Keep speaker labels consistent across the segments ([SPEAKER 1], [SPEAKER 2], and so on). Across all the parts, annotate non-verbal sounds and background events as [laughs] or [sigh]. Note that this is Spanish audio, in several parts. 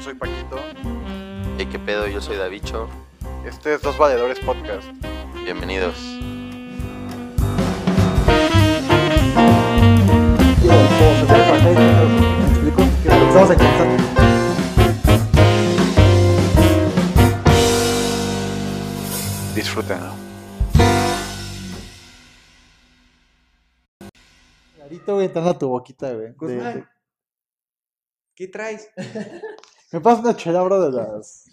[SPEAKER 1] soy Paquito.
[SPEAKER 2] Hey, qué pedo, yo soy Davicho.
[SPEAKER 1] Este es Dos Valedores Podcast.
[SPEAKER 2] Bienvenidos.
[SPEAKER 1] Disfrútenlo.
[SPEAKER 3] Ahorita, güey, entrando a tu boquita, güey. de-
[SPEAKER 4] Guzmán.
[SPEAKER 3] de-
[SPEAKER 4] ¿Qué traes?
[SPEAKER 3] Me pasa una chelabra de las.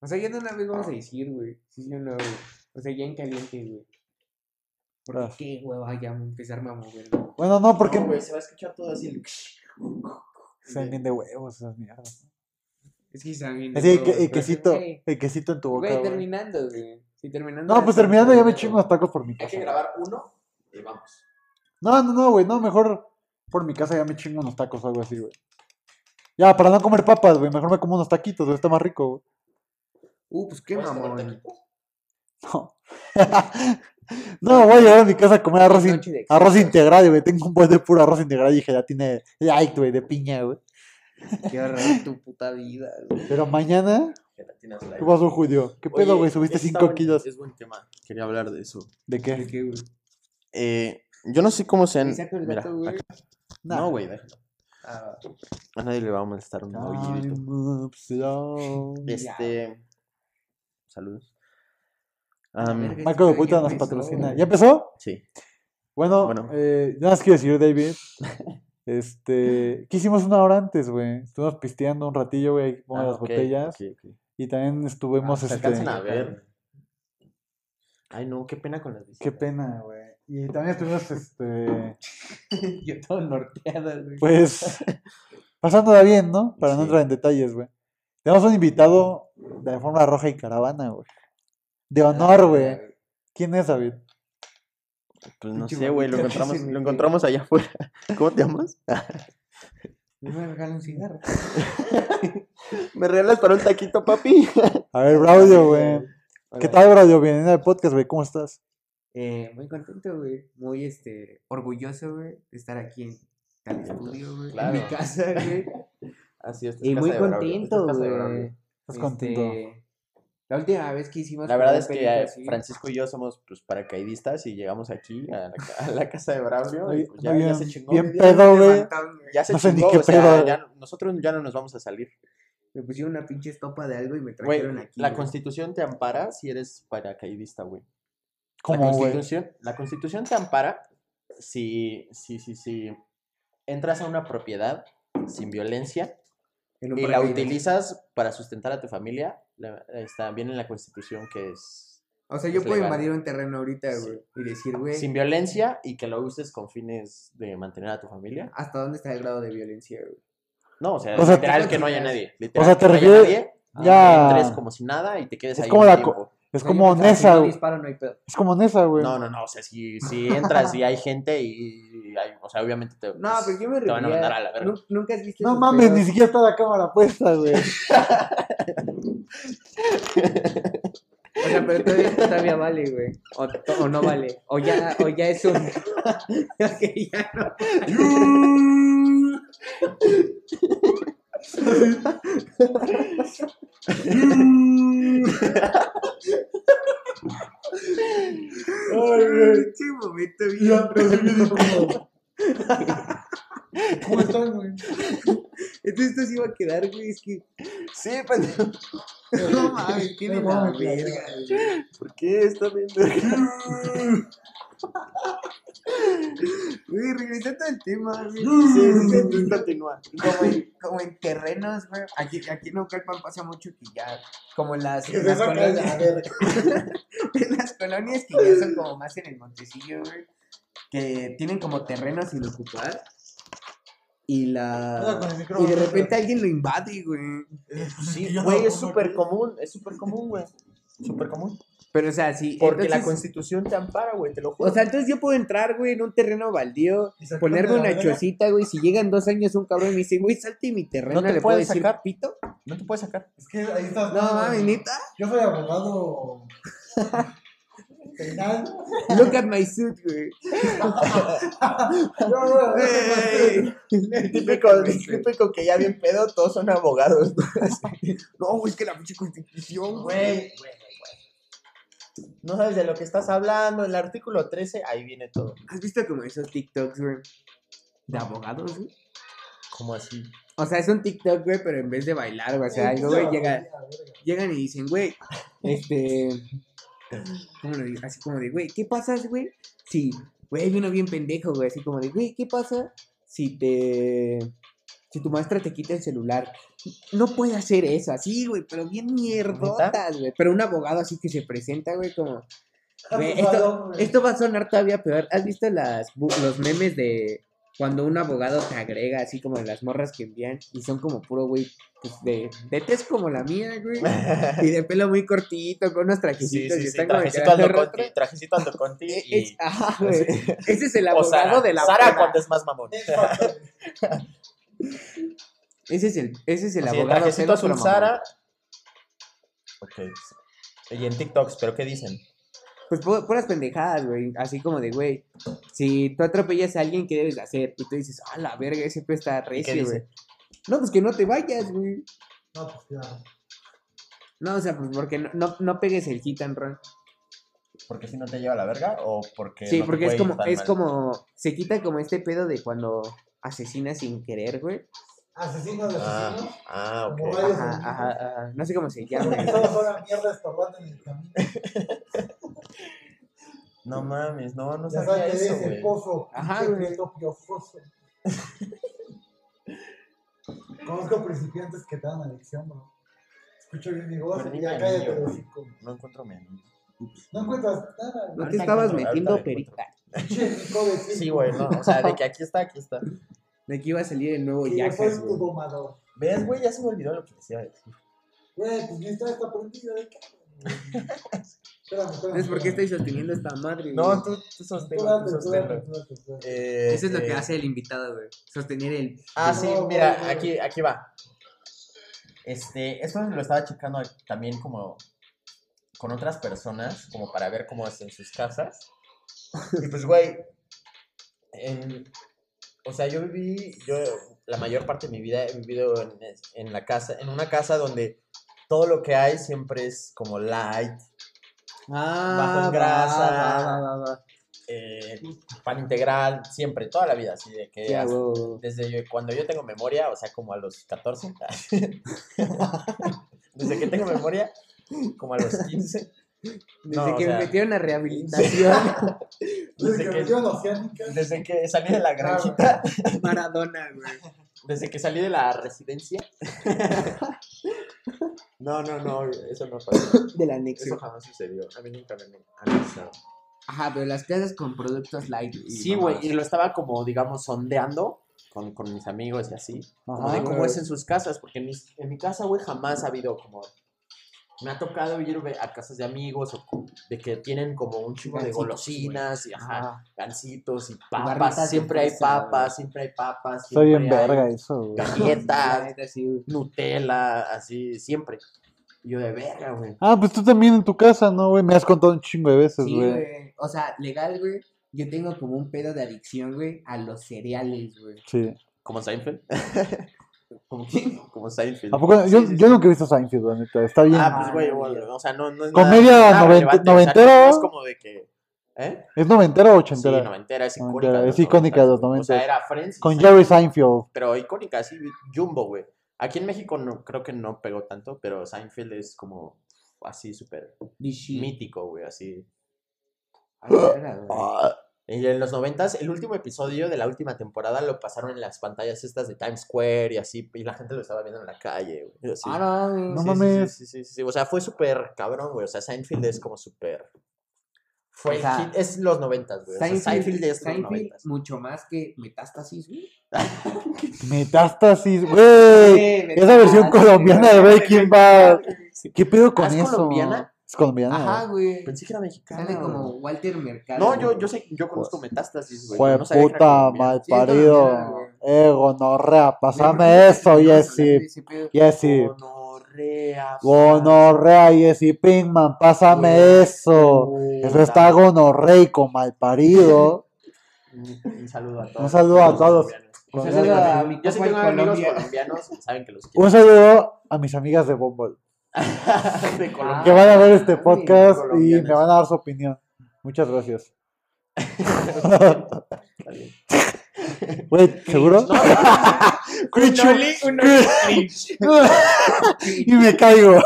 [SPEAKER 4] O sea, ya de una vez vamos a
[SPEAKER 3] Ah.
[SPEAKER 4] decir, güey. Sí, sí o no, güey. O sea, ya en caliente, güey. Porque
[SPEAKER 3] Braf.
[SPEAKER 4] qué hueva ya empezarme a mover, güey.
[SPEAKER 3] Bueno, no, porque
[SPEAKER 5] No, güey, se va a escuchar todo así. el-
[SPEAKER 3] se ven bien de huevos esas mierdas.
[SPEAKER 4] Es que saben.
[SPEAKER 3] Así, el,
[SPEAKER 4] todo,
[SPEAKER 3] que- el
[SPEAKER 4] güey,
[SPEAKER 3] quesito,
[SPEAKER 4] Güey,
[SPEAKER 3] el quesito en tu boca,
[SPEAKER 4] güey,
[SPEAKER 3] güey.
[SPEAKER 4] terminando, güey. Sí, terminando.
[SPEAKER 3] No, pues terminando ya me chingo unos tacos por mi
[SPEAKER 5] Hay
[SPEAKER 3] casa.
[SPEAKER 5] que grabar uno y vamos.
[SPEAKER 3] No, no, no, güey, no, mejor por mi casa ya me chingo unos tacos o algo así, güey. Ya, para no comer papas, güey, mejor me como unos taquitos, güey, está más rico, güey. [laughs]
[SPEAKER 4] Uh, pues qué
[SPEAKER 5] ¿Puedes comer
[SPEAKER 4] mamón.
[SPEAKER 5] taquitos?
[SPEAKER 3] No. no, voy a llegar a mi casa a comer arroz, in-
[SPEAKER 4] Noche de
[SPEAKER 3] arroz
[SPEAKER 4] excesos.
[SPEAKER 3] integral, güey. Tengo un buen de puro arroz integral y dije, ya tiene, ay, güey, de piña, güey.
[SPEAKER 4] Qué horror tu puta vida, güey.
[SPEAKER 3] Pero mañana,
[SPEAKER 5] Gelatinas light.
[SPEAKER 3] ¿qué pasó, Julio? ¿Qué pedo,
[SPEAKER 5] Oye,
[SPEAKER 3] güey? Subiste
[SPEAKER 5] ese está
[SPEAKER 3] 5
[SPEAKER 5] buen-
[SPEAKER 3] kilos.
[SPEAKER 5] Es buen tema. Quería hablar de eso.
[SPEAKER 3] ¿De
[SPEAKER 4] ¿De
[SPEAKER 3] qué?
[SPEAKER 4] qué, güey?
[SPEAKER 5] Eh, yo no sé cómo sean.
[SPEAKER 4] Me saco el
[SPEAKER 5] Mira,
[SPEAKER 4] gato, güey.
[SPEAKER 5] acá-
[SPEAKER 3] Nah.
[SPEAKER 5] No, güey, déjalo.
[SPEAKER 4] Ah,
[SPEAKER 5] A nadie le va a molestar un oídito.
[SPEAKER 3] Time ups down.
[SPEAKER 4] Ya.
[SPEAKER 5] Este. Saludos.
[SPEAKER 4] A
[SPEAKER 5] Am,
[SPEAKER 4] ver, ¿qué-
[SPEAKER 3] Marco mm. de
[SPEAKER 4] Ya
[SPEAKER 3] Puta nos
[SPEAKER 4] empezó,
[SPEAKER 3] patrocina.
[SPEAKER 4] Ah, este güey.
[SPEAKER 3] ¿Ya empezó?
[SPEAKER 5] sí.
[SPEAKER 3] Bueno,
[SPEAKER 5] Bueno.
[SPEAKER 3] eh, nada más quiero
[SPEAKER 5] [laughs]
[SPEAKER 3] decir, David. Este, ¿qué hicimos una hora antes, güey? Estuvimos pisteando un ratillo, güey, ahí pongo
[SPEAKER 5] Ah,
[SPEAKER 3] las
[SPEAKER 5] ok,
[SPEAKER 3] botellas.
[SPEAKER 5] ok, ok.
[SPEAKER 3] Y también estuvimos,
[SPEAKER 5] Ah, se
[SPEAKER 3] este,
[SPEAKER 5] alcanzan a ver. Ay, no, qué pena con las visitas.
[SPEAKER 3] qué pena, güey. Y también estuvimos, este,
[SPEAKER 4] [laughs] Yo todo norteado, güey.
[SPEAKER 3] pues, pasándola bien, ¿no? Para no
[SPEAKER 5] Sí.
[SPEAKER 3] entrar en detalles, güey. Tenemos un invitado de la forma roja y caravana, güey. De honor, güey.
[SPEAKER 4] Ah,
[SPEAKER 3] ¿Quién es, David?
[SPEAKER 5] Pues no
[SPEAKER 4] Pinche
[SPEAKER 5] sé, güey, lo
[SPEAKER 4] bonito,
[SPEAKER 5] encontramos,
[SPEAKER 4] ese,
[SPEAKER 5] lo
[SPEAKER 4] güey.
[SPEAKER 5] encontramos allá afuera. [laughs] ¿Cómo te [laughs] llamas?
[SPEAKER 4] No me regalan un cigarro.
[SPEAKER 5] ¿Me regalas para un taquito, [laughs] papi?
[SPEAKER 3] A ver, Braudio, güey. ¿Qué
[SPEAKER 4] Hola.
[SPEAKER 3] tal, Braudio? Bienvenido al podcast, güey. ¿Cómo estás?
[SPEAKER 4] Eh, muy contento, güey. Muy este, orgulloso, güey, de estar aquí en tal estudio, güey.
[SPEAKER 5] Claro.
[SPEAKER 4] En mi casa,
[SPEAKER 5] [laughs]
[SPEAKER 4] güey.
[SPEAKER 5] Así es. esta
[SPEAKER 4] y
[SPEAKER 5] es
[SPEAKER 4] muy
[SPEAKER 5] casa de Braulio, esta es
[SPEAKER 4] contento,
[SPEAKER 5] casa de
[SPEAKER 4] güey.
[SPEAKER 5] Braulio.
[SPEAKER 3] ¿Estás contento?
[SPEAKER 4] Este, La última vez que hicimos.
[SPEAKER 5] La verdad
[SPEAKER 4] como
[SPEAKER 5] es que
[SPEAKER 4] pelito
[SPEAKER 5] eh,
[SPEAKER 4] así,
[SPEAKER 5] Francisco y yo somos pues, paracaidistas y llegamos aquí a la, ca- a la casa de Braulio. y,
[SPEAKER 3] Oye,
[SPEAKER 5] pues, ya,
[SPEAKER 3] oye,
[SPEAKER 5] ya se chingó.
[SPEAKER 3] bien
[SPEAKER 5] ya-
[SPEAKER 3] pedo, güey.
[SPEAKER 4] levantón, güey.
[SPEAKER 5] Ya se
[SPEAKER 3] No sé ni
[SPEAKER 5] chingó.
[SPEAKER 3] qué
[SPEAKER 5] o sea,
[SPEAKER 3] pedo.
[SPEAKER 5] ya no- nosotros ya no nos vamos a salir.
[SPEAKER 4] Me pusieron una pinche estopa de algo y me
[SPEAKER 5] Güey,
[SPEAKER 4] trajeron aquí.
[SPEAKER 5] la
[SPEAKER 4] güey.
[SPEAKER 5] constitución te ampara si eres paracaidista, güey. la,
[SPEAKER 3] ¿Cómo, güey?
[SPEAKER 5] constitución, la constitución te ampara si, si, si, si entras a una propiedad sin violencia
[SPEAKER 4] En un
[SPEAKER 5] y la
[SPEAKER 4] paracaídas.
[SPEAKER 5] utilizas para sustentar a tu familia, la- está bien en la constitución que es
[SPEAKER 4] O sea, yo
[SPEAKER 5] es
[SPEAKER 4] puedo
[SPEAKER 5] legal.
[SPEAKER 4] invadir un terreno ahorita,
[SPEAKER 5] Sí.
[SPEAKER 4] güey. Y decir, güey,
[SPEAKER 5] sin violencia y que lo uses con fines de mantener a tu familia.
[SPEAKER 4] ¿hasta dónde está el grado de violencia, güey?
[SPEAKER 5] No, o sea,
[SPEAKER 3] O sea,
[SPEAKER 5] literal
[SPEAKER 4] te-
[SPEAKER 5] que no haya nadie.
[SPEAKER 3] O sea, te refieres- ya.
[SPEAKER 5] Ya. ah, Entres como si nada y te quedes
[SPEAKER 3] Es
[SPEAKER 5] ahí.
[SPEAKER 3] como
[SPEAKER 5] un
[SPEAKER 3] la
[SPEAKER 5] tiempo.
[SPEAKER 3] Es
[SPEAKER 4] O sea, yo
[SPEAKER 3] como
[SPEAKER 4] pensaba,
[SPEAKER 3] Nessa,
[SPEAKER 4] Si no
[SPEAKER 3] güey.
[SPEAKER 4] disparo, no hay pedo.
[SPEAKER 3] Es como Nessa, güey.
[SPEAKER 5] No, no, no. O sea, si, si entras y hay gente y hay. O sea, obviamente te.
[SPEAKER 4] No, pero yo me
[SPEAKER 5] Te van a
[SPEAKER 4] refería-
[SPEAKER 5] mandar a la verga.
[SPEAKER 4] Nu- Nunca has visto.
[SPEAKER 3] No
[SPEAKER 4] esos
[SPEAKER 3] mames,
[SPEAKER 4] pedos?
[SPEAKER 3] ni siquiera está la cámara puesta, güey.
[SPEAKER 4] O sea, pero todavía, todavía vale, güey. O, to- o no vale. O ya, o ya es un. [laughs] Ok, ya no. Qué momento bien.
[SPEAKER 3] ¿Cómo están, güey?
[SPEAKER 4] Entonces esto se iba a quedar, güey. Es que.
[SPEAKER 5] Sí, pendejo.
[SPEAKER 4] No mames, qué de
[SPEAKER 3] No
[SPEAKER 4] la
[SPEAKER 3] mames,
[SPEAKER 4] verga, güey.
[SPEAKER 5] ¿Por qué está viendo?
[SPEAKER 4] Güey, regresando al tema, güey.
[SPEAKER 5] Continúa.
[SPEAKER 4] como en, como en terrenos, güey. Aquí, aquí en Naucalpan pasa mucho que ya, como en las, en las colonias, [laughs] en las colonias que ya son como más en el Montecillo, güey, que tienen como terrenos sin ocupar. Y
[SPEAKER 3] Habla con el
[SPEAKER 4] la... Y
[SPEAKER 3] micrófono,
[SPEAKER 4] de repente alguien lo invade, güey.
[SPEAKER 6] eh,
[SPEAKER 4] pues,
[SPEAKER 5] Sí, güey, es súper común. Es súper común, güey. Súper común.
[SPEAKER 4] Pero, o sea, sí.
[SPEAKER 5] Porque la
[SPEAKER 4] entonces-
[SPEAKER 5] constitución te ampara, güey, te lo juro.
[SPEAKER 4] O sea, entonces yo puedo entrar, güey, en un terreno baldío, ponerme una chocita, güey. Si llegan dos años un cabrón y me dice, güey, salte de mi terreno,
[SPEAKER 5] te
[SPEAKER 4] le puedo
[SPEAKER 5] puedes
[SPEAKER 4] decir
[SPEAKER 5] sacar.
[SPEAKER 4] pito.
[SPEAKER 5] no te puedes sacar.
[SPEAKER 3] Es que ahí estás.
[SPEAKER 4] [laughs] No mames, neta.
[SPEAKER 3] Yo soy abogado.
[SPEAKER 6] Penal.
[SPEAKER 4] Look at my suit, güey. [laughs]
[SPEAKER 6] No, no, no.
[SPEAKER 4] El
[SPEAKER 5] [laughs] Típico, típico que ya bien pedo, todos son abogados. ¿no?
[SPEAKER 4] No, güey, es que la pinche constitución, güey.
[SPEAKER 6] Güey, güey, güey.
[SPEAKER 5] No sabes de lo que estás hablando. El artículo 13, ahí viene todo.
[SPEAKER 4] ¿Has visto como esos TikToks, güey? De abogados, güey.
[SPEAKER 5] ¿Cómo así?
[SPEAKER 4] O sea, es un TikTok, güey, pero en vez de bailar, güey, o sea, algo, güey, llega, llegan y dicen, güey, este. ¿Cómo lo digo? Así como de, güey, ¿qué pasas, güey? Si, güey, hay uno bien pendejo, güey, así como de, güey, ¿qué pasa si te. Si tu maestra te quita el celular? No puede hacer eso, así, güey, pero bien mierdotas, güey. Pero un abogado así que se presenta, güey, como. Güey, esto, esto va a sonar todavía peor. ¿Has visto las, bu- los memes de cuando un abogado te agrega, así como de las morras que envían, y son como puro güey, pues de, de tez como la mía, güey, y de pelo muy cortito, con unos
[SPEAKER 5] Sí,
[SPEAKER 4] trajecitos,
[SPEAKER 5] sí,
[SPEAKER 4] y
[SPEAKER 5] sí.
[SPEAKER 4] están como
[SPEAKER 5] Trajecito
[SPEAKER 4] quedando
[SPEAKER 5] Aldo
[SPEAKER 4] rostro.
[SPEAKER 5] Conti. Trajecito Aldo Conti.
[SPEAKER 4] Eh, e-, [laughs] es-
[SPEAKER 5] Y... [laughs]
[SPEAKER 4] ajá, güey. Ese es el
[SPEAKER 5] o
[SPEAKER 4] abogado
[SPEAKER 5] Sara.
[SPEAKER 4] de la
[SPEAKER 5] Sara
[SPEAKER 4] peda.
[SPEAKER 5] cuando es más mamón.
[SPEAKER 6] Es factor.
[SPEAKER 4] Ese es el, ese es el
[SPEAKER 5] Sí, el
[SPEAKER 4] abogado
[SPEAKER 5] trajecito
[SPEAKER 4] celoso,
[SPEAKER 5] azul
[SPEAKER 4] la mamá.
[SPEAKER 5] Sara. Ok. Y en TikToks, ¿pero qué dicen?
[SPEAKER 4] Pues pu- puras pendejadas, güey. Así como de, güey, si tú atropellas a alguien, ¿qué debes de hacer? Y tú dices, ah, la verga, ese pues está recio,
[SPEAKER 5] dice?
[SPEAKER 4] güey. No, pues que no te vayas, güey.
[SPEAKER 6] No, pues claro.
[SPEAKER 4] No, o sea, pues porque no, no, no pegues el hit and run.
[SPEAKER 5] ¿Porque si no te lleva a la verga? ¿O porque.?
[SPEAKER 4] Sí,
[SPEAKER 5] no te
[SPEAKER 4] porque es
[SPEAKER 5] puede ir
[SPEAKER 4] como,
[SPEAKER 5] tan
[SPEAKER 4] es
[SPEAKER 5] mal?
[SPEAKER 4] como, se quita como este pedo de cuando asesinas sin querer, güey.
[SPEAKER 6] Asesino de asesinos.
[SPEAKER 5] Ah, ah, ok.
[SPEAKER 6] Como varios-
[SPEAKER 4] Ajá, ajá, ajá. [laughs] No sé cómo se llama.
[SPEAKER 6] Porque todos son la mierda estorbando en el camino.
[SPEAKER 5] No mames, no, no
[SPEAKER 6] Ya
[SPEAKER 5] sabía
[SPEAKER 6] sabes que
[SPEAKER 5] eso,
[SPEAKER 6] es el
[SPEAKER 5] güey.
[SPEAKER 6] pozo.
[SPEAKER 4] Ajá,
[SPEAKER 6] Ajá,
[SPEAKER 4] güey.
[SPEAKER 6] güey. piojoso. Conozco principiantes que te dan adicción, bro. Escucho bien mi voz
[SPEAKER 5] Pero
[SPEAKER 6] y
[SPEAKER 5] dime
[SPEAKER 6] ya
[SPEAKER 5] el
[SPEAKER 6] cállate
[SPEAKER 5] mío,
[SPEAKER 6] el
[SPEAKER 5] güey.
[SPEAKER 6] hocico.
[SPEAKER 5] No encuentro mi anillo.
[SPEAKER 6] No encuentras
[SPEAKER 5] [laughs]
[SPEAKER 6] nada,
[SPEAKER 4] No
[SPEAKER 6] güey.
[SPEAKER 4] te
[SPEAKER 5] Ahorita
[SPEAKER 4] estabas
[SPEAKER 5] encuentro, ahorita
[SPEAKER 4] metiendo
[SPEAKER 5] lo encuentro.
[SPEAKER 4] perita.
[SPEAKER 6] Pinche pico de
[SPEAKER 5] Sí,
[SPEAKER 6] circo.
[SPEAKER 5] güey, no. O sea, de que aquí está, aquí está.
[SPEAKER 4] De que iba a salir el nuevo
[SPEAKER 6] Y yo soy
[SPEAKER 4] Jackass,
[SPEAKER 6] tu
[SPEAKER 4] güey.
[SPEAKER 6] domador.
[SPEAKER 5] ¿Ves, güey? Ya se me olvidó lo que decía. decir.
[SPEAKER 6] Güey, pues mi historia está prendida de cara, güey. Espérame, espérame.
[SPEAKER 4] Entonces, ¿por qué
[SPEAKER 6] espérame.
[SPEAKER 4] estoy sosteniendo esta madre, güey?
[SPEAKER 5] este No, tú, tú
[SPEAKER 6] Tú
[SPEAKER 5] sostengo,
[SPEAKER 6] date,
[SPEAKER 5] tú
[SPEAKER 6] tú date,
[SPEAKER 5] sostengo.
[SPEAKER 6] tú date, tú date.
[SPEAKER 5] Eh,
[SPEAKER 4] Eso es lo que
[SPEAKER 5] eh,
[SPEAKER 4] hace el invitado, güey. Sostener el.
[SPEAKER 5] Ah, sí,
[SPEAKER 6] No,
[SPEAKER 5] mira,
[SPEAKER 6] güey,
[SPEAKER 5] aquí, aquí va. Este, esto lo estaba checando también como con otras personas, como para ver cómo hacen sus casas. Y pues, güey, en- o sea, yo viví, yo la mayor parte de mi vida he vivido en, es- en la casa, en una casa donde todo lo que hay siempre es como light,
[SPEAKER 4] Ah,
[SPEAKER 5] Bajo grasa.
[SPEAKER 4] va, va, va, va.
[SPEAKER 5] eh, pan integral, siempre, toda la vida, así de que
[SPEAKER 4] Ya,
[SPEAKER 5] hasta-
[SPEAKER 4] güey, güey, güey.
[SPEAKER 5] Desde yo- cuando yo tengo memoria, o sea, como a los 14. [laughs] Desde que tengo memoria, como a los 15.
[SPEAKER 4] Desde
[SPEAKER 5] No, o
[SPEAKER 4] que
[SPEAKER 5] sea-
[SPEAKER 4] me metieron a rehabilitación,
[SPEAKER 5] [laughs]
[SPEAKER 6] Desde
[SPEAKER 5] Desde
[SPEAKER 6] que
[SPEAKER 5] que-
[SPEAKER 6] me dio la oceánica,
[SPEAKER 5] Desde que salí de la granjita,
[SPEAKER 4] Maradona, güey.
[SPEAKER 5] desde que salí de la residencia. [laughs] No, no, no, eso no pasó.
[SPEAKER 4] Del
[SPEAKER 5] Eso
[SPEAKER 4] anexo.
[SPEAKER 5] jamás sucedió. A mí nunca me han avisado.
[SPEAKER 4] Ajá, pero las casas con productos light. y
[SPEAKER 5] Sí, güey,
[SPEAKER 4] mamás.
[SPEAKER 5] y lo estaba como, digamos, sondeando con, con mis amigos y así. Como
[SPEAKER 4] Ajá,
[SPEAKER 5] de cómo
[SPEAKER 4] güey.
[SPEAKER 5] es en sus casas, porque en, mis- en mi casa, güey, jamás ha habido como... Me ha tocado ir güey, a casas de amigos o co- de que tienen como un chingo de
[SPEAKER 4] Gancitos,
[SPEAKER 5] golosinas y ajá,
[SPEAKER 4] Ajá.
[SPEAKER 5] gancitos y
[SPEAKER 4] barritas de
[SPEAKER 5] papas. Siempre hay
[SPEAKER 4] fresa, güey.
[SPEAKER 5] papas, siempre hay papas.
[SPEAKER 3] Está bien
[SPEAKER 5] siempre hay
[SPEAKER 3] verga eso, güey. [laughs]
[SPEAKER 4] La
[SPEAKER 5] Galletas,
[SPEAKER 4] neta, sí, güey.
[SPEAKER 5] Nutella, así, siempre. Y yo de verga, güey.
[SPEAKER 3] Ah, pues tú también en tu casa, ¿no, güey? Me has contado un chingo de veces,
[SPEAKER 4] Sí,
[SPEAKER 3] güey.
[SPEAKER 4] güey. O sea, legal, güey. Yo tengo como un pedo de adicción, güey, a los cereales, güey.
[SPEAKER 3] Sí.
[SPEAKER 5] Como [laughs] Seinfeld.
[SPEAKER 4] ¿Como quién?
[SPEAKER 5] Como Seinfeld.
[SPEAKER 3] ¿A poco?
[SPEAKER 4] Sí,
[SPEAKER 3] Yo,
[SPEAKER 4] sí,
[SPEAKER 3] yo
[SPEAKER 4] sí.
[SPEAKER 3] nunca he visto Seinfeld, la neta. Está bien.
[SPEAKER 5] Ah, pues, güey,
[SPEAKER 4] Ah,
[SPEAKER 5] bueno, o sea, no, no es
[SPEAKER 3] Comedia
[SPEAKER 5] nada,
[SPEAKER 3] noventa-
[SPEAKER 5] relevante, o sea,
[SPEAKER 3] noventera.
[SPEAKER 5] no es como de que... ¿Eh?
[SPEAKER 3] ¿Es noventera o
[SPEAKER 5] Sí,
[SPEAKER 3] ochentera?
[SPEAKER 5] noventera, es icónica.
[SPEAKER 3] Noventera,
[SPEAKER 5] de los
[SPEAKER 3] es icónica de los
[SPEAKER 5] noventas, güey. O sea,
[SPEAKER 3] noventas.
[SPEAKER 5] era Friends,
[SPEAKER 3] Con
[SPEAKER 5] sí,
[SPEAKER 3] Jerry Seinfeld.
[SPEAKER 5] pero icónica, así, Jumbo, güey. Aquí en México no, creo que no pegó tanto, pero Seinfeld es como así súper
[SPEAKER 4] Dishi.
[SPEAKER 5] mítico, güey, así.
[SPEAKER 4] A la
[SPEAKER 5] [gasps]
[SPEAKER 4] verga, güey.
[SPEAKER 5] Ah,
[SPEAKER 3] Ah.
[SPEAKER 5] Y en los noventas, el último episodio de la última temporada lo pasaron en las pantallas estas de Times Square y así, y la gente lo estaba viendo en la calle, güey. así.
[SPEAKER 4] Ah, no, güey.
[SPEAKER 3] No
[SPEAKER 5] Sí, sí,
[SPEAKER 3] mames.
[SPEAKER 5] Sí, sí, sí, sí, sí. O sea, fue súper cabrón, güey. O sea, Seinfeld es como súper. Fue
[SPEAKER 4] O
[SPEAKER 5] el
[SPEAKER 4] sea,
[SPEAKER 5] hit- Es los noventas, güey. O sea,
[SPEAKER 4] Seinfeld,
[SPEAKER 5] Seinfeld, es los
[SPEAKER 4] Seinfeld,
[SPEAKER 5] noventas.
[SPEAKER 4] mucho más que metástasis, güey.
[SPEAKER 3] Metástasis,
[SPEAKER 5] Eh,
[SPEAKER 3] güey. Esa versión colombiana de Breaking Bad. ¿Qué pedo con
[SPEAKER 5] ¿Ah, es
[SPEAKER 3] eso?
[SPEAKER 5] colombiana?
[SPEAKER 3] Es colombiana.
[SPEAKER 4] Ajá, güey.
[SPEAKER 5] Pensé que era mexicano.
[SPEAKER 4] Sale como Walter Mercado.
[SPEAKER 5] No,
[SPEAKER 4] güey.
[SPEAKER 5] yo, yo sé, yo conozco metástasis, güey.
[SPEAKER 3] Pues, Fue
[SPEAKER 5] pero no sabía que era
[SPEAKER 3] puta
[SPEAKER 5] colombiano.
[SPEAKER 3] mal
[SPEAKER 4] Sí, es
[SPEAKER 3] parido.
[SPEAKER 4] colombiana,
[SPEAKER 3] Eh, gonorrea,
[SPEAKER 4] Mejor que
[SPEAKER 3] pasame eso,
[SPEAKER 4] terminemos hablando
[SPEAKER 3] Jessy.
[SPEAKER 4] de ese pedo.
[SPEAKER 3] Jessy.
[SPEAKER 5] Gonorrea.
[SPEAKER 4] gonorrea.
[SPEAKER 3] Oh, Gonorrea y ese Pinkman, pásame eso. Eso está gonorreico, mal
[SPEAKER 5] [laughs]
[SPEAKER 3] parido.
[SPEAKER 5] Un saludo a todos.
[SPEAKER 3] Un saludo a todos.
[SPEAKER 5] Yo
[SPEAKER 3] Un
[SPEAKER 5] sé que
[SPEAKER 3] saludo
[SPEAKER 4] a
[SPEAKER 5] con-
[SPEAKER 4] mi
[SPEAKER 5] Yo sé que
[SPEAKER 4] compa en
[SPEAKER 5] tengo amigos
[SPEAKER 4] Colombia.
[SPEAKER 5] colombianos que saben
[SPEAKER 3] [laughs]
[SPEAKER 5] que los quiero.
[SPEAKER 3] Un saludo a mis amigas de Bumble
[SPEAKER 5] [laughs] De
[SPEAKER 3] que
[SPEAKER 5] Colombia.
[SPEAKER 3] van a ver este
[SPEAKER 4] Ah,
[SPEAKER 3] podcast y
[SPEAKER 5] colombianas.
[SPEAKER 3] me van a dar su opinión.
[SPEAKER 5] [laughs]
[SPEAKER 3] Muchas gracias.
[SPEAKER 5] Está bien.
[SPEAKER 3] Güey, ¿seguro? Cringe.
[SPEAKER 4] [laughs] Cringe.
[SPEAKER 3] y me caigo.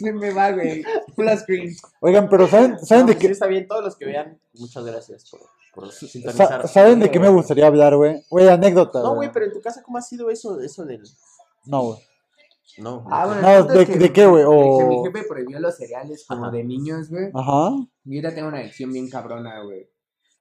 [SPEAKER 4] Me, me va, güey. Full screen.
[SPEAKER 3] Oigan, pero ¿saben,
[SPEAKER 5] No,
[SPEAKER 3] [laughs] ¿saben de
[SPEAKER 5] pues
[SPEAKER 3] qué?
[SPEAKER 5] sí, está bien, todos los que vean, muchas gracias por, por
[SPEAKER 3] sa-
[SPEAKER 5] sintonizar.
[SPEAKER 3] ¿Saben de qué me gustaría hablar, güey? Güey, anécdota.
[SPEAKER 5] No, güey, pero en tu casa, ¿cómo ha sido eso, eso del...?
[SPEAKER 3] No, güey.
[SPEAKER 5] No.
[SPEAKER 4] Ah, bueno,
[SPEAKER 3] No,
[SPEAKER 4] el punto
[SPEAKER 3] ¿de-
[SPEAKER 4] es que-
[SPEAKER 3] de qué, güey? O-
[SPEAKER 4] Que mi jefe prohibió los cereales como
[SPEAKER 5] Ajá.
[SPEAKER 4] de niños, güey.
[SPEAKER 3] Ajá.
[SPEAKER 4] Yo ahorita tengo una adicción bien cabrona, güey.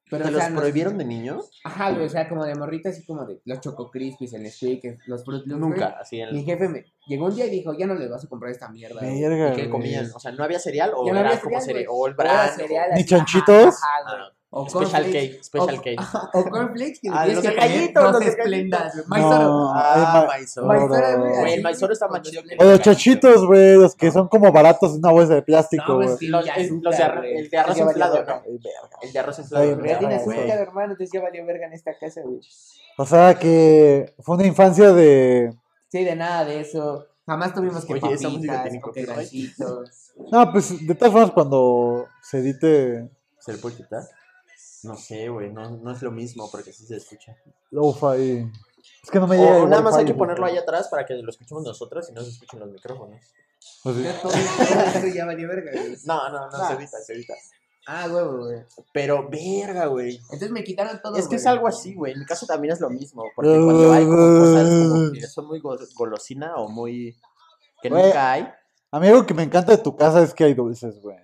[SPEAKER 4] Pero,
[SPEAKER 5] ¿Te
[SPEAKER 4] o
[SPEAKER 5] los
[SPEAKER 4] sea, nos-
[SPEAKER 5] prohibieron de niños?
[SPEAKER 4] Ajá, güey, o sea, como de morrita, así como de los Choco Crispies, el Squeak, los Fruit Loops,
[SPEAKER 5] Nunca,
[SPEAKER 4] güey.
[SPEAKER 5] así en
[SPEAKER 4] Mi
[SPEAKER 5] el...
[SPEAKER 4] jefe me llegó un día y dijo, ya no les vas a comprar esta mierda, güey.
[SPEAKER 3] Verga,
[SPEAKER 5] ¿Qué
[SPEAKER 3] güey.
[SPEAKER 5] comían? O sea, ¿no había cereal o
[SPEAKER 4] Ya no
[SPEAKER 5] era
[SPEAKER 4] había
[SPEAKER 5] como
[SPEAKER 4] cereal,
[SPEAKER 5] cereal?
[SPEAKER 4] güey.
[SPEAKER 5] O el
[SPEAKER 4] Era
[SPEAKER 5] bran?
[SPEAKER 4] cereal
[SPEAKER 3] ¿Ni
[SPEAKER 4] así,
[SPEAKER 3] chanchitos?
[SPEAKER 4] ajá, ajá, güey.
[SPEAKER 5] Ah,
[SPEAKER 4] O
[SPEAKER 5] Special
[SPEAKER 4] cornflakes.
[SPEAKER 5] cake, special cake.
[SPEAKER 4] O cornflakes que le
[SPEAKER 5] Ah,
[SPEAKER 4] tienes
[SPEAKER 5] los
[SPEAKER 4] que
[SPEAKER 5] de
[SPEAKER 4] poner
[SPEAKER 5] gallito, los
[SPEAKER 4] dos
[SPEAKER 5] de gallito.
[SPEAKER 4] esplendas, güey.
[SPEAKER 3] No,
[SPEAKER 4] Maizoro.
[SPEAKER 5] Ah,
[SPEAKER 3] ay, ma-
[SPEAKER 5] maizoro.
[SPEAKER 4] Maizoro, güey.
[SPEAKER 5] Güey, el
[SPEAKER 4] así,
[SPEAKER 5] maizoro está más
[SPEAKER 4] con
[SPEAKER 5] chido que
[SPEAKER 3] O
[SPEAKER 4] esplenda.
[SPEAKER 3] los chachitos, güey, los que son como baratos en una bolsa de plástico,
[SPEAKER 4] No,
[SPEAKER 3] güey.
[SPEAKER 4] es
[SPEAKER 5] pues,
[SPEAKER 4] que
[SPEAKER 5] Los-
[SPEAKER 4] pues ya
[SPEAKER 5] es-
[SPEAKER 4] azúcar,
[SPEAKER 5] los de arro-
[SPEAKER 4] güey.
[SPEAKER 5] el de arroz
[SPEAKER 4] Ya valió
[SPEAKER 5] inflado,
[SPEAKER 4] verga.
[SPEAKER 5] ¿no?
[SPEAKER 3] Ay, verga.
[SPEAKER 5] El de arroz
[SPEAKER 3] Ay,
[SPEAKER 5] inflado.
[SPEAKER 3] güey.
[SPEAKER 4] Ya tienes
[SPEAKER 3] Güey.
[SPEAKER 4] azúcar, hermano, entonces ya valió verga en esta casa, güey.
[SPEAKER 3] O sea que fue una infancia de.
[SPEAKER 4] Sí, de nada de eso. Jamás tuvimos que
[SPEAKER 5] Oye, esa música
[SPEAKER 4] papitas
[SPEAKER 5] tiene
[SPEAKER 4] o que
[SPEAKER 5] copyright.
[SPEAKER 4] ganchitos.
[SPEAKER 3] No, pues de todas formas, cuando se edite
[SPEAKER 5] ¿Se le puede quitar? No sé, güey, no, no es lo mismo porque sí se escucha.
[SPEAKER 3] Lo-Fi. Es que no me llega.
[SPEAKER 5] O
[SPEAKER 3] el
[SPEAKER 5] nada más
[SPEAKER 3] Wi-Fi,
[SPEAKER 5] hay que
[SPEAKER 3] güey.
[SPEAKER 5] ponerlo ahí atrás para que lo escuchemos nosotros y no se escuchen los micrófonos.
[SPEAKER 3] Pues sí.
[SPEAKER 4] Ya todo eso ya valió verga, güey.
[SPEAKER 5] No, no, no,
[SPEAKER 4] Ah.
[SPEAKER 5] se evita, se evita.
[SPEAKER 4] Ah, huevo, güey.
[SPEAKER 5] Pero, verga, güey.
[SPEAKER 4] Entonces me quitaron todo,
[SPEAKER 5] Es que es
[SPEAKER 4] güey.
[SPEAKER 5] algo así, güey. En mi caso también es lo mismo. Porque cuando hay como cosas como que son muy go- golosina o muy. que
[SPEAKER 3] Güey.
[SPEAKER 5] nunca hay.
[SPEAKER 3] A mí algo que me encanta de tu casa es que hay dulces, güey.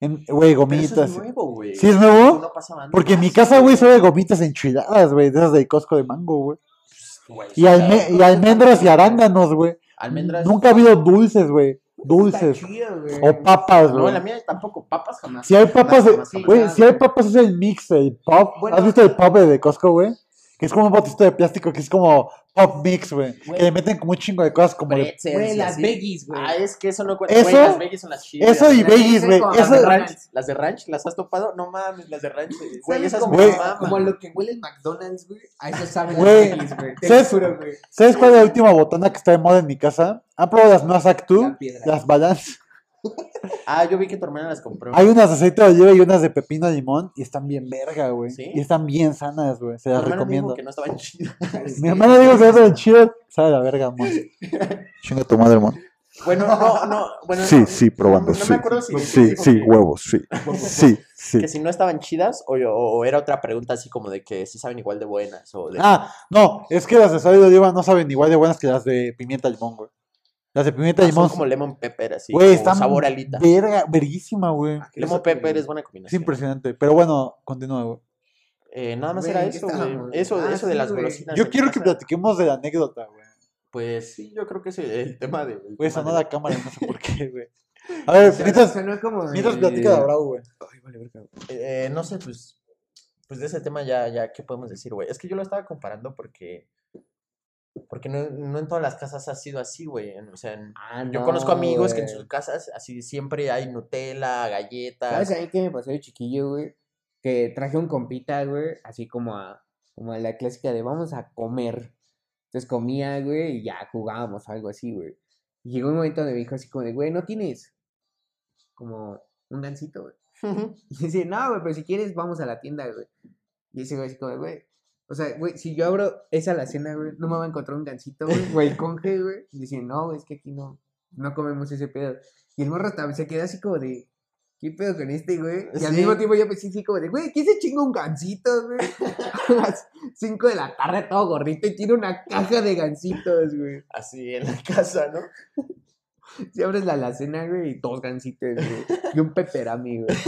[SPEAKER 3] En- Güey,
[SPEAKER 5] Pero eso
[SPEAKER 3] gomitas.
[SPEAKER 5] es Ah, nuevo, güey.
[SPEAKER 3] ¿Sí es nuevo?
[SPEAKER 5] No pasaba antes.
[SPEAKER 3] Porque en mi casa, güey, solo hay gomitas enchiladas, güey. De esas de Costco de mango, güey.
[SPEAKER 5] Güey,
[SPEAKER 3] Y, alme- y almendras y arándanos, güey.
[SPEAKER 5] Almendras.
[SPEAKER 3] Nunca ha habido dulces, güey.
[SPEAKER 4] Está
[SPEAKER 3] Dulces.
[SPEAKER 4] chido, güey.
[SPEAKER 3] O papas,
[SPEAKER 5] No, en la
[SPEAKER 3] güey.
[SPEAKER 5] mía tampoco. Papas jamás.
[SPEAKER 3] Si hay papas,
[SPEAKER 5] jamás, jamás, jamás.
[SPEAKER 3] güey, si hay papas es el mix, el pop.
[SPEAKER 4] Bueno.
[SPEAKER 3] ¿Has visto el pop de Costco, güey? Que es como un botito de plástico que es como pop mix, güey. Que
[SPEAKER 4] Güey.
[SPEAKER 3] le meten como un chingo de cosas como de...
[SPEAKER 5] Pretzels
[SPEAKER 4] Güey,
[SPEAKER 5] y
[SPEAKER 4] las
[SPEAKER 5] así.
[SPEAKER 4] veggies, güey.
[SPEAKER 5] Ah, es que eso no cuenta.
[SPEAKER 3] Eso-
[SPEAKER 5] Güey, las veggies son las chidas.
[SPEAKER 3] Eso y
[SPEAKER 4] Las
[SPEAKER 3] veggies,
[SPEAKER 4] veggies
[SPEAKER 3] güey.
[SPEAKER 4] con
[SPEAKER 5] Las
[SPEAKER 3] Eso...
[SPEAKER 5] de
[SPEAKER 4] McDonald's.
[SPEAKER 5] ranch, las de ranch, ¿las has topado? No mames, las de ranch. güey. Güey,
[SPEAKER 4] ¿Sabes
[SPEAKER 5] esas
[SPEAKER 4] como,
[SPEAKER 3] güey.
[SPEAKER 5] me maman.
[SPEAKER 4] como a lo que huele el McDonald's, güey? A eso saben
[SPEAKER 3] Güey,
[SPEAKER 4] las veggies, güey. Te
[SPEAKER 3] ¿sabes?
[SPEAKER 4] lo juro, güey.
[SPEAKER 3] ¿Sabes cuál es la última botana que está de moda en mi casa? ¿Han probado las nuevas Actu?
[SPEAKER 4] La piedra.
[SPEAKER 3] Las Balance.
[SPEAKER 5] Ah, yo vi que tu hermana las compró.
[SPEAKER 3] Hay unas de aceite de oliva y unas de pepino limón y están bien verga, güey.
[SPEAKER 5] ¿Sí?
[SPEAKER 3] Y están bien sanas, güey. Se
[SPEAKER 5] Mi
[SPEAKER 3] las
[SPEAKER 5] hermana
[SPEAKER 3] recomiendo.
[SPEAKER 5] dijo que no estaban chidas.
[SPEAKER 3] Mi hermana dijo que es chido. Sabe la verga,
[SPEAKER 5] [laughs]
[SPEAKER 3] mon. Chinga tu madre, mon.
[SPEAKER 5] Bueno, no,
[SPEAKER 3] [laughs]
[SPEAKER 5] no. Bueno,
[SPEAKER 7] Sí,
[SPEAKER 5] no,
[SPEAKER 7] sí, probando,
[SPEAKER 5] No, no
[SPEAKER 7] sí.
[SPEAKER 5] me acuerdo si dijo-
[SPEAKER 7] Sí,
[SPEAKER 5] dijo
[SPEAKER 7] sí,
[SPEAKER 5] que-
[SPEAKER 7] huevos,
[SPEAKER 5] [laughs]
[SPEAKER 7] sí. Sí, sí.
[SPEAKER 5] Que si no estaban chidas o, o- o era otra pregunta así como de que si saben igual de buenas o de...
[SPEAKER 3] Ah, no, es que las de aceite de oliva no saben igual de buenas que las de pimienta limón, güey. Las de pimienta
[SPEAKER 5] Ah,
[SPEAKER 3] limón.
[SPEAKER 5] son como lemon pepper así,
[SPEAKER 3] Güey,
[SPEAKER 5] como
[SPEAKER 3] están
[SPEAKER 5] sabor alita.
[SPEAKER 3] Verga, verguísima, güey.
[SPEAKER 5] Lemon pepper es buena
[SPEAKER 3] Es
[SPEAKER 5] combinación.
[SPEAKER 3] impresionante. Pero bueno, continúa, güey.
[SPEAKER 5] Eh, nada más
[SPEAKER 4] Güey,
[SPEAKER 5] era
[SPEAKER 4] ¿en qué
[SPEAKER 5] eso, güey.
[SPEAKER 4] estábamos?
[SPEAKER 5] Eso,
[SPEAKER 4] Ah,
[SPEAKER 5] eso de
[SPEAKER 4] sí,
[SPEAKER 5] las
[SPEAKER 4] güey.
[SPEAKER 5] golosinas. en
[SPEAKER 3] Yo quiero
[SPEAKER 5] mi
[SPEAKER 3] que
[SPEAKER 5] casa.
[SPEAKER 3] platiquemos de la anécdota, güey.
[SPEAKER 5] Pues sí, yo creo que es el, el tema de... el tema
[SPEAKER 3] Güey, sonó
[SPEAKER 5] de-
[SPEAKER 3] la cámara, no sé por qué, güey. A ver, mientras,
[SPEAKER 4] Sonó como de-
[SPEAKER 3] mientras platica de Bravo, güey.
[SPEAKER 5] Eh, no sé, pues, pues de ese tema ya, ya, ¿qué podemos decir, güey? Es que yo lo estaba comparando porque, porque no, no en todas las casas ha sido así, güey. en- O sea, en-
[SPEAKER 4] Ah,
[SPEAKER 5] yo
[SPEAKER 4] no,
[SPEAKER 5] conozco amigos que en
[SPEAKER 4] güey.
[SPEAKER 5] sus casas así siempre hay Nutella,
[SPEAKER 4] ¿Sabes
[SPEAKER 5] galletas.
[SPEAKER 4] a mí qué me pasó de chiquillo, güey? Que traje un compita, güey, así como a, como a la clásica de vamos a comer. Entonces comía, güey, y ya jugábamos, algo así, güey. Y llegó un momento donde me dijo así como de, güey, ¿no tienes como un gancito, güey? [laughs] Y dice, no, güey, pero si quieres vamos a la tienda, güey. Y ese güey así como de, güey, o sea, güey, si yo abro esa la cena, güey, no me va a encontrar un gancito, güey, güey, conge, güey. Y dice, no, güey, es que aquí no, no comemos ese pedo. Y el morro hasta se queda así como de, ¿qué pedo con este, güey? Y al mismo
[SPEAKER 5] Sí.
[SPEAKER 4] tiempo yo pensé así como de, güey, ¿quién se chinga un gancito, güey? [laughs] A las 5 de la tarde todo gordito y tiene una caja de gancitos, güey.
[SPEAKER 5] Así en la casa, ¿no?
[SPEAKER 4] Si abres la alacena, güey, y dos gancitos, güey. Y un peperami, güey.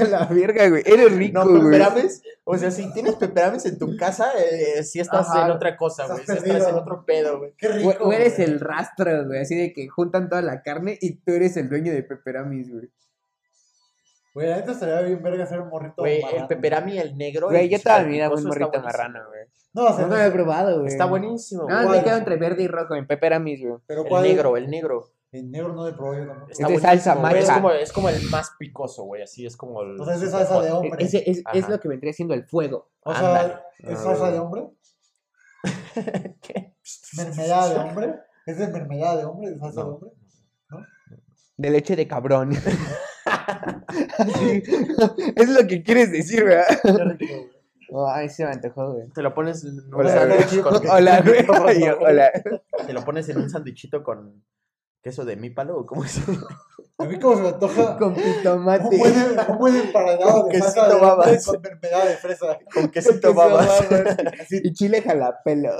[SPEAKER 4] A la verga, güey. Eres rico,
[SPEAKER 5] No,
[SPEAKER 4] güey.
[SPEAKER 5] peperames. O sea, si tienes peperames en tu casa, eh, si estás
[SPEAKER 4] Ajá.
[SPEAKER 5] en otra cosa, güey. Si
[SPEAKER 6] Estás
[SPEAKER 5] estás en
[SPEAKER 6] perdido.
[SPEAKER 5] otro pedo, güey.
[SPEAKER 6] Qué rico.
[SPEAKER 4] Güey, güey, eres
[SPEAKER 6] güey.
[SPEAKER 4] el rastro, güey. Así de que juntan toda la carne y tú eres el dueño de peperamis, güey.
[SPEAKER 3] Güey, la neta estaría bien verga hacer un morrito.
[SPEAKER 5] Güey, eh, el
[SPEAKER 3] marrano.
[SPEAKER 5] peperami, el negro.
[SPEAKER 4] Güey,
[SPEAKER 5] el
[SPEAKER 4] yo también era
[SPEAKER 5] salpicoso,
[SPEAKER 4] un
[SPEAKER 5] está
[SPEAKER 4] morrito
[SPEAKER 5] buenísimo.
[SPEAKER 4] marrano, güey.
[SPEAKER 3] No, o sea,
[SPEAKER 4] Nunca lo he probado, güey.
[SPEAKER 5] Está buenísimo.
[SPEAKER 4] No,
[SPEAKER 5] güey.
[SPEAKER 4] me quedo entre verde y rojo, en peperamis, güey.
[SPEAKER 3] pero
[SPEAKER 5] El
[SPEAKER 3] ¿cuál?
[SPEAKER 5] negro, el negro.
[SPEAKER 3] El negro no de probado yo tampoco.
[SPEAKER 5] Está
[SPEAKER 4] Es de salsa
[SPEAKER 5] buenísimo, güey. Es
[SPEAKER 4] macha.
[SPEAKER 5] como, es como el más picoso, güey. Así es como el.
[SPEAKER 3] O sea, es de salsa de hombre.
[SPEAKER 4] E, Ese es, es
[SPEAKER 5] Ajá.
[SPEAKER 4] lo que vendría siendo el fuego.
[SPEAKER 3] o sea,
[SPEAKER 5] ándale.
[SPEAKER 3] ¿es salsa de hombre?
[SPEAKER 5] [laughs] ¿Qué?
[SPEAKER 3] ¿Mermelada de hombre? ¿Es de mermelada de hombre? ¿De salsa de
[SPEAKER 5] No.
[SPEAKER 3] hombre?
[SPEAKER 4] De leche de cabrón. Sí. Es lo que quieres decir, ¿verdad?
[SPEAKER 5] [laughs]
[SPEAKER 4] Ay, se me antojó, güey.
[SPEAKER 5] Te lo pones en un
[SPEAKER 4] Hola,
[SPEAKER 5] sándwich con-
[SPEAKER 4] [laughs] Hola,
[SPEAKER 5] [laughs]
[SPEAKER 4] güey. Ay, Hola.
[SPEAKER 5] Te lo pones en un sándwichito con queso de mípalo o
[SPEAKER 4] [laughs]
[SPEAKER 5] cómo se llama.
[SPEAKER 3] A mí como se me antoja
[SPEAKER 4] Con
[SPEAKER 3] un
[SPEAKER 4] tomate.
[SPEAKER 3] buen, un buen emparedado
[SPEAKER 5] Con
[SPEAKER 3] de salsa
[SPEAKER 5] quesito
[SPEAKER 3] de hombre
[SPEAKER 5] babas.
[SPEAKER 3] con mermelada de fresa.
[SPEAKER 5] Con quesito babas.
[SPEAKER 4] Y chile [laughs] jalapelo.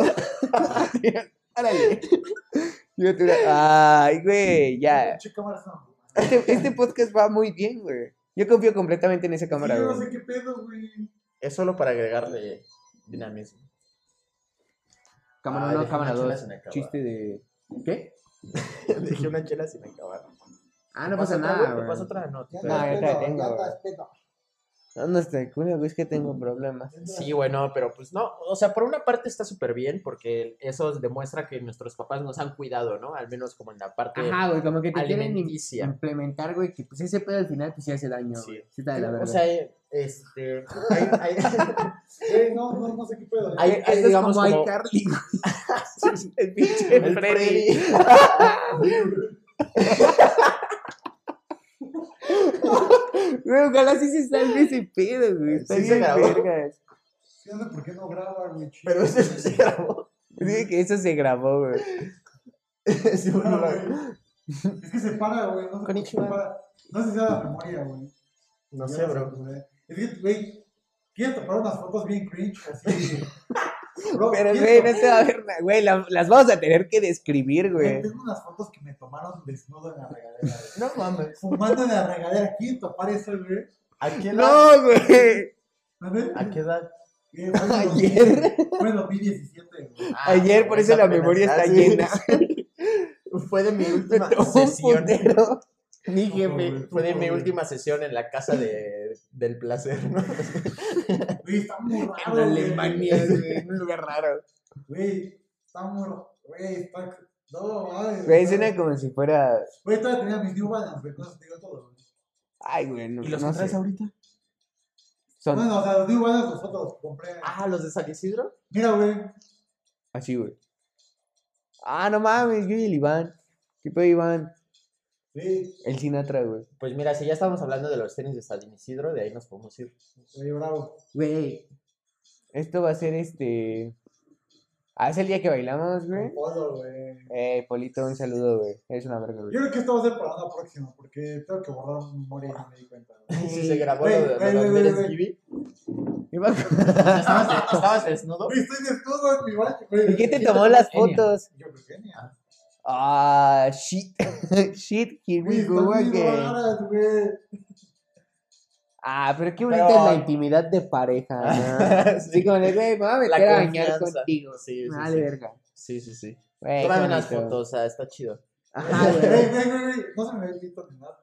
[SPEAKER 4] Árale. Yo te- Ay, güey, ya.
[SPEAKER 6] Pinche cámara son.
[SPEAKER 4] Este, este podcast va muy bien, güey. Yo confío completamente en esa cámara,
[SPEAKER 6] Yo no
[SPEAKER 4] güey.
[SPEAKER 6] sé qué pedo, güey.
[SPEAKER 5] Es solo para agregarle dinamismo.
[SPEAKER 4] Cámara
[SPEAKER 5] Ay,
[SPEAKER 4] 1,
[SPEAKER 5] Ah, dejé
[SPEAKER 4] cámara
[SPEAKER 5] una chela
[SPEAKER 4] 2.
[SPEAKER 5] sin acabar.
[SPEAKER 4] Chiste de. ¿Qué?
[SPEAKER 5] [laughs] Dejé una chela sin acabar.
[SPEAKER 4] Ah,
[SPEAKER 5] ¿Te
[SPEAKER 4] no
[SPEAKER 5] pasa
[SPEAKER 4] pasa
[SPEAKER 5] otra,
[SPEAKER 4] nada,
[SPEAKER 5] güey? ¿Te
[SPEAKER 4] güey.
[SPEAKER 5] pasa otra? No, te
[SPEAKER 6] Ya
[SPEAKER 4] No,
[SPEAKER 5] traigo.
[SPEAKER 4] yo
[SPEAKER 6] te
[SPEAKER 4] te
[SPEAKER 6] has pedo,
[SPEAKER 4] tengo,
[SPEAKER 6] ya te
[SPEAKER 4] güey.
[SPEAKER 6] has pedo.
[SPEAKER 4] No, no está cura, güey, es que tengo problemas.
[SPEAKER 3] [laughs]
[SPEAKER 5] Sí, bueno, pero pues no, o sea, por una parte está súper bien porque eso demuestra que nuestros papás nos han cuidado, ¿no? Al menos como en la parte
[SPEAKER 4] Ajá, güey, como que te quieren im-
[SPEAKER 5] alimenticia.
[SPEAKER 4] implementar, güey, que pues ese pedo al final pues sí hace daño,
[SPEAKER 5] Sí.
[SPEAKER 4] güey. Sí está de la
[SPEAKER 5] O
[SPEAKER 4] verdad.
[SPEAKER 5] sea, eh, este, hay, hay-
[SPEAKER 3] [laughs]
[SPEAKER 6] Güey, no, no, no sé qué pedo.
[SPEAKER 4] Eh,
[SPEAKER 5] hay- hay, digamos,
[SPEAKER 4] como
[SPEAKER 5] como-
[SPEAKER 4] iCarly, güey. El pinche
[SPEAKER 5] El Freddy. ah,
[SPEAKER 4] Güey, ojalá sí se salve ese pedo, güey. Está
[SPEAKER 5] Sí se
[SPEAKER 4] bien
[SPEAKER 5] grabó.
[SPEAKER 4] vergas.
[SPEAKER 6] Yo no sé por qué no graba, güey.
[SPEAKER 5] Pero eso no se grabó.
[SPEAKER 4] Dije que eso se grabó, güey.
[SPEAKER 5] Sí, bueno,
[SPEAKER 6] No,
[SPEAKER 5] la-
[SPEAKER 6] güey. Es que se para, güey. No sé por qué se
[SPEAKER 5] Konnichiwa.
[SPEAKER 6] para. No sé si sea la memoria, güey.
[SPEAKER 5] No
[SPEAKER 6] Ya
[SPEAKER 5] sé, bro.
[SPEAKER 6] güey. Es que, güey, quiero tomar unas fotos bien cringe, así.
[SPEAKER 5] [laughs]
[SPEAKER 6] Bro,
[SPEAKER 4] Pero,
[SPEAKER 6] quiero
[SPEAKER 4] güey,
[SPEAKER 6] tomar-
[SPEAKER 4] no se va a ver nada. Güey, la- las vamos a tener que describir,
[SPEAKER 6] Güey,
[SPEAKER 4] güey.
[SPEAKER 6] Tengo unas fotos que me tomaron desnudo en la regadera, güey.
[SPEAKER 5] [laughs] No mames.
[SPEAKER 6] Fumando en la regadera. ¿Quién topar eso, güey?
[SPEAKER 5] ¿A qué edad?
[SPEAKER 4] No, güey.
[SPEAKER 6] A ver.
[SPEAKER 5] ¿A qué edad? [laughs]
[SPEAKER 6] Eh, fue en el
[SPEAKER 4] Ayer.
[SPEAKER 6] 2000, Fue en 2017, güey.
[SPEAKER 5] Ah,
[SPEAKER 4] Ayer, por
[SPEAKER 5] pues,
[SPEAKER 4] eso la
[SPEAKER 5] apenas,
[SPEAKER 4] memoria
[SPEAKER 5] ah,
[SPEAKER 4] está
[SPEAKER 5] sí.
[SPEAKER 4] llena.
[SPEAKER 5] [laughs] Fue de mi
[SPEAKER 4] Me
[SPEAKER 5] última
[SPEAKER 4] tomó un
[SPEAKER 5] sesión.
[SPEAKER 4] putero. Mi
[SPEAKER 6] No,
[SPEAKER 4] jefe.
[SPEAKER 6] güey.
[SPEAKER 5] Fue de mi última sesión en la casa de, del placer,
[SPEAKER 4] [laughs]
[SPEAKER 5] ¿no?
[SPEAKER 6] Güey, está muy raro.
[SPEAKER 4] En
[SPEAKER 6] güey.
[SPEAKER 4] Alemania, güey. En un lugar raro.
[SPEAKER 6] Güey, está muy raro. Güey, está. No, mames.
[SPEAKER 4] Güey, suena como si fuera.
[SPEAKER 6] Güey, todavía tenía mis New Balance, güey. Entonces te digo todo, güey.
[SPEAKER 4] Ay, güey, no,
[SPEAKER 5] ¿Y los
[SPEAKER 4] no
[SPEAKER 5] que traes
[SPEAKER 4] sé.
[SPEAKER 5] ahorita?
[SPEAKER 4] Son
[SPEAKER 6] Bueno, o sea, los New Balance nosotros los compré.
[SPEAKER 5] Ah, los de San Isidro.
[SPEAKER 6] Mira, güey.
[SPEAKER 4] así, güey. Ah, no mames, yo y el Iván. ¿Qué pedo, Iván?
[SPEAKER 6] Sí,
[SPEAKER 4] El Sinatra, güey.
[SPEAKER 5] Pues mira, si ya estamos hablando de los tenis de San Isidro, de ahí nos podemos ir.
[SPEAKER 6] güey, bravo.
[SPEAKER 4] Güey. Esto va a ser este. Ah, es el día que bailamos, güey.
[SPEAKER 6] Polo, güey.
[SPEAKER 4] Eh, Polito, un saludo, güey. Es una verga, güey.
[SPEAKER 6] Yo creo que esto va a ser para la próxima, porque tengo que borrar mi memoria y no me di cuenta. güey.
[SPEAKER 5] Si se grabó
[SPEAKER 6] Güey,
[SPEAKER 5] lo de- lo
[SPEAKER 6] güey,
[SPEAKER 5] de
[SPEAKER 6] güey,
[SPEAKER 5] Andrés
[SPEAKER 6] güey.
[SPEAKER 5] Gibi.
[SPEAKER 4] Iván,
[SPEAKER 5] ¿Estabas, de- estabas desnudo?
[SPEAKER 6] Güey, estoy desnudo en mi baño, güey.
[SPEAKER 4] ¿Y quién te tomó las fotos?
[SPEAKER 6] Yo creo que ni.
[SPEAKER 4] Ah, shit. [laughs] shit, here we
[SPEAKER 6] Güey, están
[SPEAKER 4] go
[SPEAKER 6] muy
[SPEAKER 4] again.
[SPEAKER 6] raras, güey.
[SPEAKER 4] Ah, pero qué bonita
[SPEAKER 5] Pero-
[SPEAKER 4] es la intimidad de pareja. ¿no?
[SPEAKER 5] Sí.
[SPEAKER 4] [laughs] sí. como de, güey, me voy a
[SPEAKER 5] La
[SPEAKER 4] meter a bañar
[SPEAKER 5] confianza.
[SPEAKER 4] contigo.
[SPEAKER 5] Sí, sí,
[SPEAKER 4] Me vale
[SPEAKER 5] sí.
[SPEAKER 4] verga.
[SPEAKER 5] Sí, sí, sí.
[SPEAKER 4] Güey,
[SPEAKER 5] Tómame
[SPEAKER 4] qué
[SPEAKER 5] unas
[SPEAKER 4] bonito.
[SPEAKER 5] fotos, o sea, está chido.
[SPEAKER 4] Ajá,
[SPEAKER 6] Ah,
[SPEAKER 4] [laughs]
[SPEAKER 6] Güey,
[SPEAKER 4] güey.
[SPEAKER 6] güey, güey, güey. No se me ve el pito ni nada,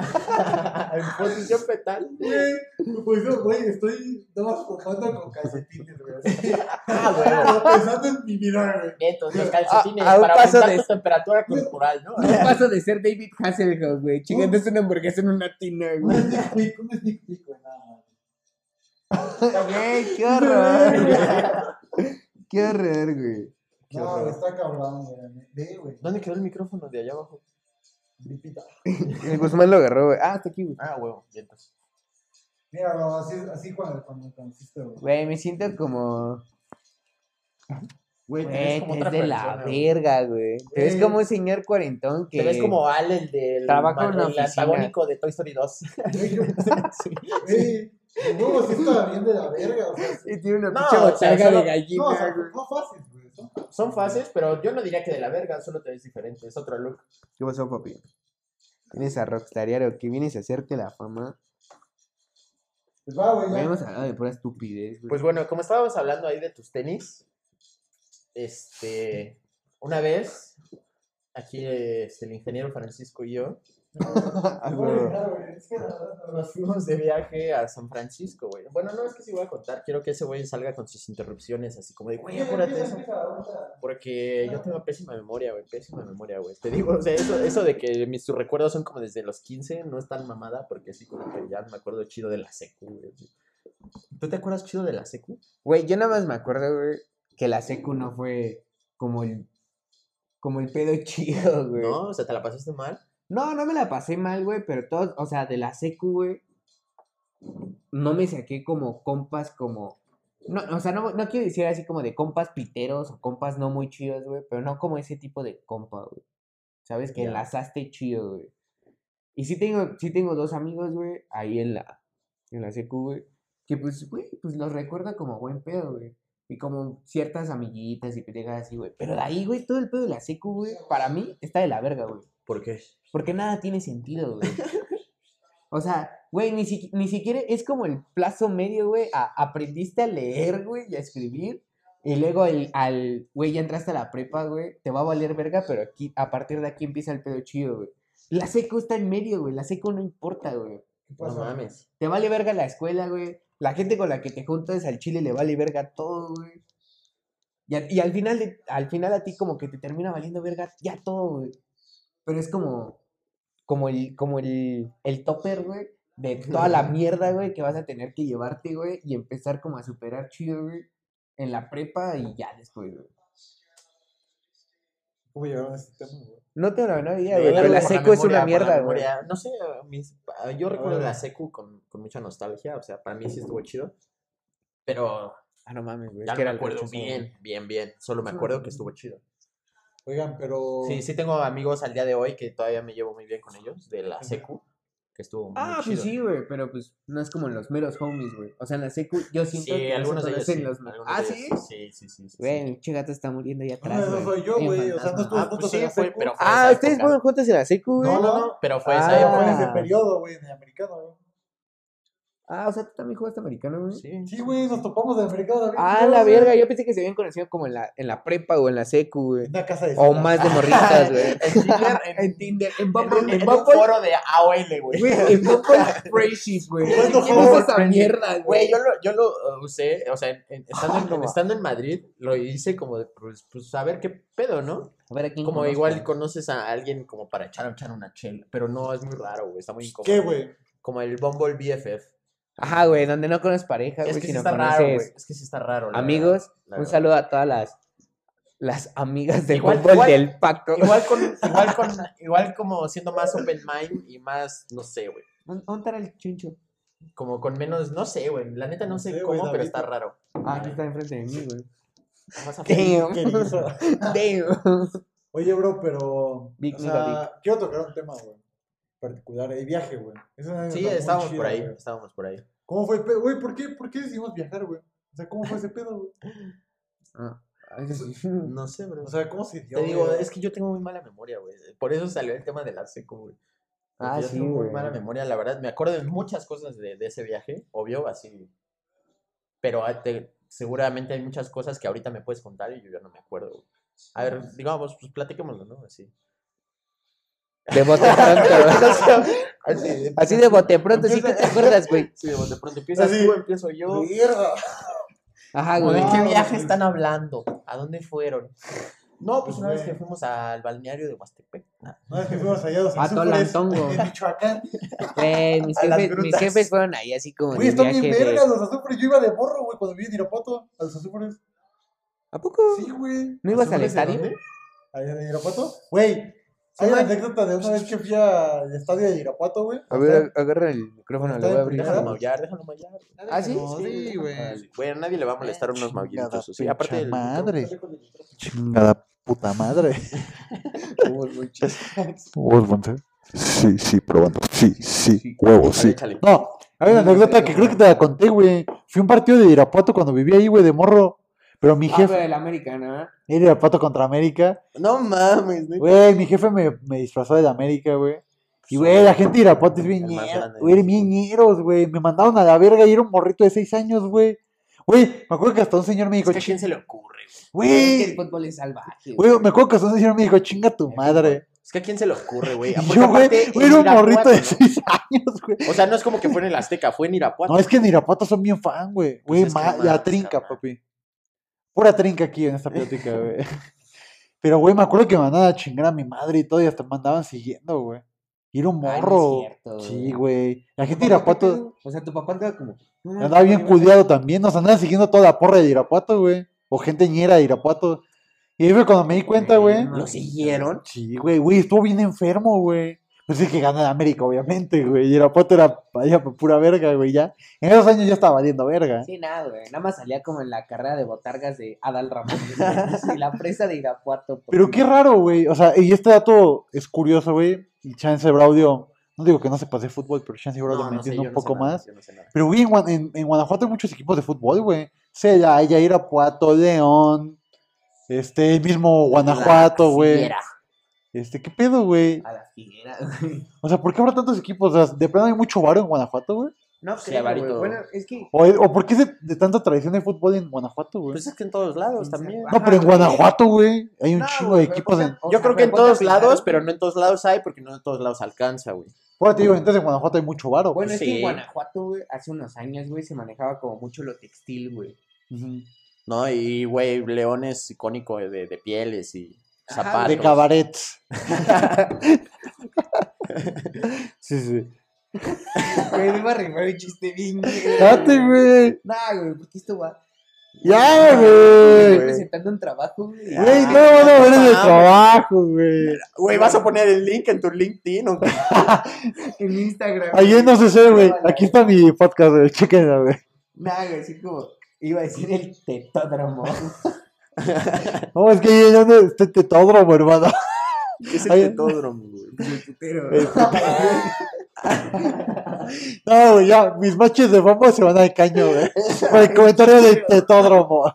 [SPEAKER 6] [laughs] pero-
[SPEAKER 5] en posición fetal.
[SPEAKER 6] Güey, pues no, güey, estoy nada más fumando con calcetines, güey. [laughs] así.
[SPEAKER 5] Ah, güey.
[SPEAKER 6] Pero pensando en mi vida, güey.
[SPEAKER 5] Entonces, los calcetines
[SPEAKER 4] Ah, a- a un
[SPEAKER 5] para
[SPEAKER 4] paso
[SPEAKER 5] aumentar
[SPEAKER 4] de-
[SPEAKER 5] tu temperatura corporal, ¿no?
[SPEAKER 4] No paso de ser David Hasselhoff, güey. Chingándose una hamburguesa en una tina,
[SPEAKER 6] Un
[SPEAKER 4] güey.
[SPEAKER 6] sneak peek, un sneak peek, güey, nada más.
[SPEAKER 4] Güey, qué horror, güey. Qué horror, güey. Qué
[SPEAKER 6] No,
[SPEAKER 4] horror.
[SPEAKER 6] güey, está cabrón, güey. Ve, güey.
[SPEAKER 5] ¿Dónde quedó el micrófono de allá abajo?
[SPEAKER 6] Mi pito.
[SPEAKER 4] El Guzmán lo agarró, güey. Ah, está aquí, güey.
[SPEAKER 5] Ah, huevo, bien, pues.
[SPEAKER 6] Míralo, así, así cuando, cuando conociste, [laughs] güey.
[SPEAKER 4] Güey, me siento como.
[SPEAKER 5] Güey, te ves
[SPEAKER 4] Güey,
[SPEAKER 5] como
[SPEAKER 4] te
[SPEAKER 5] otra
[SPEAKER 4] ves de la
[SPEAKER 5] persona, güey.
[SPEAKER 4] verga, güey. Te ves
[SPEAKER 6] Güey.
[SPEAKER 4] como un señor cuarentón que.
[SPEAKER 5] Te ves como Al, el del
[SPEAKER 4] Trabaja en una
[SPEAKER 5] el
[SPEAKER 4] oficina.
[SPEAKER 5] antagónico de Toy Story 2.
[SPEAKER 6] Güey, yo- Güey, no, sí estaba bien de la verga, o sea.
[SPEAKER 4] Y tiene una
[SPEAKER 5] No,
[SPEAKER 4] pinche
[SPEAKER 5] o sea,
[SPEAKER 4] botarga
[SPEAKER 5] solo-
[SPEAKER 4] de gallina,
[SPEAKER 6] No, o sea,
[SPEAKER 4] güey.
[SPEAKER 6] no fácil, güey. son-
[SPEAKER 5] Son fases, pero yo no diría que de la verga, solo te ves diferente, es otro look.
[SPEAKER 4] ¿Qué pasó, papi? Vienes a rockstarear o qué vienes a hacerte la fama.
[SPEAKER 6] Pues va, güey, ya.
[SPEAKER 4] Habíamos hablado de pura estupidez, güey.
[SPEAKER 5] Pues bueno, como estábamos hablando ahí de tus tenis, este, una vez, aquí este, el ingeniero Francisco y yo
[SPEAKER 6] [laughs] Te voy a dejar, Ah, güey. Es que la verdad, no,
[SPEAKER 5] Nos fuimos de viaje a San Francisco, güey. Bueno, no, es que sí voy a contar. Quiero que ese güey salga con sus interrupciones, así como de, güey, apúrate eso. Porque yo tengo pésima memoria, güey. Pésima memoria, güey. Te digo, o sea, eso, eso de que mis sus recuerdos son como desde los 15, no es tan mamada, porque sí, como que ya me acuerdo chido de la secu, güey. así. ¿Tú te acuerdas chido de la secu?
[SPEAKER 4] Güey, yo nada más me acuerdo, güey, que la secu no fue como el, como el pedo [laughs] chido, güey.
[SPEAKER 5] No, o sea, te la pasaste mal.
[SPEAKER 4] No, no me la pasé mal, güey, pero todos, o sea, de la secu, güey, no me saqué como compas como... No, o sea, no, no quiero decir así como de compas piteros o compas no muy chidos, güey, pero no como ese tipo de compa, güey. ¿Sabes? Que
[SPEAKER 5] Ya.
[SPEAKER 4] enlazaste chido, güey. Y sí tengo, sí tengo dos amigos, güey, ahí en la, en la secu, güey, que pues, güey, pues los recuerdo como buen pedo, güey. Y como ciertas amiguitas y pendejadas así, güey. Pero de ahí, güey, todo el pedo de la secu, güey, para mí está de la verga, güey.
[SPEAKER 5] ¿Por qué?
[SPEAKER 4] Porque nada tiene sentido, güey. O sea, güey, ni, si- ni siquiera es como el plazo medio, güey. a- aprendiste a leer, güey, y a escribir. Y luego el, al, güey, ya entraste a la prepa, güey. Te va a valer verga, pero aquí, a partir de aquí empieza el pedo chido, güey. La seco está en medio, güey. La seco no importa, güey.
[SPEAKER 6] ¿Qué
[SPEAKER 5] No
[SPEAKER 6] pasó?
[SPEAKER 5] mames.
[SPEAKER 4] Te vale verga la escuela, güey. La gente con la que te juntas al chile le vale verga todo, güey. Y, al- y al final de- al final a ti como que te termina valiendo verga ya todo, güey. Pero es como como el como el el topper, güey, de
[SPEAKER 5] [laughs]
[SPEAKER 4] toda la mierda, güey, que vas a tener que llevarte, güey, y empezar como a superar chido, güey, en la prepa y ya después, güey.
[SPEAKER 6] ¿Cómo llegaron a este tema, güey?
[SPEAKER 4] No tengo la menor idea,
[SPEAKER 5] Yo
[SPEAKER 4] güey, pero
[SPEAKER 5] creo
[SPEAKER 4] la
[SPEAKER 5] que por
[SPEAKER 4] seco es
[SPEAKER 5] memoria, por
[SPEAKER 4] una
[SPEAKER 5] la
[SPEAKER 4] mierda, güey.
[SPEAKER 5] memoria. No sé, mis- yo recuerdo
[SPEAKER 6] ver.
[SPEAKER 5] la secu con, con mucha nostalgia, o sea, para mí sí estuvo chido, pero
[SPEAKER 4] Ah, no mames,
[SPEAKER 5] ya
[SPEAKER 4] güey, es
[SPEAKER 5] no
[SPEAKER 4] que
[SPEAKER 5] me
[SPEAKER 4] era el
[SPEAKER 5] acuerdo
[SPEAKER 4] rechazo, güey.
[SPEAKER 5] bien, bien, bien, solo me acuerdo que estuvo chido.
[SPEAKER 6] Oigan, pero.
[SPEAKER 5] Sí, sí tengo amigos al día de hoy que todavía me llevo muy bien con ellos, de la secu, que estuvo muy
[SPEAKER 4] Ah,
[SPEAKER 5] chido.
[SPEAKER 4] pues sí, güey, pero pues no es como en los meros homies, güey. O sea, en la secu yo
[SPEAKER 5] Sí,
[SPEAKER 4] siento que
[SPEAKER 5] algunos de ellos
[SPEAKER 4] en
[SPEAKER 5] sí,
[SPEAKER 4] los
[SPEAKER 5] algunos
[SPEAKER 4] Ah,
[SPEAKER 5] de
[SPEAKER 4] ¿sí?
[SPEAKER 5] ellos sí, sí, sí, sí, sí.
[SPEAKER 4] Güey, el che gato está muriendo ahí
[SPEAKER 6] No,
[SPEAKER 4] atrás,
[SPEAKER 6] no
[SPEAKER 4] güey.
[SPEAKER 6] soy yo,
[SPEAKER 4] En
[SPEAKER 6] güey. O sea, no
[SPEAKER 4] fantasma.
[SPEAKER 6] estuvimos
[SPEAKER 5] Ah,
[SPEAKER 6] juntos
[SPEAKER 5] pues sí,
[SPEAKER 6] en la
[SPEAKER 5] fue,
[SPEAKER 6] secu.
[SPEAKER 5] pero fue
[SPEAKER 4] Ah,
[SPEAKER 5] esa
[SPEAKER 4] ¿ustedes
[SPEAKER 5] época.
[SPEAKER 4] fueron juntos en la secu, güey?
[SPEAKER 5] No,
[SPEAKER 6] No,
[SPEAKER 5] no,
[SPEAKER 6] no.
[SPEAKER 5] no, pero fue
[SPEAKER 6] Ah,
[SPEAKER 5] esa
[SPEAKER 6] fue en
[SPEAKER 5] época.
[SPEAKER 6] ese periodo, güey, de americano, güey.
[SPEAKER 4] Ah, o sea, tú también jugaste americano, güey.
[SPEAKER 5] Sí.
[SPEAKER 6] Sí, güey, nos topamos de americano. de
[SPEAKER 4] Ah,
[SPEAKER 6] americano,
[SPEAKER 4] la
[SPEAKER 6] güey.
[SPEAKER 4] verga, yo pensé que se habían conocido como en la, en la prepa o en la secu, güey.
[SPEAKER 6] Una casa de.
[SPEAKER 4] O más de morritas, güey.
[SPEAKER 5] En Tinder, en-
[SPEAKER 4] En Tinder, en
[SPEAKER 5] en un-
[SPEAKER 4] Bumble, en
[SPEAKER 5] en un
[SPEAKER 4] Bumble,
[SPEAKER 5] foro de AOL, güey.
[SPEAKER 4] güey, en Bumble Friendship, güey. ¿Quién
[SPEAKER 6] Bueno,
[SPEAKER 4] usa
[SPEAKER 6] favor,
[SPEAKER 4] esa mierda,
[SPEAKER 5] Güey,
[SPEAKER 4] güey?
[SPEAKER 5] yo lo, yo lo uh, usé, o sea, en- en- estando, en,
[SPEAKER 4] Ah, no.
[SPEAKER 5] estando en Madrid, lo hice como de, pues, pues, a ver qué pedo, ¿no?
[SPEAKER 4] A ver, ¿a quién
[SPEAKER 5] Como
[SPEAKER 4] conozco?
[SPEAKER 5] igual conoces a alguien como para echar, echar una chela, pero no, es muy raro, güey,
[SPEAKER 4] Pues,
[SPEAKER 5] está muy incómodo.
[SPEAKER 6] ¿Qué, güey?
[SPEAKER 5] Como el Bumble BFF.
[SPEAKER 4] Ajá, güey, donde no conoces pareja,
[SPEAKER 5] Es
[SPEAKER 4] Ah, güey,
[SPEAKER 5] que sí
[SPEAKER 4] sino
[SPEAKER 5] está raro, güey,
[SPEAKER 4] conoces
[SPEAKER 5] es que sí está raro. la verdad,
[SPEAKER 4] amigos.
[SPEAKER 5] la
[SPEAKER 4] Un
[SPEAKER 5] verdad.
[SPEAKER 4] saludo a todas las, las amigas del
[SPEAKER 5] Igual-
[SPEAKER 4] fútbol
[SPEAKER 5] igual-
[SPEAKER 4] del Paco.
[SPEAKER 5] Igual con, igual con, igual como siendo más open mind y más, no sé, güey,
[SPEAKER 4] ¿Dónde era el chincho?
[SPEAKER 5] como con menos, no sé, güey, la neta no sé
[SPEAKER 6] Sí, güey,
[SPEAKER 5] cómo, pero
[SPEAKER 6] David.
[SPEAKER 5] está raro.
[SPEAKER 4] Ah, aquí está enfrente de mí, güey.
[SPEAKER 5] Más a- [laughs]
[SPEAKER 6] ¿Qué
[SPEAKER 4] [laughs] Damn.
[SPEAKER 6] hizo?
[SPEAKER 4] Damn.
[SPEAKER 6] Oye, bro, pero. o
[SPEAKER 4] Big
[SPEAKER 6] sea,
[SPEAKER 4] nigga
[SPEAKER 6] quiero tocar un tema, güey. Particular, el viaje, güey. Es una
[SPEAKER 5] Sí,
[SPEAKER 6] anécdota muy
[SPEAKER 5] estábamos
[SPEAKER 6] chida,
[SPEAKER 5] por ahí,
[SPEAKER 6] güey.
[SPEAKER 5] estábamos por ahí.
[SPEAKER 6] ¿Cómo fue el pedo? Güey, ¿por qué, ¿por qué decidimos viajar, güey? O sea, ¿cómo fue ese pedo, güey?
[SPEAKER 5] No sé, bro.
[SPEAKER 6] O sea, ¿cómo se dio?
[SPEAKER 5] Te digo, eh.
[SPEAKER 6] güey?
[SPEAKER 5] es que yo tengo muy mala memoria, güey. Por eso salió el tema de la secu, güey. Porque
[SPEAKER 4] Ah,
[SPEAKER 5] yo
[SPEAKER 4] sí,
[SPEAKER 5] tengo muy
[SPEAKER 4] güey.
[SPEAKER 5] mala memoria, la verdad. Me acuerdo de muchas cosas de, de ese viaje, obvio, así. Pero ah, te- seguramente hay muchas cosas que ahorita me puedes contar y yo ya no me acuerdo. güey. A ver, digamos, pues platiquémoslo, ¿no? Así.
[SPEAKER 4] De
[SPEAKER 3] [laughs]
[SPEAKER 4] bote pronto.
[SPEAKER 5] O sea, así,
[SPEAKER 4] Así de bote pronto, sí que te acuerdas, güey.
[SPEAKER 5] Sí, de bote pronto empiezas
[SPEAKER 6] Así.
[SPEAKER 5] tú, empiezo yo. Ah,
[SPEAKER 6] Mierda.
[SPEAKER 4] Ajá,
[SPEAKER 3] Ah,
[SPEAKER 5] Como,
[SPEAKER 4] güey.
[SPEAKER 5] ¿De qué
[SPEAKER 6] Wow.
[SPEAKER 5] viaje están hablando? ¿A dónde fueron? No, pues
[SPEAKER 6] Pues,
[SPEAKER 5] una vez que
[SPEAKER 6] güey.
[SPEAKER 5] fuimos al balneario de Huastepec.
[SPEAKER 6] No, es que fuimos allá a los
[SPEAKER 4] A
[SPEAKER 6] azufres,
[SPEAKER 4] Tolantongo.
[SPEAKER 6] En Michoacán.
[SPEAKER 4] Güey, mis
[SPEAKER 5] A las
[SPEAKER 4] jefes, mis
[SPEAKER 5] grutas.
[SPEAKER 4] jefes fueron ahí así como
[SPEAKER 6] Güey,
[SPEAKER 4] de
[SPEAKER 6] están bien
[SPEAKER 4] viaje
[SPEAKER 6] vergas
[SPEAKER 4] de...
[SPEAKER 6] los azufres. Yo iba de morro, güey, cuando viví en Irapuato. A los azufres.
[SPEAKER 4] ¿A poco?
[SPEAKER 6] Sí, güey.
[SPEAKER 4] ¿No ibas al
[SPEAKER 5] ¿Azufres de
[SPEAKER 4] estadio?
[SPEAKER 5] dónde?
[SPEAKER 6] Allá de Irapuato. Güey. Hay una anécdota de una vez que fui al estadio de Irapuato, güey.
[SPEAKER 4] A ver, agarra el micrófono, lo
[SPEAKER 6] Está
[SPEAKER 4] voy a
[SPEAKER 6] de
[SPEAKER 4] abrir.
[SPEAKER 5] Déjalo maullar, déjalo maullar.
[SPEAKER 4] ¿Ah, sí?
[SPEAKER 6] Sí, güey.
[SPEAKER 5] Órale. Güey, a nadie le va a molestar unos maullitos. Sí, aparte del
[SPEAKER 8] madre. Chingada puta madre.
[SPEAKER 4] [laughs]
[SPEAKER 8] Huevos, Monse. Sí, sí, probando. Sí, sí, huevos,
[SPEAKER 5] micrófono.
[SPEAKER 8] sí.
[SPEAKER 5] Échale.
[SPEAKER 3] No, hay una anécdota que creo que te la conté, güey. Fui a un partido de Irapuato cuando vivía ahí, güey, de morro. Pero mi
[SPEAKER 4] Ah, pero
[SPEAKER 3] jefe
[SPEAKER 4] el americano, ¿eh?
[SPEAKER 3] era Irapuato contra América.
[SPEAKER 5] No mames, neta.
[SPEAKER 3] Güey, mi jefe me, me disfrazó de la América, güey. Y, güey, la gente de Irapuato es bien
[SPEAKER 5] El más
[SPEAKER 3] ñera,
[SPEAKER 5] grande de
[SPEAKER 3] güey, eran
[SPEAKER 5] México.
[SPEAKER 3] bien ñeros, güey. Me mandaron a la verga y era un morrito de seis años, güey. Güey, me acuerdo que hasta un señor me dijo,
[SPEAKER 5] Es que ¿A quién se le ocurre?
[SPEAKER 4] Es que el
[SPEAKER 3] güey,
[SPEAKER 4] fútbol es salvaje,
[SPEAKER 3] güey, me acuerdo que hasta un señor me dijo, chinga tu madre.
[SPEAKER 5] Es que a quién se le ocurre,
[SPEAKER 3] [laughs]
[SPEAKER 5] güey.
[SPEAKER 3] Y
[SPEAKER 5] Porque
[SPEAKER 3] yo, güey,
[SPEAKER 5] aparte,
[SPEAKER 3] güey,
[SPEAKER 5] en
[SPEAKER 3] era un morrito
[SPEAKER 5] Irapuato,
[SPEAKER 3] de
[SPEAKER 5] ¿no?
[SPEAKER 3] 6 años, güey.
[SPEAKER 5] O sea, no es como que fue en el Azteca, fue en Irapuato.
[SPEAKER 3] No, es que en Irapuato son bien fan, güey. Güey,
[SPEAKER 5] es que
[SPEAKER 3] ma-
[SPEAKER 5] es
[SPEAKER 3] la
[SPEAKER 5] más,
[SPEAKER 3] trinca,
[SPEAKER 5] carnal.
[SPEAKER 3] papi. Pura trinca aquí en esta plática, güey. [laughs] Pero, güey, me acuerdo que mandaban a chingar a mi madre y todo, y hasta me andaban siguiendo, güey. Y era un
[SPEAKER 4] Ay, Ah, no es
[SPEAKER 3] morro.
[SPEAKER 4] cierto,
[SPEAKER 3] sí,
[SPEAKER 4] güey.
[SPEAKER 3] güey. La gente
[SPEAKER 4] Papá,
[SPEAKER 3] de Irapuato
[SPEAKER 4] ¿qué pedo? O sea, tu papá andaba como. no, no,
[SPEAKER 3] andaba bien
[SPEAKER 4] no, no, no.
[SPEAKER 3] cuidado también. Nos andaba siguiendo toda la porra de Irapuato, güey. O gente ñera de Irapuato. Y ahí fue cuando me di cuenta, güey.
[SPEAKER 4] ¿Lo siguieron?
[SPEAKER 3] Sí, güey, güey, estuvo bien enfermo, güey. Pues es que gana de América, obviamente, güey. Y Irapuato era vaya, pura verga, güey, ya. En esos años ya estaba valiendo verga.
[SPEAKER 4] Sí, nada, güey. Nada más salía como en la carrera de botargas de Adal Ramón. y la presa de Irapuato. por
[SPEAKER 3] Pero
[SPEAKER 4] fin.
[SPEAKER 3] qué raro, güey. O sea, y este dato es curioso, güey. Y Chance Braudio, no digo que no se pase fútbol, pero Chance Braudio me entiende un poco más. Pero, güey, en, Guan- en- en Guanajuato hay muchos equipos de fútbol, güey. Celaya, Irapuato, León, este, el mismo Guanajuato, güey.
[SPEAKER 4] Figuera.
[SPEAKER 3] Este, ¿qué pedo, güey?
[SPEAKER 4] A la figuera, güey.
[SPEAKER 3] O sea, ¿por qué habrá tantos equipos? O sea, ¿de plano hay mucho varo en Guanajuato, güey?
[SPEAKER 4] No,
[SPEAKER 5] Sí,
[SPEAKER 4] creo,
[SPEAKER 5] Alvarito.
[SPEAKER 4] güey. Bueno, es que.
[SPEAKER 3] ¿O, o por qué se- de tanta tradición de fútbol en Guanajuato, güey?
[SPEAKER 5] Pues es que en todos lados también.
[SPEAKER 3] no, pero en
[SPEAKER 4] ajá,
[SPEAKER 3] Guanajuato, güey, hay un
[SPEAKER 4] No,
[SPEAKER 3] chingo
[SPEAKER 4] güey,
[SPEAKER 3] de
[SPEAKER 4] pero
[SPEAKER 3] equipos
[SPEAKER 4] ponte-
[SPEAKER 3] en...
[SPEAKER 5] Yo
[SPEAKER 4] o sea,
[SPEAKER 5] creo que
[SPEAKER 4] pero
[SPEAKER 5] en todos
[SPEAKER 4] ponte a pensar,
[SPEAKER 5] lados,
[SPEAKER 4] güey.
[SPEAKER 5] pero no en todos lados hay, porque no en todos lados alcanza, güey.
[SPEAKER 3] Ahora te digo, entonces en Guanajuato hay mucho varo.
[SPEAKER 4] Bueno, es que en
[SPEAKER 5] Sí.
[SPEAKER 4] Guanajuato, güey, hace unos años, güey, se manejaba como mucho lo textil, güey.
[SPEAKER 3] Ujú.
[SPEAKER 5] No, y güey, León es icónico de, de pieles y
[SPEAKER 4] Ajá,
[SPEAKER 5] zapatos.
[SPEAKER 3] De cabarets. [laughs] sí, sí.
[SPEAKER 4] Güey, me iba a rimar un chiste bien. güey.
[SPEAKER 3] Date, güey.
[SPEAKER 4] Nah, güey, porque esto va.
[SPEAKER 3] Ya,
[SPEAKER 4] Estoy
[SPEAKER 3] güey.
[SPEAKER 4] presentando un trabajo, güey.
[SPEAKER 3] Güey, no,
[SPEAKER 5] Ah,
[SPEAKER 3] no, eres de
[SPEAKER 5] mames.
[SPEAKER 3] trabajo, güey.
[SPEAKER 5] Güey, vas a poner el link en tu LinkedIn. o qué?
[SPEAKER 4] En Instagram.
[SPEAKER 3] Ayer no se sé, güey.
[SPEAKER 4] Tómala,
[SPEAKER 3] Aquí está mi podcast, güey. Chequenla, güey.
[SPEAKER 4] Nah, güey, así como. Iba a decir el
[SPEAKER 5] [laughs]
[SPEAKER 4] tetódromo.
[SPEAKER 3] No, es que yo ya no este tetódromo, hermano.
[SPEAKER 5] Es el
[SPEAKER 3] Ay.
[SPEAKER 5] tetódromo,
[SPEAKER 4] [laughs]
[SPEAKER 5] güey.
[SPEAKER 4] el tutero.
[SPEAKER 3] No, güey, ya. Mis matches de bomba se van al caño, güey. Por el comentario del tetódromo.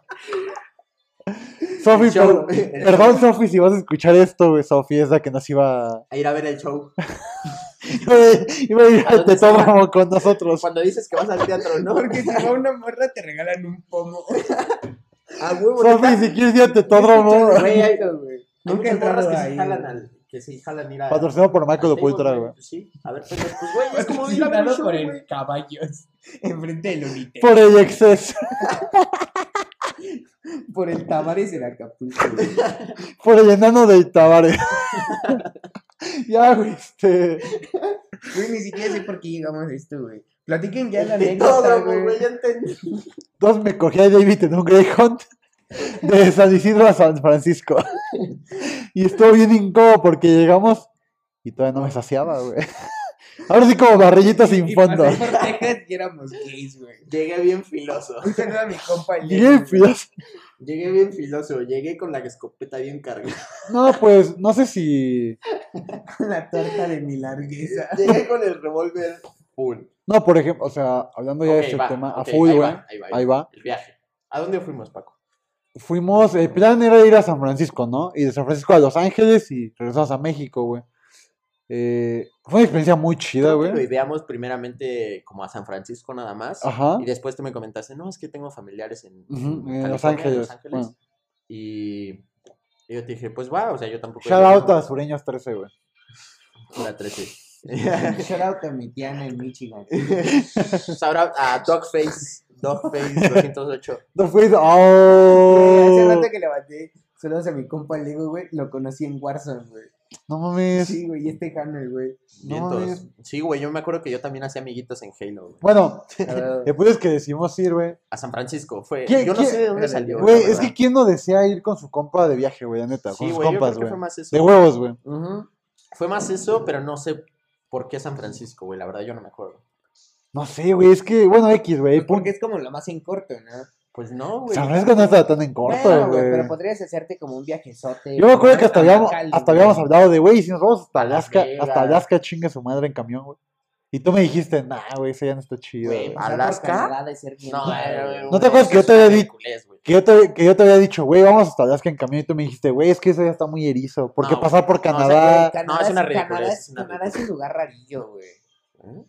[SPEAKER 3] Sofi,
[SPEAKER 5] Show.
[SPEAKER 3] per- perdón, Sofi, si vas a escuchar esto, güey. Sofi es la que nos iba a...
[SPEAKER 5] A [laughs] ir a ver el show.
[SPEAKER 3] Iba a ir
[SPEAKER 5] ¿A
[SPEAKER 3] al
[SPEAKER 5] dónde se
[SPEAKER 3] tetódromo con nosotros.
[SPEAKER 5] Cuando dices que vas al teatro, ¿no?
[SPEAKER 4] Porque si va una morra te regalan un pomo. Ah,
[SPEAKER 5] A huevo.
[SPEAKER 3] Sofi, si quieres ir al tetódromo,
[SPEAKER 5] Güey, hay-
[SPEAKER 4] Nunca
[SPEAKER 5] Nunca morras que
[SPEAKER 4] entraba
[SPEAKER 5] se
[SPEAKER 4] ahí,
[SPEAKER 5] jalan
[SPEAKER 4] güey.
[SPEAKER 5] al. Que se jalan ir a.
[SPEAKER 3] patrocinado por Marco
[SPEAKER 5] al
[SPEAKER 3] de Pultra,
[SPEAKER 5] table,
[SPEAKER 3] güey.
[SPEAKER 5] Pues sí, a ver, pues, pues, güey, es como ir a ver un
[SPEAKER 4] Dado
[SPEAKER 5] show,
[SPEAKER 4] por
[SPEAKER 5] güey.
[SPEAKER 4] el caballos. Enfrente del Unite.
[SPEAKER 3] Por el exceso,
[SPEAKER 4] Por el Tavares en Acapulco. güey.
[SPEAKER 3] por el enano de Itabares. [laughs] ya, güey, este.
[SPEAKER 4] Güey, ni siquiera sé por qué llegamos a esto, güey. Platiquen ya la
[SPEAKER 5] De
[SPEAKER 4] anécdota,
[SPEAKER 5] todo, güey,
[SPEAKER 4] güey.
[SPEAKER 5] ya entendí.
[SPEAKER 3] Dos me cogí a David en un Greyhound de San Isidro a San Francisco. Y estuvo bien incómodo porque llegamos y todavía no me saciaba, güey. [laughs] Ahora sí, como barrillita sin
[SPEAKER 4] Y
[SPEAKER 3] fondo. [laughs]
[SPEAKER 4] pasé por Texas y éramos gays, güey.
[SPEAKER 5] Llegué bien filoso.
[SPEAKER 4] Un saludo a mi compa Leo,
[SPEAKER 3] Llegué,
[SPEAKER 4] güey.
[SPEAKER 3] fias-
[SPEAKER 5] Llegué bien filoso. Llegué con la escopeta bien cargada. [laughs]
[SPEAKER 3] No, pues, no sé si.
[SPEAKER 4] Con la torta de mi largueza.
[SPEAKER 5] Llegué con el revólver full.
[SPEAKER 3] No, por ejemplo, o sea, hablando ya
[SPEAKER 5] Ok,
[SPEAKER 3] de este
[SPEAKER 5] va,
[SPEAKER 3] tema,
[SPEAKER 5] ok,
[SPEAKER 3] a full,
[SPEAKER 5] ahí
[SPEAKER 3] güey.
[SPEAKER 5] va, Ahí va,
[SPEAKER 3] Ahí va.
[SPEAKER 5] El viaje. ¿A dónde fuimos, Paco?
[SPEAKER 3] Fuimos, el plan era ir a San Francisco, ¿no? Y de San Francisco a Los Ángeles y regresamos a México, güey. Eh, fue una experiencia muy chida,
[SPEAKER 5] Creo que Lo
[SPEAKER 3] güey.
[SPEAKER 5] ideamos primeramente como a San Francisco nada más.
[SPEAKER 3] Ajá.
[SPEAKER 5] Y después tú me comentaste, no, es que tengo familiares en,
[SPEAKER 3] Ujú,
[SPEAKER 5] en California,
[SPEAKER 3] en Los
[SPEAKER 5] en Los Ángeles.
[SPEAKER 3] Ángeles, bueno.
[SPEAKER 5] Y y yo te dije, pues va, o sea, yo tampoco.
[SPEAKER 3] Shout out a
[SPEAKER 5] a
[SPEAKER 3] Sureños 13, güey.
[SPEAKER 5] la
[SPEAKER 3] [laughs]
[SPEAKER 4] [laughs]
[SPEAKER 5] 13.
[SPEAKER 4] Shout out a mi tiana en Michigan.
[SPEAKER 5] Shout out Pues, a Dogface. Dogface
[SPEAKER 3] [laughs]
[SPEAKER 5] 208.
[SPEAKER 3] No fui.
[SPEAKER 4] Güey, hace
[SPEAKER 3] ¡Oh!
[SPEAKER 4] rato que levanté. Saludos a mi compa Lego, güey. Lo conocí en Warzone, güey.
[SPEAKER 3] No mames.
[SPEAKER 4] Sí, güey, y este Hanel,
[SPEAKER 3] [laughs]
[SPEAKER 4] güey.
[SPEAKER 5] Vientos. Sí, güey, yo me acuerdo que yo también hacía amiguitos en Halo, güey.
[SPEAKER 3] Bueno,
[SPEAKER 4] La verdad.
[SPEAKER 3] después es que decidimos ir, güey.
[SPEAKER 5] A San Francisco. Fue.
[SPEAKER 3] ¿Qué-
[SPEAKER 5] Yo no
[SPEAKER 3] qué-
[SPEAKER 5] sé de dónde
[SPEAKER 4] Güey,
[SPEAKER 5] salió.
[SPEAKER 3] Güey,
[SPEAKER 5] la
[SPEAKER 3] es que
[SPEAKER 5] verdad.
[SPEAKER 3] quién no desea ir con su compa de viaje, güey, la neta.
[SPEAKER 5] Sí,
[SPEAKER 3] con sus
[SPEAKER 5] güey, yo creo
[SPEAKER 3] compas,
[SPEAKER 5] que
[SPEAKER 3] güey.
[SPEAKER 5] fue más
[SPEAKER 3] De
[SPEAKER 5] eso.
[SPEAKER 3] huevos, güey.
[SPEAKER 4] Ujú.
[SPEAKER 5] Fue más eso, pero no sé por qué San Francisco, güey. La verdad, yo no me acuerdo.
[SPEAKER 3] No sé, güey, es que, bueno, X, güey. pun-
[SPEAKER 4] Pues Porque es como lo más en corto, ¿no?
[SPEAKER 5] Pues no, güey.
[SPEAKER 3] San Francisco no estaba tan en corto,
[SPEAKER 4] Bueno,
[SPEAKER 3] güey.
[SPEAKER 4] güey, pero podrías hacerte como un viajezote.
[SPEAKER 3] Yo me acuerdo que hasta
[SPEAKER 4] A
[SPEAKER 3] habíamos,
[SPEAKER 4] Cali,
[SPEAKER 3] hasta
[SPEAKER 4] güey.
[SPEAKER 3] habíamos hablado de, güey, si nos vamos hasta
[SPEAKER 5] A Las
[SPEAKER 3] Alaska, hasta
[SPEAKER 5] Vegas.
[SPEAKER 3] Alaska chinga su madre en camión, güey. Y tú me dijiste, nah, güey, eso ya no está chido.
[SPEAKER 4] Güey,
[SPEAKER 3] güey".
[SPEAKER 4] pasar por
[SPEAKER 5] ¿Alaska?
[SPEAKER 4] Canadá de ser bien
[SPEAKER 5] No,
[SPEAKER 4] padre,
[SPEAKER 5] eh,
[SPEAKER 4] güey.
[SPEAKER 3] ¿No te acuerdas que yo
[SPEAKER 5] eso
[SPEAKER 3] te había
[SPEAKER 5] es
[SPEAKER 3] dicho-
[SPEAKER 5] ridiculez, güey?
[SPEAKER 3] Que yo, te, que yo te había dicho, güey, vamos hasta Alaska en camión. Y tú me dijiste, güey, es que eso ya está muy erizo. Porque
[SPEAKER 5] No,
[SPEAKER 3] pasar por
[SPEAKER 5] güey. No, o sea,
[SPEAKER 3] Canadá.
[SPEAKER 4] Canadá
[SPEAKER 5] No, es una ridiculez,
[SPEAKER 4] Canadá es,
[SPEAKER 5] es una
[SPEAKER 4] Canadá es un lugar rarillo, güey.
[SPEAKER 5] ¿Eh?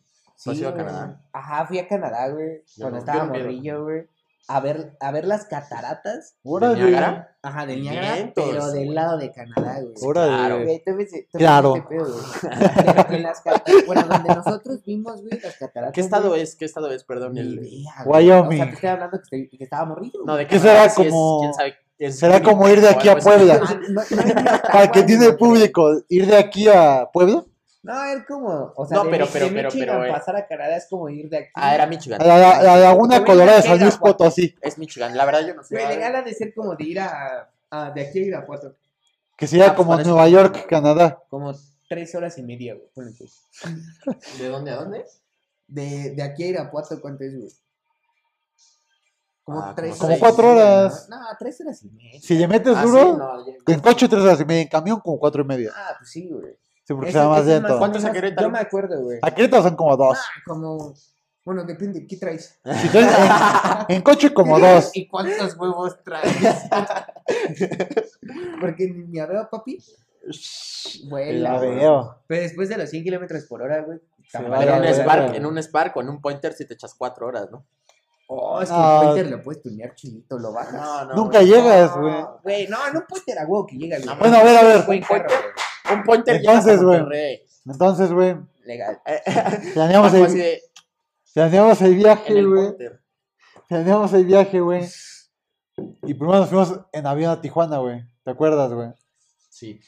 [SPEAKER 5] ¿Tú has ido a
[SPEAKER 4] güey.
[SPEAKER 5] Canadá?
[SPEAKER 4] Ajá, fui a Canadá, güey.
[SPEAKER 5] Yo
[SPEAKER 4] Cuando
[SPEAKER 5] no, yo
[SPEAKER 4] estaba
[SPEAKER 5] no quiero.
[SPEAKER 4] morrillo, güey. a ver, a ver las cataratas.
[SPEAKER 3] Órale.
[SPEAKER 5] Niágara?
[SPEAKER 4] Ajá, del Niágara,
[SPEAKER 5] Vientos,
[SPEAKER 4] pero del
[SPEAKER 5] güey.
[SPEAKER 4] lado de Canadá, güey.
[SPEAKER 3] Órale.
[SPEAKER 4] Claro, güey, tómese- tómese
[SPEAKER 3] Claro.
[SPEAKER 4] este pedo, güey. Pero que las cata- bueno, donde nosotros vimos, güey, las cataratas.
[SPEAKER 5] ¿Qué estado
[SPEAKER 4] güey,
[SPEAKER 5] es? ¿Qué estado es? Perdón.
[SPEAKER 4] ni
[SPEAKER 5] el-
[SPEAKER 4] idea, güey.
[SPEAKER 3] Wyoming.
[SPEAKER 4] O sea, te estoy hablando que, estoy- que estaba morrido.
[SPEAKER 5] No, de
[SPEAKER 3] ¿Qué será
[SPEAKER 5] Canadá, sí es-
[SPEAKER 3] como-
[SPEAKER 5] quién sabe, es
[SPEAKER 3] será
[SPEAKER 5] Quebec
[SPEAKER 3] como ir de
[SPEAKER 5] o
[SPEAKER 3] aquí a
[SPEAKER 5] algo así.
[SPEAKER 3] Puebla?
[SPEAKER 4] Ah, no, no,
[SPEAKER 3] [laughs]
[SPEAKER 4] no, no,
[SPEAKER 3] Para que tiene el público, ir de aquí a Puebla.
[SPEAKER 4] No, es como. O sea,
[SPEAKER 5] No,
[SPEAKER 4] de
[SPEAKER 5] pero-
[SPEAKER 4] Mi-
[SPEAKER 5] pero-
[SPEAKER 4] de
[SPEAKER 5] pero-
[SPEAKER 4] Michigan
[SPEAKER 5] pero, eh.
[SPEAKER 4] pasar a Canadá es como ir de aquí.
[SPEAKER 5] [laughs] Ah, era Michigan.
[SPEAKER 3] A la, la- la Laguna Colorada de San Luis Potosí.
[SPEAKER 5] Es Michigan. La verdad, yo no sé.
[SPEAKER 4] Güey, legal ha de ser como de ir a. a- de aquí a Irapuato.
[SPEAKER 3] Que sería como Nueva York, Canadá.
[SPEAKER 4] Como tres horas y media, güey. ponle tú.
[SPEAKER 5] [laughs] ¿De dónde a dónde?
[SPEAKER 4] De, de aquí a Irapuato, ¿cuánto es, güey? Como
[SPEAKER 5] Ah,
[SPEAKER 4] tres
[SPEAKER 5] como
[SPEAKER 4] horas y
[SPEAKER 3] cuatro
[SPEAKER 4] media,
[SPEAKER 3] horas.
[SPEAKER 4] ¿no? No, tres horas y media.
[SPEAKER 3] Si le metes
[SPEAKER 5] Ah, sí,
[SPEAKER 3] duro,
[SPEAKER 5] no, ya-
[SPEAKER 3] en coche tres horas y media, en camión como cuatro y media.
[SPEAKER 4] Ah, pues sí, güey.
[SPEAKER 3] Sí, porque
[SPEAKER 4] Ese-
[SPEAKER 3] sea más
[SPEAKER 4] ese es
[SPEAKER 3] lento.
[SPEAKER 5] ¿Cuánto es a
[SPEAKER 4] o menos-
[SPEAKER 5] Querétaro?
[SPEAKER 4] Yo me acuerdo, güey.
[SPEAKER 3] A Querétaro son como dos.
[SPEAKER 4] Ah, como. Bueno, depende, ¿qué traes?
[SPEAKER 3] Si traes- en, en
[SPEAKER 5] [laughs]
[SPEAKER 3] coche como dos.
[SPEAKER 4] ¿Y cuántos huevos traes? Porque ni me veo, papi.
[SPEAKER 3] La
[SPEAKER 4] Vuela. güey.
[SPEAKER 3] veo.
[SPEAKER 4] Pero después de los 100 kilómetros por hora, güey. está
[SPEAKER 3] va
[SPEAKER 4] mal.
[SPEAKER 5] Pero [laughs] en
[SPEAKER 3] Vale,
[SPEAKER 5] un,
[SPEAKER 3] vale,
[SPEAKER 5] Spark,
[SPEAKER 3] vale.
[SPEAKER 5] en un Spark o en un Pointer si te echas cuatro horas, ¿no?
[SPEAKER 4] Oh, es que
[SPEAKER 3] Ah.
[SPEAKER 4] el Pointer lo puedes tunear chilito, lo bajas.
[SPEAKER 3] Nunca llegas, güey.
[SPEAKER 4] Güey, no, no Pointer a huevo que llega, güey.
[SPEAKER 3] Bueno, a ver, a ver.
[SPEAKER 4] Buen carro, güey.
[SPEAKER 5] Un Pointer
[SPEAKER 3] Entonces,
[SPEAKER 5] llegas a
[SPEAKER 3] güey.
[SPEAKER 5] Monterrey.
[SPEAKER 3] Entonces, güey,
[SPEAKER 4] Legal. Eh,
[SPEAKER 3] planeamos
[SPEAKER 5] Como así
[SPEAKER 3] el,
[SPEAKER 5] de,
[SPEAKER 3] planeamos el
[SPEAKER 5] en
[SPEAKER 3] viaje,
[SPEAKER 5] el
[SPEAKER 3] güey.
[SPEAKER 5] Pointer.
[SPEAKER 3] Planeamos el viaje, güey. Y primero nos fuimos en avión a Tijuana, güey. ¿Te acuerdas, güey?
[SPEAKER 5] Sí.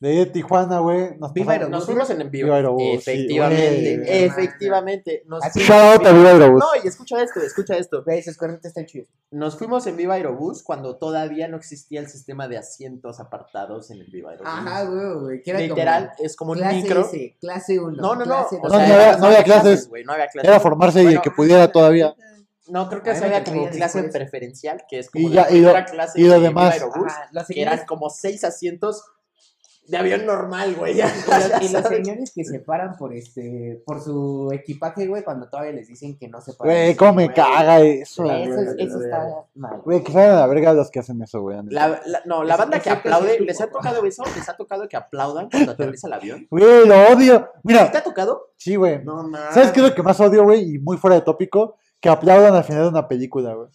[SPEAKER 3] De ahí de Tijuana, güey. Nos
[SPEAKER 4] Viva
[SPEAKER 3] pasamos-
[SPEAKER 5] Nos fuimos en envío.
[SPEAKER 3] Viva Aerobús, sí,
[SPEAKER 5] efectivamente,
[SPEAKER 4] güey.
[SPEAKER 5] efectivamente. Nos
[SPEAKER 4] Así-
[SPEAKER 5] fuimos
[SPEAKER 3] Shout out a
[SPEAKER 5] en-
[SPEAKER 3] Viva Aerobús.
[SPEAKER 5] No, y escucha esto, escucha esto.
[SPEAKER 4] Güey, esos cornetas están chidos.
[SPEAKER 5] Nos fuimos en Viva Aerobús cuando todavía no existía el sistema de asientos apartados en el Viva Aerobús.
[SPEAKER 4] Ajá, güey, güey. que era
[SPEAKER 5] Literal,
[SPEAKER 4] como
[SPEAKER 5] es como un
[SPEAKER 4] clase
[SPEAKER 5] micro.
[SPEAKER 4] S, clase 1.
[SPEAKER 5] No, no, no.
[SPEAKER 4] Clase
[SPEAKER 5] o
[SPEAKER 4] dos.
[SPEAKER 5] sea,
[SPEAKER 3] No, no había- no había clases.
[SPEAKER 5] güey, no había clases.
[SPEAKER 3] Era formarse y el
[SPEAKER 5] Bueno,
[SPEAKER 3] que pudiera todavía.
[SPEAKER 5] No, creo
[SPEAKER 4] A
[SPEAKER 5] que
[SPEAKER 4] mí
[SPEAKER 5] se
[SPEAKER 4] me
[SPEAKER 5] había
[SPEAKER 4] encantaría
[SPEAKER 5] como clase
[SPEAKER 4] después.
[SPEAKER 5] preferencial, que es como
[SPEAKER 3] Y
[SPEAKER 5] la
[SPEAKER 3] ya- y lo-
[SPEAKER 5] primera clase
[SPEAKER 3] y lo
[SPEAKER 5] de
[SPEAKER 3] demás.
[SPEAKER 5] Viva Aerobús,
[SPEAKER 4] Ajá, los
[SPEAKER 5] que
[SPEAKER 4] señores
[SPEAKER 5] eran como seis asientos de avión normal, güey.
[SPEAKER 4] Y [laughs] los, y los
[SPEAKER 5] ¿Sabes?
[SPEAKER 4] señores que se paran por este por su equipaje, güey, cuando todavía les dicen que no se paran.
[SPEAKER 3] Güey, cómo me
[SPEAKER 5] pues, güey.
[SPEAKER 3] caga eso,
[SPEAKER 4] Eso,
[SPEAKER 5] la
[SPEAKER 4] es-
[SPEAKER 3] güey.
[SPEAKER 5] verga,
[SPEAKER 4] eso
[SPEAKER 5] la
[SPEAKER 4] está mal.
[SPEAKER 3] Güey, que salgan a la verga los que hacen eso, güey. neta.
[SPEAKER 5] La- la- no, la
[SPEAKER 4] Eso-
[SPEAKER 5] banda que
[SPEAKER 4] eso- eso
[SPEAKER 5] aplaude,
[SPEAKER 4] es
[SPEAKER 5] ¿les ha
[SPEAKER 4] tuyo,
[SPEAKER 5] tocado eso? ¿Les ha tocado que aplaudan cuando aterriza el avión?
[SPEAKER 3] Güey, lo odio.
[SPEAKER 5] ¿Te
[SPEAKER 3] Mira,
[SPEAKER 5] ha tocado?
[SPEAKER 3] sí, güey.
[SPEAKER 5] No, mames.
[SPEAKER 3] ¿Sabes qué es lo que más odio, güey? Y muy fuera de tópico, que aplaudan al final de una película, güey.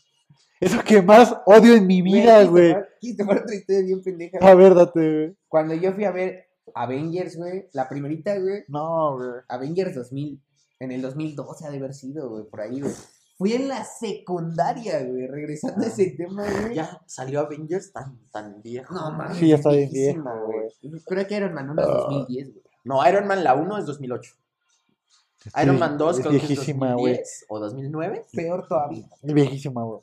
[SPEAKER 3] Es lo que más odio en mi vida, güey.
[SPEAKER 4] Quise tomar otra historia bien pendeja.
[SPEAKER 3] A ver, date, güey.
[SPEAKER 4] Cuando yo fui a ver Avengers, güey, la primerita, güey,
[SPEAKER 3] No, güey.
[SPEAKER 4] Avengers 2000, en el 2012 ha de haber sido, güey, por ahí, güey. Fui en la secundaria, güey, regresando
[SPEAKER 3] Ah.
[SPEAKER 4] a ese tema, güey.
[SPEAKER 5] Ya salió Avengers tan, tan viejo.
[SPEAKER 4] No, mames.
[SPEAKER 3] Sí, ya está bien Ah,
[SPEAKER 4] viejísima, güey. Creo que Iron Man 1 es 2010, güey.
[SPEAKER 5] No, Iron Man la 1 es 2008. Iron
[SPEAKER 3] Sí,
[SPEAKER 5] Man 2
[SPEAKER 3] es
[SPEAKER 5] creo que es
[SPEAKER 3] viejísima, güey.
[SPEAKER 5] 2010 o 2009.
[SPEAKER 4] Peor todavía.
[SPEAKER 3] Es viejísima, güey.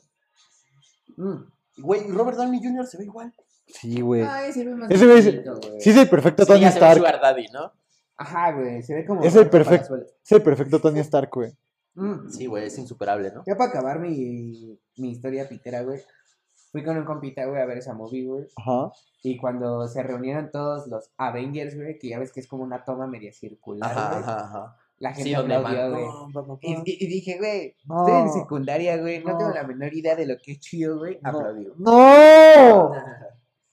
[SPEAKER 4] Mm.
[SPEAKER 5] Güey, Robert Downey Jr. se ve igual.
[SPEAKER 3] Sí, güey.
[SPEAKER 4] Ah, ese güey más
[SPEAKER 3] Ese güey es-
[SPEAKER 4] viejito, güey.
[SPEAKER 3] Sí, es el perfecto
[SPEAKER 5] Sí,
[SPEAKER 3] Tony
[SPEAKER 5] ya se ve
[SPEAKER 3] Stark.
[SPEAKER 5] Sugar Daddy, ¿no?
[SPEAKER 4] Ajá, güey, se ve como.
[SPEAKER 3] Es el
[SPEAKER 4] Roberto
[SPEAKER 3] perfecto.
[SPEAKER 4] Palazuelos.
[SPEAKER 3] Es el perfecto Tony Stark, güey.
[SPEAKER 4] Mm.
[SPEAKER 5] Sí, güey, es insuperable, ¿no?
[SPEAKER 4] Ya para acabar mi, mi historia pitera, güey. Fui con un compita, güey, a ver esa movie, güey.
[SPEAKER 3] Ajá.
[SPEAKER 4] Y cuando se reunieron todos los Avengers, güey, que ya ves que es como una toma media circular,
[SPEAKER 5] Ajá,
[SPEAKER 4] güey,
[SPEAKER 5] ajá, ajá.
[SPEAKER 4] la gente
[SPEAKER 5] Sí, donde
[SPEAKER 4] aplaudió,
[SPEAKER 5] van.
[SPEAKER 4] güey.
[SPEAKER 5] No, no, no,
[SPEAKER 4] Y,
[SPEAKER 5] no.
[SPEAKER 4] y- y dije, güey,
[SPEAKER 3] No.
[SPEAKER 4] estoy en secundaria, güey, no,
[SPEAKER 3] No.
[SPEAKER 4] tengo la menor idea de lo que es chido, güey. Aplaudí, güey.
[SPEAKER 3] ¡No!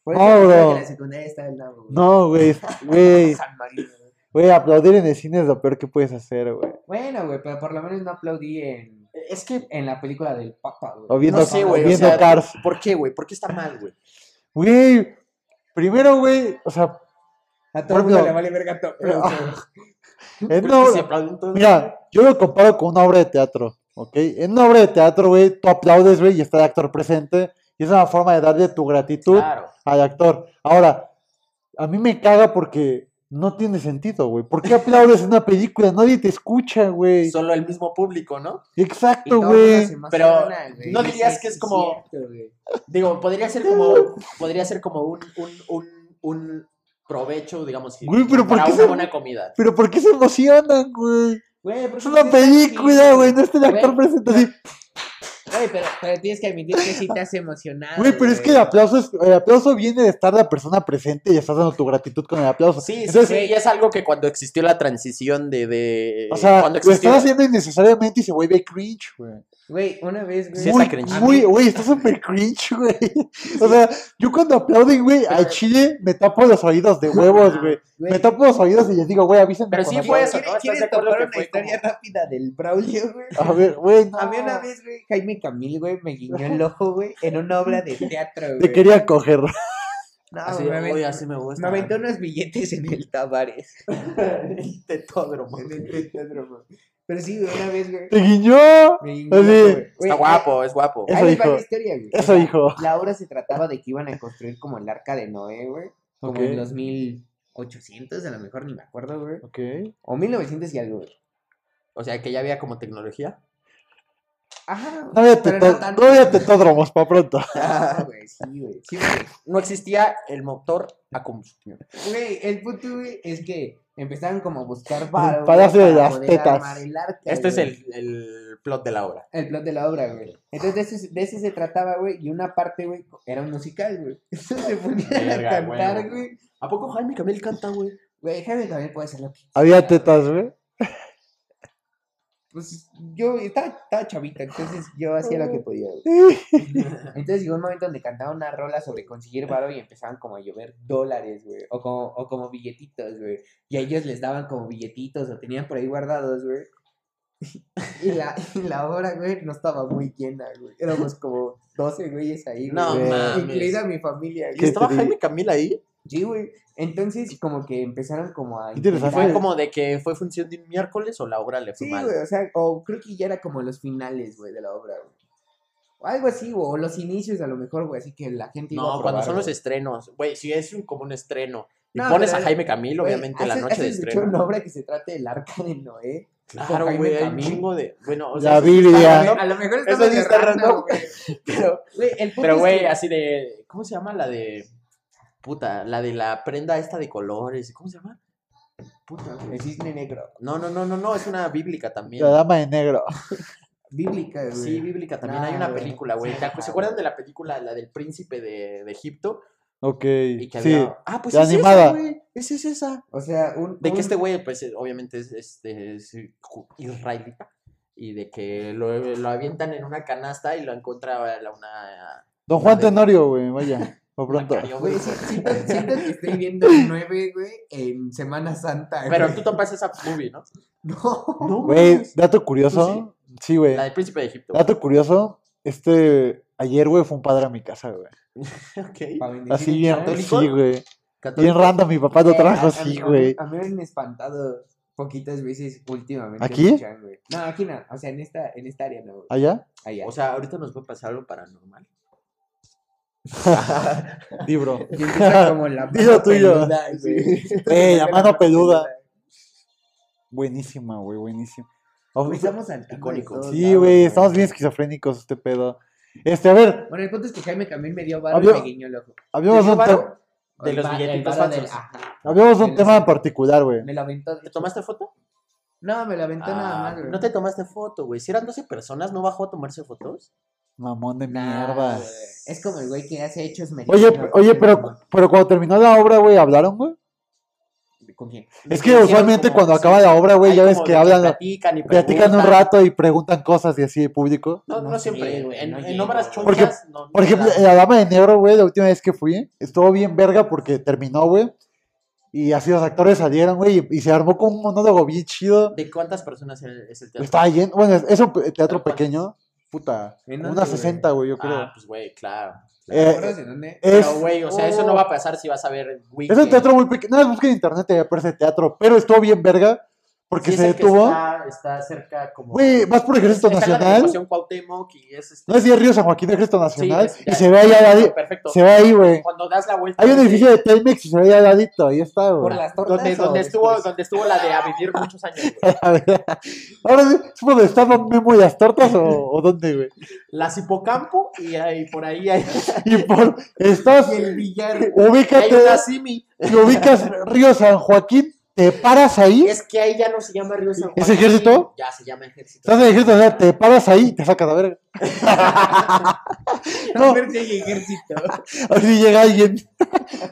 [SPEAKER 4] Por
[SPEAKER 3] No,
[SPEAKER 4] eso creo
[SPEAKER 3] bro.
[SPEAKER 4] que la secundaria está del lado, güey.
[SPEAKER 3] No, güey. Güey,
[SPEAKER 4] San Marino, güey.
[SPEAKER 3] güey, aplaudir en el cine es lo peor que puedes hacer, güey.
[SPEAKER 4] Bueno, güey, pero por lo menos no aplaudí en,
[SPEAKER 5] Es que,
[SPEAKER 4] en la película del Papa, güey.
[SPEAKER 3] O viendo,
[SPEAKER 5] No sé, güey,
[SPEAKER 3] o
[SPEAKER 5] o
[SPEAKER 3] viendo
[SPEAKER 5] sea-
[SPEAKER 3] Cars.
[SPEAKER 5] ¿por qué, güey? ¿Por qué está mal, güey?
[SPEAKER 3] Güey, primero, güey, o sea,
[SPEAKER 4] A todo el mundo
[SPEAKER 3] Pablo.
[SPEAKER 4] le vale verga todo. pero-
[SPEAKER 3] es
[SPEAKER 5] Creo que
[SPEAKER 3] no-
[SPEAKER 5] se aplauden todos.
[SPEAKER 3] Mira, yo lo comparo con una obra de teatro, ¿ok? En una obra de teatro, güey, tú aplaudes, güey, y está el actor presente. Y es una forma de darle tu gratitud
[SPEAKER 5] Claro.
[SPEAKER 3] al actor. Ahora, a mí me caga porque no tiene sentido, güey. ¿Por qué aplaudes en una película? Nadie te escucha, güey.
[SPEAKER 5] Solo el mismo público, ¿no?
[SPEAKER 4] Y todo
[SPEAKER 3] Exacto,
[SPEAKER 4] el mundo
[SPEAKER 3] güey.
[SPEAKER 4] se
[SPEAKER 5] Pero,
[SPEAKER 4] emociona, güey.
[SPEAKER 5] ¿no
[SPEAKER 4] Sí,
[SPEAKER 5] dirías
[SPEAKER 4] sí,
[SPEAKER 5] que es
[SPEAKER 4] sí,
[SPEAKER 5] como-
[SPEAKER 4] cierto, güey.
[SPEAKER 5] Digo, podría ser como, podría ser como un, un, un, un provecho, digamos,
[SPEAKER 3] Güey, pero ¿por
[SPEAKER 5] para
[SPEAKER 3] qué
[SPEAKER 5] una
[SPEAKER 3] se-
[SPEAKER 5] buena comida.
[SPEAKER 3] Pero ¿por qué se emocionan, güey?
[SPEAKER 4] Güey, pero
[SPEAKER 3] Es una
[SPEAKER 4] sí, sí,
[SPEAKER 3] película,
[SPEAKER 4] sí.
[SPEAKER 3] güey. No está el actor
[SPEAKER 4] Güey,
[SPEAKER 3] presente así.
[SPEAKER 4] Güey, pero, pero tienes que admitir que sí te has emocionado.
[SPEAKER 3] Güey, pero es que el aplauso, es- el aplauso viene de estar la persona presente y estás dando tu gratitud con el aplauso.
[SPEAKER 5] Sí, sí,
[SPEAKER 3] Entonces,
[SPEAKER 5] sí, y es algo que cuando existió la transición de... de
[SPEAKER 3] O sea,
[SPEAKER 5] eh, cuando
[SPEAKER 3] lo
[SPEAKER 5] existió...
[SPEAKER 3] estás haciendo innecesariamente y se vuelve cringe, güey.
[SPEAKER 4] Güey, una vez, güey.
[SPEAKER 5] Sí,
[SPEAKER 3] muy,
[SPEAKER 5] está cringe.
[SPEAKER 3] muy, güey, está súper cringe, güey. O sea, yo cuando aplauden, güey, al chile me tapo los oídos de huevos, güey.
[SPEAKER 4] Güey,
[SPEAKER 3] Me tapo los oídos y les digo, güey, avísenme.
[SPEAKER 5] Pero
[SPEAKER 3] con
[SPEAKER 5] sí
[SPEAKER 3] aplauso.
[SPEAKER 5] fue eso,
[SPEAKER 4] ¿quieres-
[SPEAKER 5] ¿no? ¿Estás
[SPEAKER 4] ¿Quieres
[SPEAKER 5] de acuerdo
[SPEAKER 4] tocar
[SPEAKER 5] que
[SPEAKER 4] una
[SPEAKER 5] fue
[SPEAKER 4] historia rápida del Braulio, güey?
[SPEAKER 3] A ver, güey, no.
[SPEAKER 4] A mí una vez, güey, Jaime de Camil, güey, me guiñó el ojo, güey, en una obra de teatro, güey.
[SPEAKER 3] Te quería coger.
[SPEAKER 4] No,
[SPEAKER 5] Así,
[SPEAKER 4] me, aventó-
[SPEAKER 5] Ah, oye, así me gusta.
[SPEAKER 4] me aventó unos billetes en el Tavares.
[SPEAKER 5] el tetódromo.
[SPEAKER 4] en el teatro, güey. Pero sí, güey, una vez, güey.
[SPEAKER 3] ¡Te guiñó!
[SPEAKER 4] me guiñó el
[SPEAKER 3] Así.
[SPEAKER 4] ojo, güey. Güey,
[SPEAKER 5] Está guapo, es guapo.
[SPEAKER 4] Ahí
[SPEAKER 3] Eso
[SPEAKER 4] les va la
[SPEAKER 3] dijo.
[SPEAKER 4] historia, güey.
[SPEAKER 3] Eso
[SPEAKER 4] O sea,
[SPEAKER 3] dijo.
[SPEAKER 4] [laughs] La obra se trataba de que iban a construir como el arca de Noé, güey. Como en los 1800, a lo mejor ni me acuerdo, güey.
[SPEAKER 3] Ok.
[SPEAKER 4] O 1900 y algo, güey.
[SPEAKER 5] O sea, que ya había como tecnología.
[SPEAKER 4] Ajá.
[SPEAKER 3] No había,
[SPEAKER 4] pero
[SPEAKER 3] teto-
[SPEAKER 4] tanto.
[SPEAKER 3] no había tetódromos para pronto.
[SPEAKER 4] [laughs] Ah, güey, sí, güey. Sí, güey.
[SPEAKER 5] No existía el motor a combustión.
[SPEAKER 4] Güey, el punto, güey, es que empezaron como a buscar varo, güey,
[SPEAKER 3] palacio de
[SPEAKER 4] para
[SPEAKER 3] las
[SPEAKER 4] poder
[SPEAKER 3] tetas.
[SPEAKER 4] armar el arca,
[SPEAKER 5] Este es
[SPEAKER 3] eh,
[SPEAKER 4] güey.
[SPEAKER 5] el, el plot de la obra.
[SPEAKER 4] El plot de la obra, güey. Entonces, de ese, de ese se trataba, güey, y una parte, güey, era un musical, güey. [laughs] Entonces se ponían a
[SPEAKER 5] Verga,
[SPEAKER 4] cantar,
[SPEAKER 5] güey.
[SPEAKER 4] güey.
[SPEAKER 5] ¿A poco Jaime Camil canta, güey?
[SPEAKER 4] Güey, Jaime también puede ser lo que...
[SPEAKER 3] Había tetas, güey.
[SPEAKER 4] Pues yo estaba, estaba chavita, entonces yo hacía lo que podía, güey.
[SPEAKER 5] [laughs]
[SPEAKER 4] Entonces llegó un momento donde cantaban una rola sobre conseguir varo y empezaban como a llover dólares, güey. O como, o como billetitos, güey. Y a ellos les daban como billetitos o tenían por ahí guardados, güey. [laughs] Y la, y la obra, güey, no estaba muy llena, güey. Éramos como 12 güeyes ahí, güey.
[SPEAKER 5] No mames.
[SPEAKER 4] Incluida mi familia,
[SPEAKER 5] ¿Y
[SPEAKER 4] güey.
[SPEAKER 5] estaba
[SPEAKER 3] tri-
[SPEAKER 5] Jaime Camil ahí?
[SPEAKER 4] Sí, güey. Entonces, como que empezaron como a...
[SPEAKER 3] Qué interesante.
[SPEAKER 5] ¿Fue
[SPEAKER 3] Ay.
[SPEAKER 5] como de que fue función de un miércoles o la obra le fue
[SPEAKER 4] Pues Sí,
[SPEAKER 5] mal?
[SPEAKER 4] güey, o sea, o creo que ya era como los finales, güey, de la obra, güey. O algo así, güey, o los inicios a lo mejor, güey, así que la gente iba a
[SPEAKER 5] No, cuando
[SPEAKER 4] probar,
[SPEAKER 5] son los
[SPEAKER 4] güey.
[SPEAKER 5] estrenos. Güey, si es un, como un estreno. Y
[SPEAKER 4] No,
[SPEAKER 5] pones a
[SPEAKER 4] pero-
[SPEAKER 5] Jaime Camil,
[SPEAKER 4] Güey,
[SPEAKER 5] obviamente, la
[SPEAKER 4] ¿has-
[SPEAKER 5] noche
[SPEAKER 4] has
[SPEAKER 5] de
[SPEAKER 4] escuchado
[SPEAKER 5] estreno.
[SPEAKER 4] una obra que se trate del arca de Noé? con
[SPEAKER 5] Claro,
[SPEAKER 4] Jaime
[SPEAKER 5] güey, hay un
[SPEAKER 4] Camil.
[SPEAKER 5] chingo de... Bueno, o sea,
[SPEAKER 3] La
[SPEAKER 5] eso sí está
[SPEAKER 3] Biblia.
[SPEAKER 5] raro,
[SPEAKER 4] A lo mejor está
[SPEAKER 5] Eso sí
[SPEAKER 4] medio
[SPEAKER 5] está
[SPEAKER 4] random,
[SPEAKER 5] raro.
[SPEAKER 4] güey.
[SPEAKER 5] [laughs] Pero,
[SPEAKER 4] Güey, el punto
[SPEAKER 5] pero,
[SPEAKER 4] es
[SPEAKER 5] güey,
[SPEAKER 4] que-
[SPEAKER 5] así de... ¿Cómo se llama la de...? Puta, la de la prenda esta de colores. ¿Cómo se llama? Puta, güey.
[SPEAKER 4] El cisne negro.
[SPEAKER 5] No, no, no, no, no, es una bíblica también.
[SPEAKER 3] La dama de negro.
[SPEAKER 4] Bíblica, güey.
[SPEAKER 5] Sí, bíblica también.
[SPEAKER 4] Nah,
[SPEAKER 5] Hay una
[SPEAKER 4] güey.
[SPEAKER 5] película, güey. ¿Te acu- ¿Se acuerdan de la película, la del príncipe de, de Egipto?
[SPEAKER 3] Ok.
[SPEAKER 5] Y que
[SPEAKER 3] Sí.
[SPEAKER 5] había- Ah, pues
[SPEAKER 3] la
[SPEAKER 5] es
[SPEAKER 3] animada.
[SPEAKER 5] esa, güey. Esa es esa.
[SPEAKER 4] O sea, un...
[SPEAKER 5] De que
[SPEAKER 4] un-
[SPEAKER 5] este güey, pues eh, obviamente es, este, es ju- israelita. Y de que lo, lo avientan en una canasta y lo encuentra la, una.
[SPEAKER 3] Don Juan
[SPEAKER 5] Vale.
[SPEAKER 3] Tenorio, güey, vaya. Por
[SPEAKER 5] una
[SPEAKER 3] pronto.
[SPEAKER 4] Güey,
[SPEAKER 5] carioca.
[SPEAKER 4] sí- siento, siento que estoy
[SPEAKER 5] [laughs]
[SPEAKER 4] viendo el 9, güey, en Semana Santa, güey.
[SPEAKER 5] Pero tú topas esa movie, ¿no?
[SPEAKER 4] [laughs] No.
[SPEAKER 5] No,
[SPEAKER 3] Güey, dato curioso. Sí, güey.
[SPEAKER 5] La del príncipe de Egipto.
[SPEAKER 3] Dato curioso. Este. Ayer, güey, fue un padre a mi casa, güey.
[SPEAKER 5] Ok.
[SPEAKER 4] Para bendecir
[SPEAKER 3] Así
[SPEAKER 4] el
[SPEAKER 3] bien. pues,
[SPEAKER 5] ¿Católico?
[SPEAKER 4] chavo.
[SPEAKER 3] Sí, güey. Bien
[SPEAKER 5] Católico.
[SPEAKER 3] random, mi papá lo
[SPEAKER 4] Güey,
[SPEAKER 3] trajo
[SPEAKER 4] Eh, a- a
[SPEAKER 3] así,
[SPEAKER 4] mí-
[SPEAKER 3] güey.
[SPEAKER 4] A mí me han espantado poquitas veces últimamente.
[SPEAKER 3] ¿Aquí?
[SPEAKER 4] en Chan, güey. No, aquí no. O sea, en esta, en esta área no. güey.
[SPEAKER 3] ¿Allá?
[SPEAKER 4] Allá.
[SPEAKER 5] O sea, ahorita nos va a pasar algo [laughs] paranormal.
[SPEAKER 3] Libro.
[SPEAKER 4] Y empieza
[SPEAKER 3] [laughs]
[SPEAKER 4] como la mano
[SPEAKER 3] Dilo tuyo.
[SPEAKER 4] peluda, güey. [laughs]
[SPEAKER 3] Eh, la mano peluda. Buenísima, güey, buenísima.
[SPEAKER 4] Güey,
[SPEAKER 3] Ojo,
[SPEAKER 4] Estamos al
[SPEAKER 5] Icónico.
[SPEAKER 3] Sí, güey, estamos bien esquizofrénicos este pedo. Este, a ver,
[SPEAKER 4] Bueno, el punto es que Jaime también me dio barro y
[SPEAKER 3] Había-
[SPEAKER 4] me guiñó el ojo.
[SPEAKER 3] habíamos
[SPEAKER 5] ¿Te
[SPEAKER 3] un,
[SPEAKER 5] dio
[SPEAKER 3] te-
[SPEAKER 5] varo? De
[SPEAKER 4] El
[SPEAKER 5] los
[SPEAKER 4] va- el
[SPEAKER 5] billetitos
[SPEAKER 4] varo del-
[SPEAKER 5] falsos.
[SPEAKER 4] ajá.
[SPEAKER 3] hablamos un
[SPEAKER 4] De
[SPEAKER 3] tema
[SPEAKER 4] los-
[SPEAKER 3] en particular, güey.
[SPEAKER 4] Me lo aventó.
[SPEAKER 5] ¿Te tomaste foto?
[SPEAKER 4] No, me lo aventó nada
[SPEAKER 5] Ah,
[SPEAKER 4] más, güey.
[SPEAKER 5] no te tomaste foto, güey. Si eran 12 personas, ¿no bajó a tomarse fotos?
[SPEAKER 3] Mamón de
[SPEAKER 4] Nah,
[SPEAKER 3] mierda.
[SPEAKER 4] güey. Es como el güey que hace hechos
[SPEAKER 3] Oye,
[SPEAKER 4] mexicanos.
[SPEAKER 3] pe- oye, pero, pero cuando terminó la obra, güey, ¿hablaron, güey?
[SPEAKER 4] ¿Con quién?
[SPEAKER 3] Es que usualmente cuando acaba la obra, güey, ya ves que hablan,
[SPEAKER 5] Platican y
[SPEAKER 3] platican un
[SPEAKER 5] preguntan.
[SPEAKER 3] rato y preguntan cosas y así de público.
[SPEAKER 5] No, no,
[SPEAKER 4] No
[SPEAKER 5] siempre.
[SPEAKER 4] sé, güey,
[SPEAKER 5] en,
[SPEAKER 4] no
[SPEAKER 5] en
[SPEAKER 4] llego.
[SPEAKER 5] obras
[SPEAKER 4] Porque-
[SPEAKER 5] chonchas, no, no
[SPEAKER 3] Por ejemplo,
[SPEAKER 5] da.
[SPEAKER 3] en la dama de negro, güey, la última vez que fui, estuvo bien verga porque terminó, güey. Y así los actores salieron, güey, y, y se armó con un monólogo bien chido.
[SPEAKER 5] ¿de cuántas personas es el teatro?
[SPEAKER 3] Estaba lleno. Bueno, es, es un pe-
[SPEAKER 5] ¿Pero
[SPEAKER 3] teatro
[SPEAKER 5] cuántos?
[SPEAKER 3] pequeño. Puta.
[SPEAKER 4] ¿En
[SPEAKER 3] Una
[SPEAKER 4] dónde,
[SPEAKER 3] 60, güey, yo creo.
[SPEAKER 5] Ah, pues, güey, claro.
[SPEAKER 3] Eh,
[SPEAKER 4] ¿Te acuerdas de dónde?
[SPEAKER 3] es,
[SPEAKER 5] Pero, güey, o sea, eso no va a pasar si vas a ver
[SPEAKER 3] es un teatro muy pequeño. No, busquen en internet y aparece el teatro. Pero estuvo bien verga porque se detuvo.
[SPEAKER 5] Está, está cerca como.
[SPEAKER 3] Güey, vas por Ejército
[SPEAKER 5] Está en la
[SPEAKER 3] Nacional.
[SPEAKER 5] delegación Cuauhtémoc y es este-
[SPEAKER 3] No es de Río San Joaquín, Ejército Nacional.
[SPEAKER 5] Sí, es-
[SPEAKER 3] y
[SPEAKER 5] ya-
[SPEAKER 3] se ve ahí, al ladi-
[SPEAKER 5] Perfecto.
[SPEAKER 3] se ve ahí, güey.
[SPEAKER 5] Cuando das la vuelta.
[SPEAKER 3] Hay un
[SPEAKER 5] dice-
[SPEAKER 3] edificio de Telmex y se ve ahí al ladito. Ahí está,
[SPEAKER 4] ¿Por
[SPEAKER 3] güey.
[SPEAKER 4] las tortas
[SPEAKER 5] Donde,
[SPEAKER 4] o
[SPEAKER 5] donde, estuvo,
[SPEAKER 3] pues.
[SPEAKER 4] después?
[SPEAKER 5] donde estuvo la de a vivir muchos años. güey.
[SPEAKER 3] A ver, Ahora sí, ¿es por donde están los Memo y las tortas o, o dónde, güey?
[SPEAKER 5] Las hipocampo y, ahí- por ahí hay,
[SPEAKER 3] Y por. Estás.
[SPEAKER 4] Y el billar.
[SPEAKER 5] hay
[SPEAKER 3] Ubícate.
[SPEAKER 5] una simi.
[SPEAKER 3] Y ubicas Río San Joaquín, te paras ahí,
[SPEAKER 5] Es que ahí ya no se llama Río San Juan.
[SPEAKER 3] ¿Es ejército?
[SPEAKER 5] Ya se llama ejército.
[SPEAKER 3] estás en el ejército, o sea, te paras ahí y te sacas la verga.
[SPEAKER 4] [laughs]
[SPEAKER 3] No,
[SPEAKER 4] Convertirse en ejército.
[SPEAKER 3] así llega alguien.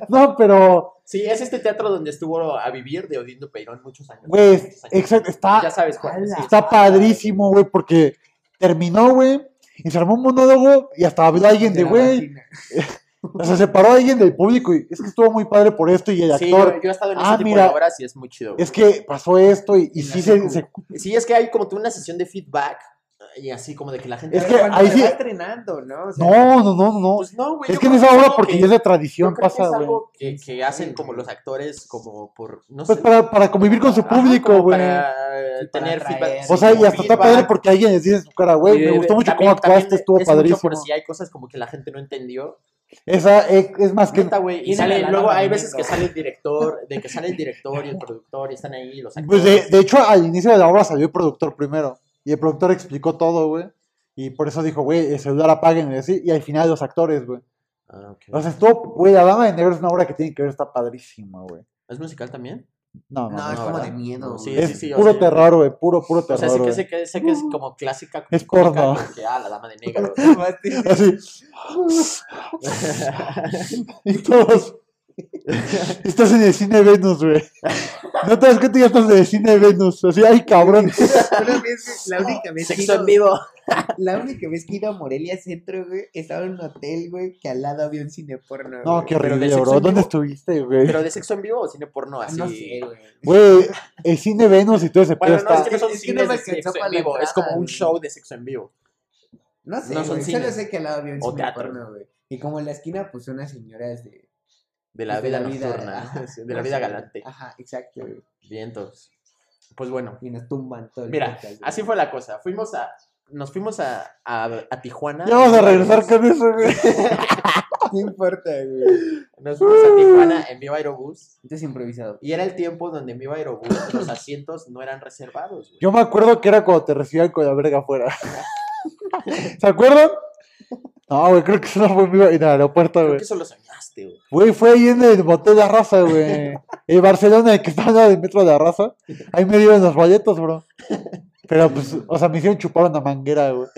[SPEAKER 3] No, pero,
[SPEAKER 5] Sí, es este teatro donde estuvo a vivir de Odindo Peirón muchos años.
[SPEAKER 3] güey,
[SPEAKER 5] Muchos años.
[SPEAKER 3] exacto,
[SPEAKER 5] Ya
[SPEAKER 3] está,
[SPEAKER 5] sabes cuál. sí.
[SPEAKER 3] Ah,
[SPEAKER 5] Ah,
[SPEAKER 3] está padrísimo, güey, porque terminó, güey, y se armó un monólogo y hasta habló alguien de,
[SPEAKER 4] la
[SPEAKER 3] güey,
[SPEAKER 4] vagina.
[SPEAKER 3] o sea, se paró alguien del público y es que estuvo muy padre por esto y el
[SPEAKER 5] Sí, yo,
[SPEAKER 3] actor.
[SPEAKER 5] yo he estado en ese
[SPEAKER 3] Ah,
[SPEAKER 5] tipo
[SPEAKER 3] mira.
[SPEAKER 5] de obras y es muy chido. güey.
[SPEAKER 3] Es que pasó esto y, y
[SPEAKER 4] En la
[SPEAKER 3] sí se,
[SPEAKER 4] secu.
[SPEAKER 3] se-
[SPEAKER 5] Sí, es que hay como tú una sesión de feedback y así como de que la gente...
[SPEAKER 3] Es
[SPEAKER 5] va
[SPEAKER 3] que
[SPEAKER 5] llevando-
[SPEAKER 3] ahí
[SPEAKER 4] se
[SPEAKER 3] sí-
[SPEAKER 4] va entrenando, ¿no? O sea, [laughs]
[SPEAKER 3] No, no, no, no.
[SPEAKER 5] Pues no, güey.
[SPEAKER 3] Es
[SPEAKER 5] yo
[SPEAKER 3] que en
[SPEAKER 5] creo
[SPEAKER 3] esa
[SPEAKER 5] es
[SPEAKER 3] obra,
[SPEAKER 5] algo
[SPEAKER 3] porque
[SPEAKER 5] que-
[SPEAKER 3] ya es de
[SPEAKER 5] yo
[SPEAKER 3] tradición
[SPEAKER 5] creo que es
[SPEAKER 3] pasada, güey.
[SPEAKER 5] algo que, que hacen como los actores, como por. No
[SPEAKER 3] Pues
[SPEAKER 5] sé.
[SPEAKER 3] para, para convivir con su
[SPEAKER 5] Ajá,
[SPEAKER 3] público,
[SPEAKER 5] como
[SPEAKER 3] güey.
[SPEAKER 5] Para eh,
[SPEAKER 4] para
[SPEAKER 5] tener
[SPEAKER 4] atraer,
[SPEAKER 5] feedback.
[SPEAKER 4] sí,
[SPEAKER 3] O sea, y
[SPEAKER 4] como
[SPEAKER 3] hasta está padre porque alguien les dice en su cara, güey, me gustó mucho cómo actuaste, estuvo
[SPEAKER 5] Por
[SPEAKER 3] padrísimo.
[SPEAKER 5] si hay cosas como que la gente no entendió.
[SPEAKER 3] Esa es, es más que...
[SPEAKER 5] Neta, güey. Y
[SPEAKER 4] tiene
[SPEAKER 5] sale,
[SPEAKER 4] la
[SPEAKER 5] luego
[SPEAKER 4] lana
[SPEAKER 5] hay
[SPEAKER 4] de
[SPEAKER 5] veces que
[SPEAKER 4] dinero.
[SPEAKER 5] sale el director, de que sale el director y el productor y están ahí los actores.
[SPEAKER 3] [laughs] Pues de, de hecho, al inicio de la obra salió el productor primero. Y el productor explicó todo, güey. Y por eso dijo, güey, el celular apaguen y así. Y al final los actores, güey.
[SPEAKER 5] Ah, ok.
[SPEAKER 3] O sea, estuvo, güey, La Dama de Negro es una obra que tiene que ver, está padrísima, güey.
[SPEAKER 5] ¿Es musical también?
[SPEAKER 3] No, no,
[SPEAKER 4] No,
[SPEAKER 3] no.
[SPEAKER 4] Ah, es
[SPEAKER 5] no,
[SPEAKER 4] como
[SPEAKER 5] ¿verdad?
[SPEAKER 4] de miedo.
[SPEAKER 5] No, sí,
[SPEAKER 4] güey.
[SPEAKER 3] Es puro
[SPEAKER 5] o sea,
[SPEAKER 3] terror, güey, puro, puro
[SPEAKER 5] O
[SPEAKER 3] terror.
[SPEAKER 5] sea, sé que,
[SPEAKER 3] güey.
[SPEAKER 5] sé, que, sé que es como clásica.
[SPEAKER 3] Es
[SPEAKER 5] cómica,
[SPEAKER 3] porno.
[SPEAKER 5] como que, ah, la dama de negro.
[SPEAKER 3] [laughs]
[SPEAKER 4] [laughs]
[SPEAKER 5] [laughs]
[SPEAKER 3] [laughs] Así. Y todos. Estás en el cine Venus, güey. No te das cuenta, ya estás en el cine Venus. Así, ay, cabrón.
[SPEAKER 4] Una vez, la única vez que he
[SPEAKER 5] Sexo
[SPEAKER 4] ido-
[SPEAKER 5] en vivo.
[SPEAKER 4] la única vez que he ido a Morelia Centro, güey, estaba en un hotel, güey, que al lado había un cine porno.
[SPEAKER 3] No,
[SPEAKER 4] güey.
[SPEAKER 3] qué
[SPEAKER 5] Pero de
[SPEAKER 3] horrible,
[SPEAKER 5] sexo
[SPEAKER 3] bro.
[SPEAKER 5] en
[SPEAKER 3] ¿Dónde
[SPEAKER 5] vivo.
[SPEAKER 3] estuviste, güey?
[SPEAKER 5] Pero de sexo en vivo o cine porno así.
[SPEAKER 4] Ah, No sé, güey.
[SPEAKER 3] Güey, el cine Venus y todo ese pedo
[SPEAKER 5] Bueno, no,
[SPEAKER 3] está.
[SPEAKER 5] es que no son
[SPEAKER 4] Es que
[SPEAKER 5] cines
[SPEAKER 4] no me
[SPEAKER 5] de sexo
[SPEAKER 4] alcanzó para
[SPEAKER 5] en
[SPEAKER 4] la
[SPEAKER 5] vivo, es como
[SPEAKER 4] entrada,
[SPEAKER 5] un
[SPEAKER 4] güey.
[SPEAKER 5] show de sexo en vivo.
[SPEAKER 4] No sé,
[SPEAKER 5] No son
[SPEAKER 4] güey, solo
[SPEAKER 5] cines.
[SPEAKER 4] sé que al lado había un
[SPEAKER 5] O
[SPEAKER 4] cine
[SPEAKER 5] teatro.
[SPEAKER 4] porno, güey. Y como en la esquina, pues unas señoras de...
[SPEAKER 5] De
[SPEAKER 4] pues,
[SPEAKER 5] la
[SPEAKER 4] de
[SPEAKER 5] vida
[SPEAKER 4] ajá,
[SPEAKER 5] nocturna, [laughs] de la
[SPEAKER 4] no
[SPEAKER 5] vida
[SPEAKER 4] sé, güey.
[SPEAKER 5] galante.
[SPEAKER 4] Ajá, exacto, güey.
[SPEAKER 5] Vientos. Pues bueno,
[SPEAKER 4] Y nos tumban todo el
[SPEAKER 5] mira,
[SPEAKER 4] podcast, güey.
[SPEAKER 5] así fue la cosa. Fuimos a. Nos fuimos a, a, a Tijuana.
[SPEAKER 3] Ya vamos a regresar con eso, güey.
[SPEAKER 4] No importa, güey.
[SPEAKER 5] Nos fuimos a Tijuana en Viva Aerobús.
[SPEAKER 4] Esto
[SPEAKER 5] [laughs]
[SPEAKER 4] es improvisado.
[SPEAKER 5] Y era el tiempo donde en Viva Aerobús los asientos no eran reservados. güey.
[SPEAKER 3] Yo me acuerdo que era cuando te recibían con la
[SPEAKER 5] [laughs]
[SPEAKER 3] verga afuera. ¿Se acuerdan? No, güey, creo que eso no fue en vivo- en el aeropuerto,
[SPEAKER 5] Creo
[SPEAKER 3] güey.
[SPEAKER 5] que eso lo soñaste, güey.
[SPEAKER 3] Güey, fue ahí en el Motel de Arrasa,
[SPEAKER 5] [laughs]
[SPEAKER 3] güey. En Barcelona, el que está al lado del metro de Arrasa. Ahí me dieron los boletos, bro. Pero pues, o sea, me hicieron chupar una manguera, güey.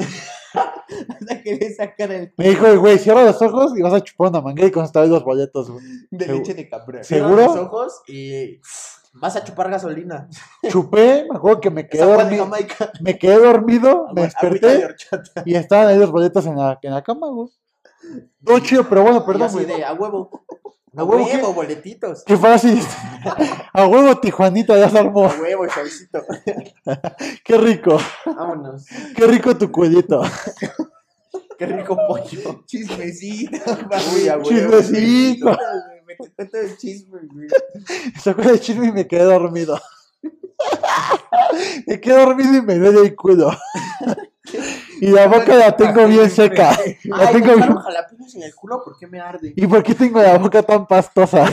[SPEAKER 4] Anda, quería sacar el
[SPEAKER 3] Me dijo, güey, cierra los ojos y vas a chupar una manguera y constatar los boletos, güey.
[SPEAKER 4] de
[SPEAKER 3] Segu-
[SPEAKER 4] leche de cabrón.
[SPEAKER 5] Cierras
[SPEAKER 3] ¿Seguro?
[SPEAKER 5] los ojos y. uff, Vas a chupar gasolina.
[SPEAKER 3] Chupé, me acuerdo que me quedé
[SPEAKER 5] Esa agua de
[SPEAKER 3] dormido.
[SPEAKER 5] Jamaica.
[SPEAKER 3] Me quedé dormido, [laughs] me
[SPEAKER 5] agua- agüita de
[SPEAKER 3] desperté
[SPEAKER 5] horchata.
[SPEAKER 3] y estaban ahí los boletos en la, en la cama, güey. Todo chido, pero bueno,
[SPEAKER 5] Perdón,
[SPEAKER 3] perdón, güey.
[SPEAKER 5] de a huevo.
[SPEAKER 3] ¿A
[SPEAKER 5] A
[SPEAKER 3] huevo
[SPEAKER 5] huevo,
[SPEAKER 3] qué?
[SPEAKER 5] boletitos.
[SPEAKER 3] Qué fácil. [laughs] A huevo, Tijuanita, ya se
[SPEAKER 5] A
[SPEAKER 3] armó.
[SPEAKER 5] huevo, chavicito.
[SPEAKER 3] Qué rico.
[SPEAKER 5] Vámonos.
[SPEAKER 3] Qué rico tu cuellito.
[SPEAKER 5] Qué rico pollo.
[SPEAKER 4] Chismecito,
[SPEAKER 5] Uy, a
[SPEAKER 4] güey.
[SPEAKER 5] huevo.
[SPEAKER 3] Chismecito.
[SPEAKER 4] Me tocó todo el chisme, güey.
[SPEAKER 3] [laughs] Sacó el chisme y me quedé dormido. [laughs] Me quedé dormido y me duele el culo. [laughs] Y la boca la tengo bien seca. [laughs] La
[SPEAKER 5] Ay, me
[SPEAKER 3] tengo bien...
[SPEAKER 5] dejaron jalapeños en el culo, ¿por qué me arde?
[SPEAKER 3] ¿Y por qué tengo la boca tan pastosa?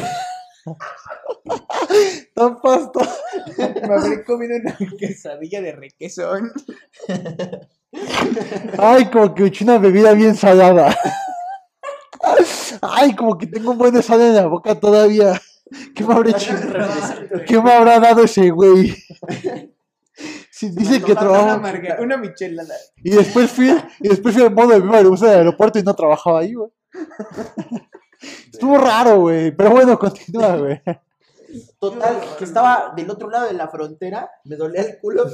[SPEAKER 3] [laughs] Tan pastosa.
[SPEAKER 4] Me habré comido una quesadilla de requesón.
[SPEAKER 3] Ay, como que eché una bebida bien salada. [laughs] Ay, como que tengo un buen de sal en la boca todavía. ¿Qué me habré hecho? ¿Qué me habrá dado ese güey? Si dice que
[SPEAKER 4] Una,
[SPEAKER 3] trabaja.
[SPEAKER 4] marga- una michelada.
[SPEAKER 3] Y después fui, y después fui al modo de viva Aerobús del aeropuerto y no trabajaba ahí, güey. Estuvo raro, güey. Pero bueno, continúa, [laughs] güey.
[SPEAKER 5] Total, que estaba del otro lado de la frontera, me dolía el culo.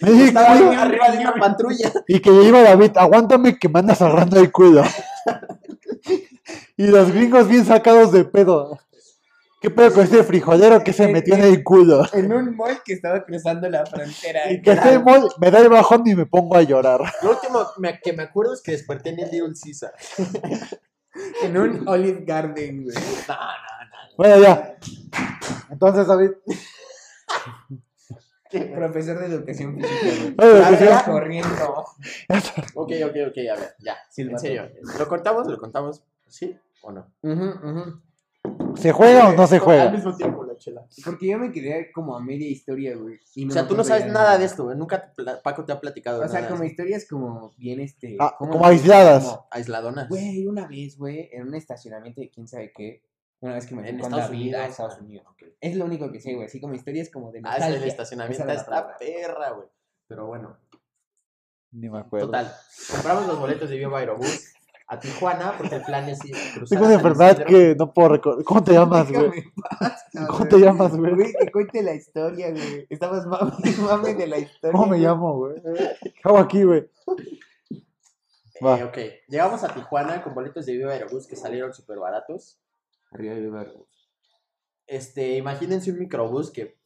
[SPEAKER 3] Me dije,
[SPEAKER 5] estaba
[SPEAKER 3] "Culo",
[SPEAKER 5] ahí arriba de una patrulla.
[SPEAKER 3] y que le iba David, aguántame que me andas agarrando el culo. y los gringos bien sacados de pedo. ¿Qué pedo con este frijolero que se metió en el culo?
[SPEAKER 4] En un mall que estaba cruzando la frontera.
[SPEAKER 3] Que este mol me da el bajón y me pongo a llorar.
[SPEAKER 5] Lo último me- que me acuerdo es que desperté en el Little Caesar.
[SPEAKER 4] En un Olive Garden, güey.
[SPEAKER 5] No, no, no.
[SPEAKER 3] Bueno, ya. Entonces, David.
[SPEAKER 4] Profesor de educación física. güey.
[SPEAKER 3] Oye,
[SPEAKER 4] La
[SPEAKER 3] que sea-
[SPEAKER 4] vea corriendo.
[SPEAKER 5] Ok, ok, ok, a ver, ya. En serio. ¿Lo contamos? ¿Lo contamos? ¿Sí o no?
[SPEAKER 3] ¿se juega o no se
[SPEAKER 5] Al
[SPEAKER 3] juega?
[SPEAKER 5] mismo tiempo la chela.
[SPEAKER 4] Porque yo me quedé como a media historia, güey. y
[SPEAKER 5] O
[SPEAKER 4] no
[SPEAKER 5] sea,
[SPEAKER 4] me
[SPEAKER 5] tú no
[SPEAKER 4] acuerdo
[SPEAKER 5] sabes
[SPEAKER 4] ya
[SPEAKER 5] nada de esto, güey. Nunca te pla- Paco te ha platicado.
[SPEAKER 4] O sea,
[SPEAKER 5] nada de
[SPEAKER 4] como
[SPEAKER 5] esto.
[SPEAKER 4] historias como bien, este...
[SPEAKER 3] Ah,
[SPEAKER 4] ¿cómo
[SPEAKER 3] como
[SPEAKER 4] lo-
[SPEAKER 3] aisladas.
[SPEAKER 4] como,
[SPEAKER 5] aisladonas.
[SPEAKER 4] Güey, una vez, güey, en un estacionamiento de quién sabe qué, una vez que me fui
[SPEAKER 5] En
[SPEAKER 4] con
[SPEAKER 5] Estados
[SPEAKER 4] David
[SPEAKER 5] Unidos.
[SPEAKER 4] a Estados Unidos. Es lo único que sé, güey, así como historias como de
[SPEAKER 5] Ah, es el
[SPEAKER 4] nostalgia.
[SPEAKER 5] estacionamiento
[SPEAKER 4] Esa era la
[SPEAKER 5] está
[SPEAKER 4] palabra.
[SPEAKER 5] perra, güey. Pero bueno,
[SPEAKER 3] Ni me acuerdo.
[SPEAKER 5] total. Compramos los boletos de Viva Aerobús a Tijuana porque el plan es ir a cruzar
[SPEAKER 4] pues,
[SPEAKER 3] Tengo una
[SPEAKER 5] a San
[SPEAKER 3] enfermedad
[SPEAKER 5] Isidro.
[SPEAKER 3] que no puedo recordar. ¿Cómo te llamas, güey?
[SPEAKER 4] [laughs] ah, Déjame en paz,
[SPEAKER 3] ¿Cómo te llamas,
[SPEAKER 4] cabrón.
[SPEAKER 3] güey?
[SPEAKER 4] Güey, que cuente la historia, güey. Estabas [laughs] mami, mami de la historia.
[SPEAKER 3] ¿Cómo me
[SPEAKER 4] güey.
[SPEAKER 3] llamo, güey? ¿Qué hago aquí, güey?
[SPEAKER 5] Eh,
[SPEAKER 3] Va.
[SPEAKER 5] ok, llegamos a Tijuana con boletos de Viva Aerobús que salieron súper baratos. Arriba de Viva Aerobús. Este, imagínense un microbús que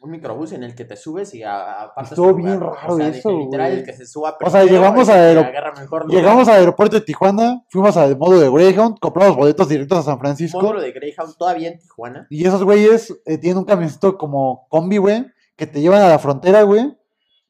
[SPEAKER 5] un microbús en el que te subes y a- aparte.
[SPEAKER 3] Estuvo bien raro
[SPEAKER 5] o sea, de que
[SPEAKER 3] eso,
[SPEAKER 5] literal,
[SPEAKER 3] güey.
[SPEAKER 5] el que se suba
[SPEAKER 3] O sea,
[SPEAKER 5] primero,
[SPEAKER 3] llegamos
[SPEAKER 5] el
[SPEAKER 3] a
[SPEAKER 5] que
[SPEAKER 3] aero-
[SPEAKER 5] agarra mejor lugar.
[SPEAKER 3] Llegamos al aeropuerto de Tijuana, fuimos al modo de Greyhound, compramos boletos directos a San Francisco.
[SPEAKER 5] módulo de Greyhound todavía en Tijuana.
[SPEAKER 3] Y esos güeyes eh, tienen un camioncito como combi, güey, que te llevan a la frontera, güey,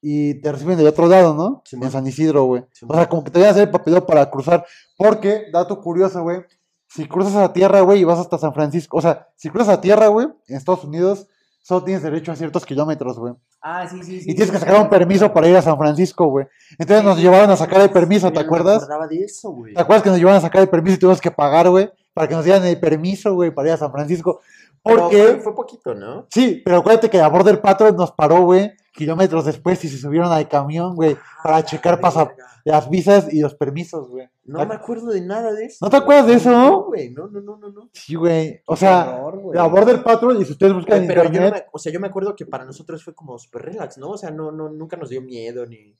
[SPEAKER 3] y te reciben del otro lado, ¿no?
[SPEAKER 5] Simón.
[SPEAKER 3] en San Isidro, güey.
[SPEAKER 5] Simón.
[SPEAKER 3] o sea, como que te van a hacer el papeleo para cruzar. Porque, dato curioso, güey, si cruzas a tierra, güey, y vas hasta San Francisco, o sea, si cruzas a tierra, güey, en Estados Unidos, solo tienes derecho a ciertos kilómetros, güey.
[SPEAKER 4] Ah, sí, sí, sí.
[SPEAKER 3] Y tienes que sacar un permiso para ir a San Francisco, güey. Entonces nos
[SPEAKER 5] Sí,
[SPEAKER 3] llevaron a sacar el permiso,
[SPEAKER 5] Yo no
[SPEAKER 3] ¿te
[SPEAKER 5] me
[SPEAKER 3] acuerdas?
[SPEAKER 5] acordaba de eso, güey.
[SPEAKER 3] ¿Te acuerdas que nos llevaron a sacar el permiso y tuvimos que pagar, güey? Para que nos dieran el permiso, güey, para ir a San Francisco.
[SPEAKER 5] Pero
[SPEAKER 3] Porque,
[SPEAKER 5] Fue, fue poquito, ¿no?
[SPEAKER 3] sí, pero acuérdate que la Border Patrol nos paró, güey, kilómetros después y se subieron al camión, güey, para checar pasa-
[SPEAKER 5] Ah, Verga.
[SPEAKER 3] las visas y los permisos, güey.
[SPEAKER 5] No me acuerdo de nada de eso.
[SPEAKER 3] ¿No te acuerdas de eso?
[SPEAKER 5] No, güey, no, no, no, no. no.
[SPEAKER 3] Sí, güey. O sea,
[SPEAKER 6] Horror, güey.
[SPEAKER 3] la Border Patrol, y si ustedes buscan
[SPEAKER 5] Güey,
[SPEAKER 3] en
[SPEAKER 5] pero yo no
[SPEAKER 3] internet,
[SPEAKER 5] me, o sea, yo me acuerdo que para nosotros fue como super relax, ¿no? O sea, no, no, nunca nos dio miedo ni.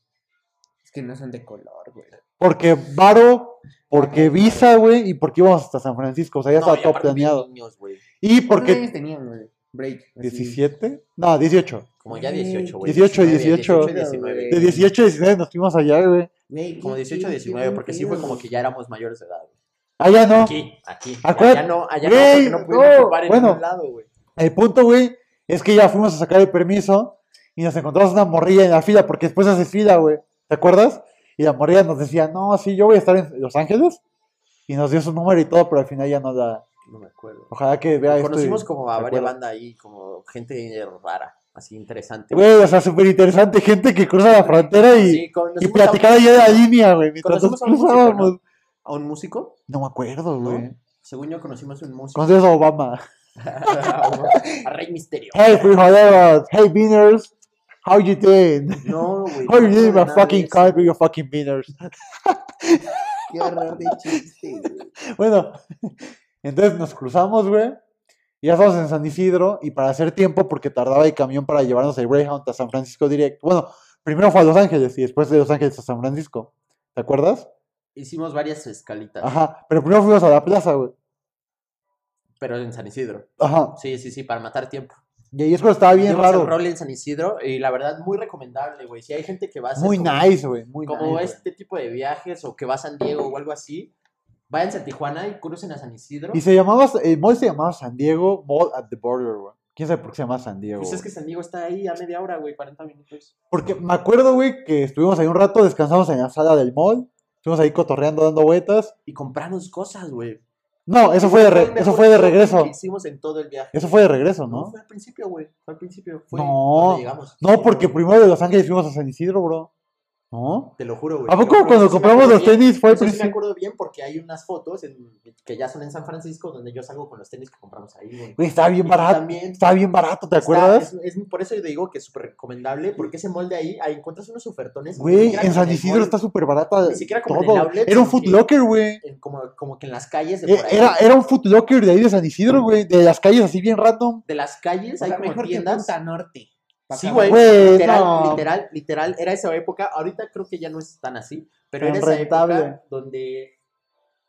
[SPEAKER 4] Es que no son de color, güey.
[SPEAKER 3] porque Varo, porque Visa, güey, y porque íbamos hasta San Francisco. O sea, ya
[SPEAKER 5] no,
[SPEAKER 3] estaba
[SPEAKER 5] y
[SPEAKER 3] todo
[SPEAKER 5] aparte bien
[SPEAKER 3] planeado.
[SPEAKER 5] niños, güey.
[SPEAKER 3] Y
[SPEAKER 4] ¿Cuántos
[SPEAKER 3] porque...
[SPEAKER 4] años tenían, güey? Break. así.
[SPEAKER 3] ¿17? No, 18.
[SPEAKER 5] Como ya 18, güey.
[SPEAKER 3] 18, 18.
[SPEAKER 5] 19.
[SPEAKER 3] De 18 a 19 nos fuimos allá, güey.
[SPEAKER 4] Güey,
[SPEAKER 5] Como
[SPEAKER 4] qué
[SPEAKER 5] 18,
[SPEAKER 4] chido, qué
[SPEAKER 5] 19,
[SPEAKER 4] buen
[SPEAKER 5] porque sí fue
[SPEAKER 4] pedo,
[SPEAKER 5] como
[SPEAKER 4] güey.
[SPEAKER 5] que ya éramos mayores de edad. güey.
[SPEAKER 3] Allá no.
[SPEAKER 5] Aquí, aquí.
[SPEAKER 3] Acuérdate-
[SPEAKER 5] Allá no, allá no, porque
[SPEAKER 3] Güey,
[SPEAKER 5] no pudimos
[SPEAKER 3] no,
[SPEAKER 5] ocupar en
[SPEAKER 3] bueno.
[SPEAKER 5] ningún lado, güey.
[SPEAKER 3] El punto, güey, es que ya fuimos a sacar el permiso y nos encontramos una morrilla en la fila, porque después hace fila, güey. ¿Te acuerdas? Y la morrilla nos decía, no, sí, yo voy a estar en Los Ángeles. Y nos dio su número y todo, pero al final ya no la.
[SPEAKER 5] No me acuerdo.
[SPEAKER 3] Ojalá que vea esto. y-
[SPEAKER 5] Conocimos como a
[SPEAKER 3] ¿te
[SPEAKER 5] varias
[SPEAKER 3] acuerdas?
[SPEAKER 5] bandas ahí, como gente rara, así interesante.
[SPEAKER 3] Güey, o sea, súper interesante. Gente que cruza la frontera y,
[SPEAKER 5] Sí, conocimos
[SPEAKER 3] y
[SPEAKER 5] a
[SPEAKER 3] platicaba
[SPEAKER 5] un-
[SPEAKER 3] ya de la línea, güey, mientras nos
[SPEAKER 5] Conocimos a un músico,
[SPEAKER 3] cruzábamos. ¿no?
[SPEAKER 5] A un músico,
[SPEAKER 3] me acuerdo,
[SPEAKER 5] ¿no?
[SPEAKER 3] güey.
[SPEAKER 5] Según yo conocimos a un músico.
[SPEAKER 3] Conoces a Obama.
[SPEAKER 5] a Rey Misterio.
[SPEAKER 3] Hey, frijoleros. Hey, beaners. How you doing?
[SPEAKER 5] No, güey.
[SPEAKER 3] How you
[SPEAKER 5] no
[SPEAKER 3] doing,
[SPEAKER 5] nada
[SPEAKER 3] my
[SPEAKER 5] de
[SPEAKER 3] fucking
[SPEAKER 5] eso.
[SPEAKER 3] country, you fucking beaners?
[SPEAKER 4] [laughs] Qué horror de chiste, güey.
[SPEAKER 3] Bueno, [laughs] entonces nos cruzamos, güey. y Ya estamos en San Isidro y para hacer tiempo, porque tardaba el camión para llevarnos el Greyhound a San Francisco directo. Bueno, primero fue a Los Ángeles y después de Los Ángeles a San Francisco. ¿Te acuerdas?
[SPEAKER 5] Hicimos varias escalitas,
[SPEAKER 3] Ajá, pero primero fuimos a la plaza, güey.
[SPEAKER 5] pero en San Isidro.
[SPEAKER 3] Ajá.
[SPEAKER 5] Sí, sí, sí, para matar tiempo.
[SPEAKER 3] Y ahí es cuando estaba bien
[SPEAKER 5] Hicimos el
[SPEAKER 3] raro.
[SPEAKER 5] rol en San Isidro y la verdad muy recomendable, güey. Si hay gente que va a hacer
[SPEAKER 3] Muy
[SPEAKER 5] como-
[SPEAKER 3] nice, güey. Muy
[SPEAKER 5] como
[SPEAKER 3] nice. güey.
[SPEAKER 5] este tipo de viajes o que va a San Diego o algo así, váyanse a Tijuana y crucen a San Isidro.
[SPEAKER 3] Y se llamaba, el mall se llamaba San Diego Mall at the Border, güey. ¿Quién sabe por qué se llama San Diego?
[SPEAKER 5] Pues es
[SPEAKER 3] güey?
[SPEAKER 5] que San Diego está ahí a media hora, güey, 40 minutos.
[SPEAKER 3] Porque me acuerdo, güey, que estuvimos ahí un rato, descansamos en la sala del mall, estuvimos ahí cotorreando, dando vueltas.
[SPEAKER 5] Y compramos cosas, güey.
[SPEAKER 3] No, eso fue de, re-
[SPEAKER 5] el
[SPEAKER 3] eso
[SPEAKER 5] mejor
[SPEAKER 3] fue de
[SPEAKER 5] shopping
[SPEAKER 3] regreso.
[SPEAKER 5] que hicimos en todo el viaje.
[SPEAKER 3] Eso fue de regreso,
[SPEAKER 5] No,
[SPEAKER 3] ¿no?
[SPEAKER 5] fue al principio, güey. Fue al principio. Fue
[SPEAKER 3] No,
[SPEAKER 5] cuando llegamos.
[SPEAKER 3] No, porque primero de Los Ángeles fuimos a San Isidro, bro. ¿No?
[SPEAKER 5] Te lo juro, güey.
[SPEAKER 3] ¿A
[SPEAKER 5] te lo
[SPEAKER 3] poco
[SPEAKER 5] juro,
[SPEAKER 3] cuando
[SPEAKER 5] eso sí me
[SPEAKER 3] compramos
[SPEAKER 5] acuerdo
[SPEAKER 3] los
[SPEAKER 5] bien.
[SPEAKER 3] tenis fue al
[SPEAKER 5] Eso sí me
[SPEAKER 3] principio?
[SPEAKER 5] acuerdo bien porque hay unas fotos en- que ya son en San Francisco donde yo salgo con los tenis que compramos ahí, güey.
[SPEAKER 3] Güey, estaba bien
[SPEAKER 5] Y
[SPEAKER 3] barato.
[SPEAKER 5] también-
[SPEAKER 3] Estaba bien barato,
[SPEAKER 5] Está-
[SPEAKER 3] ¿te acuerdas?
[SPEAKER 5] es- es por eso yo te digo que es súper recomendable, porque ese molde ahí, ahí encuentras unos ofertones. ni
[SPEAKER 3] Güey,
[SPEAKER 5] siquiera
[SPEAKER 3] en
[SPEAKER 5] como
[SPEAKER 3] San
[SPEAKER 5] el
[SPEAKER 3] Isidro
[SPEAKER 5] mall,
[SPEAKER 3] está súper barata
[SPEAKER 5] Ni siquiera como en el
[SPEAKER 3] todo.
[SPEAKER 5] outlet,
[SPEAKER 3] Era un
[SPEAKER 5] sino
[SPEAKER 3] Foot
[SPEAKER 5] que-
[SPEAKER 3] Locker, güey.
[SPEAKER 5] en- como, como que en las calles de
[SPEAKER 3] Eh,
[SPEAKER 5] por ahí.
[SPEAKER 3] Era, era un Foot Locker de ahí de San Isidro, güey. De las calles así bien random.
[SPEAKER 5] De las calles
[SPEAKER 4] O
[SPEAKER 5] hay
[SPEAKER 4] sea,
[SPEAKER 5] como
[SPEAKER 4] mejor que
[SPEAKER 5] tiendas.
[SPEAKER 4] Punta Norte. Pa'
[SPEAKER 5] Sí,
[SPEAKER 4] acá,
[SPEAKER 5] güey.
[SPEAKER 3] Güey,
[SPEAKER 5] Literal,
[SPEAKER 3] no.
[SPEAKER 5] literal, literal. Era esa época. Ahorita creo que ya no es tan así. Pero
[SPEAKER 3] Tan
[SPEAKER 5] era esa
[SPEAKER 3] rentable.
[SPEAKER 5] época donde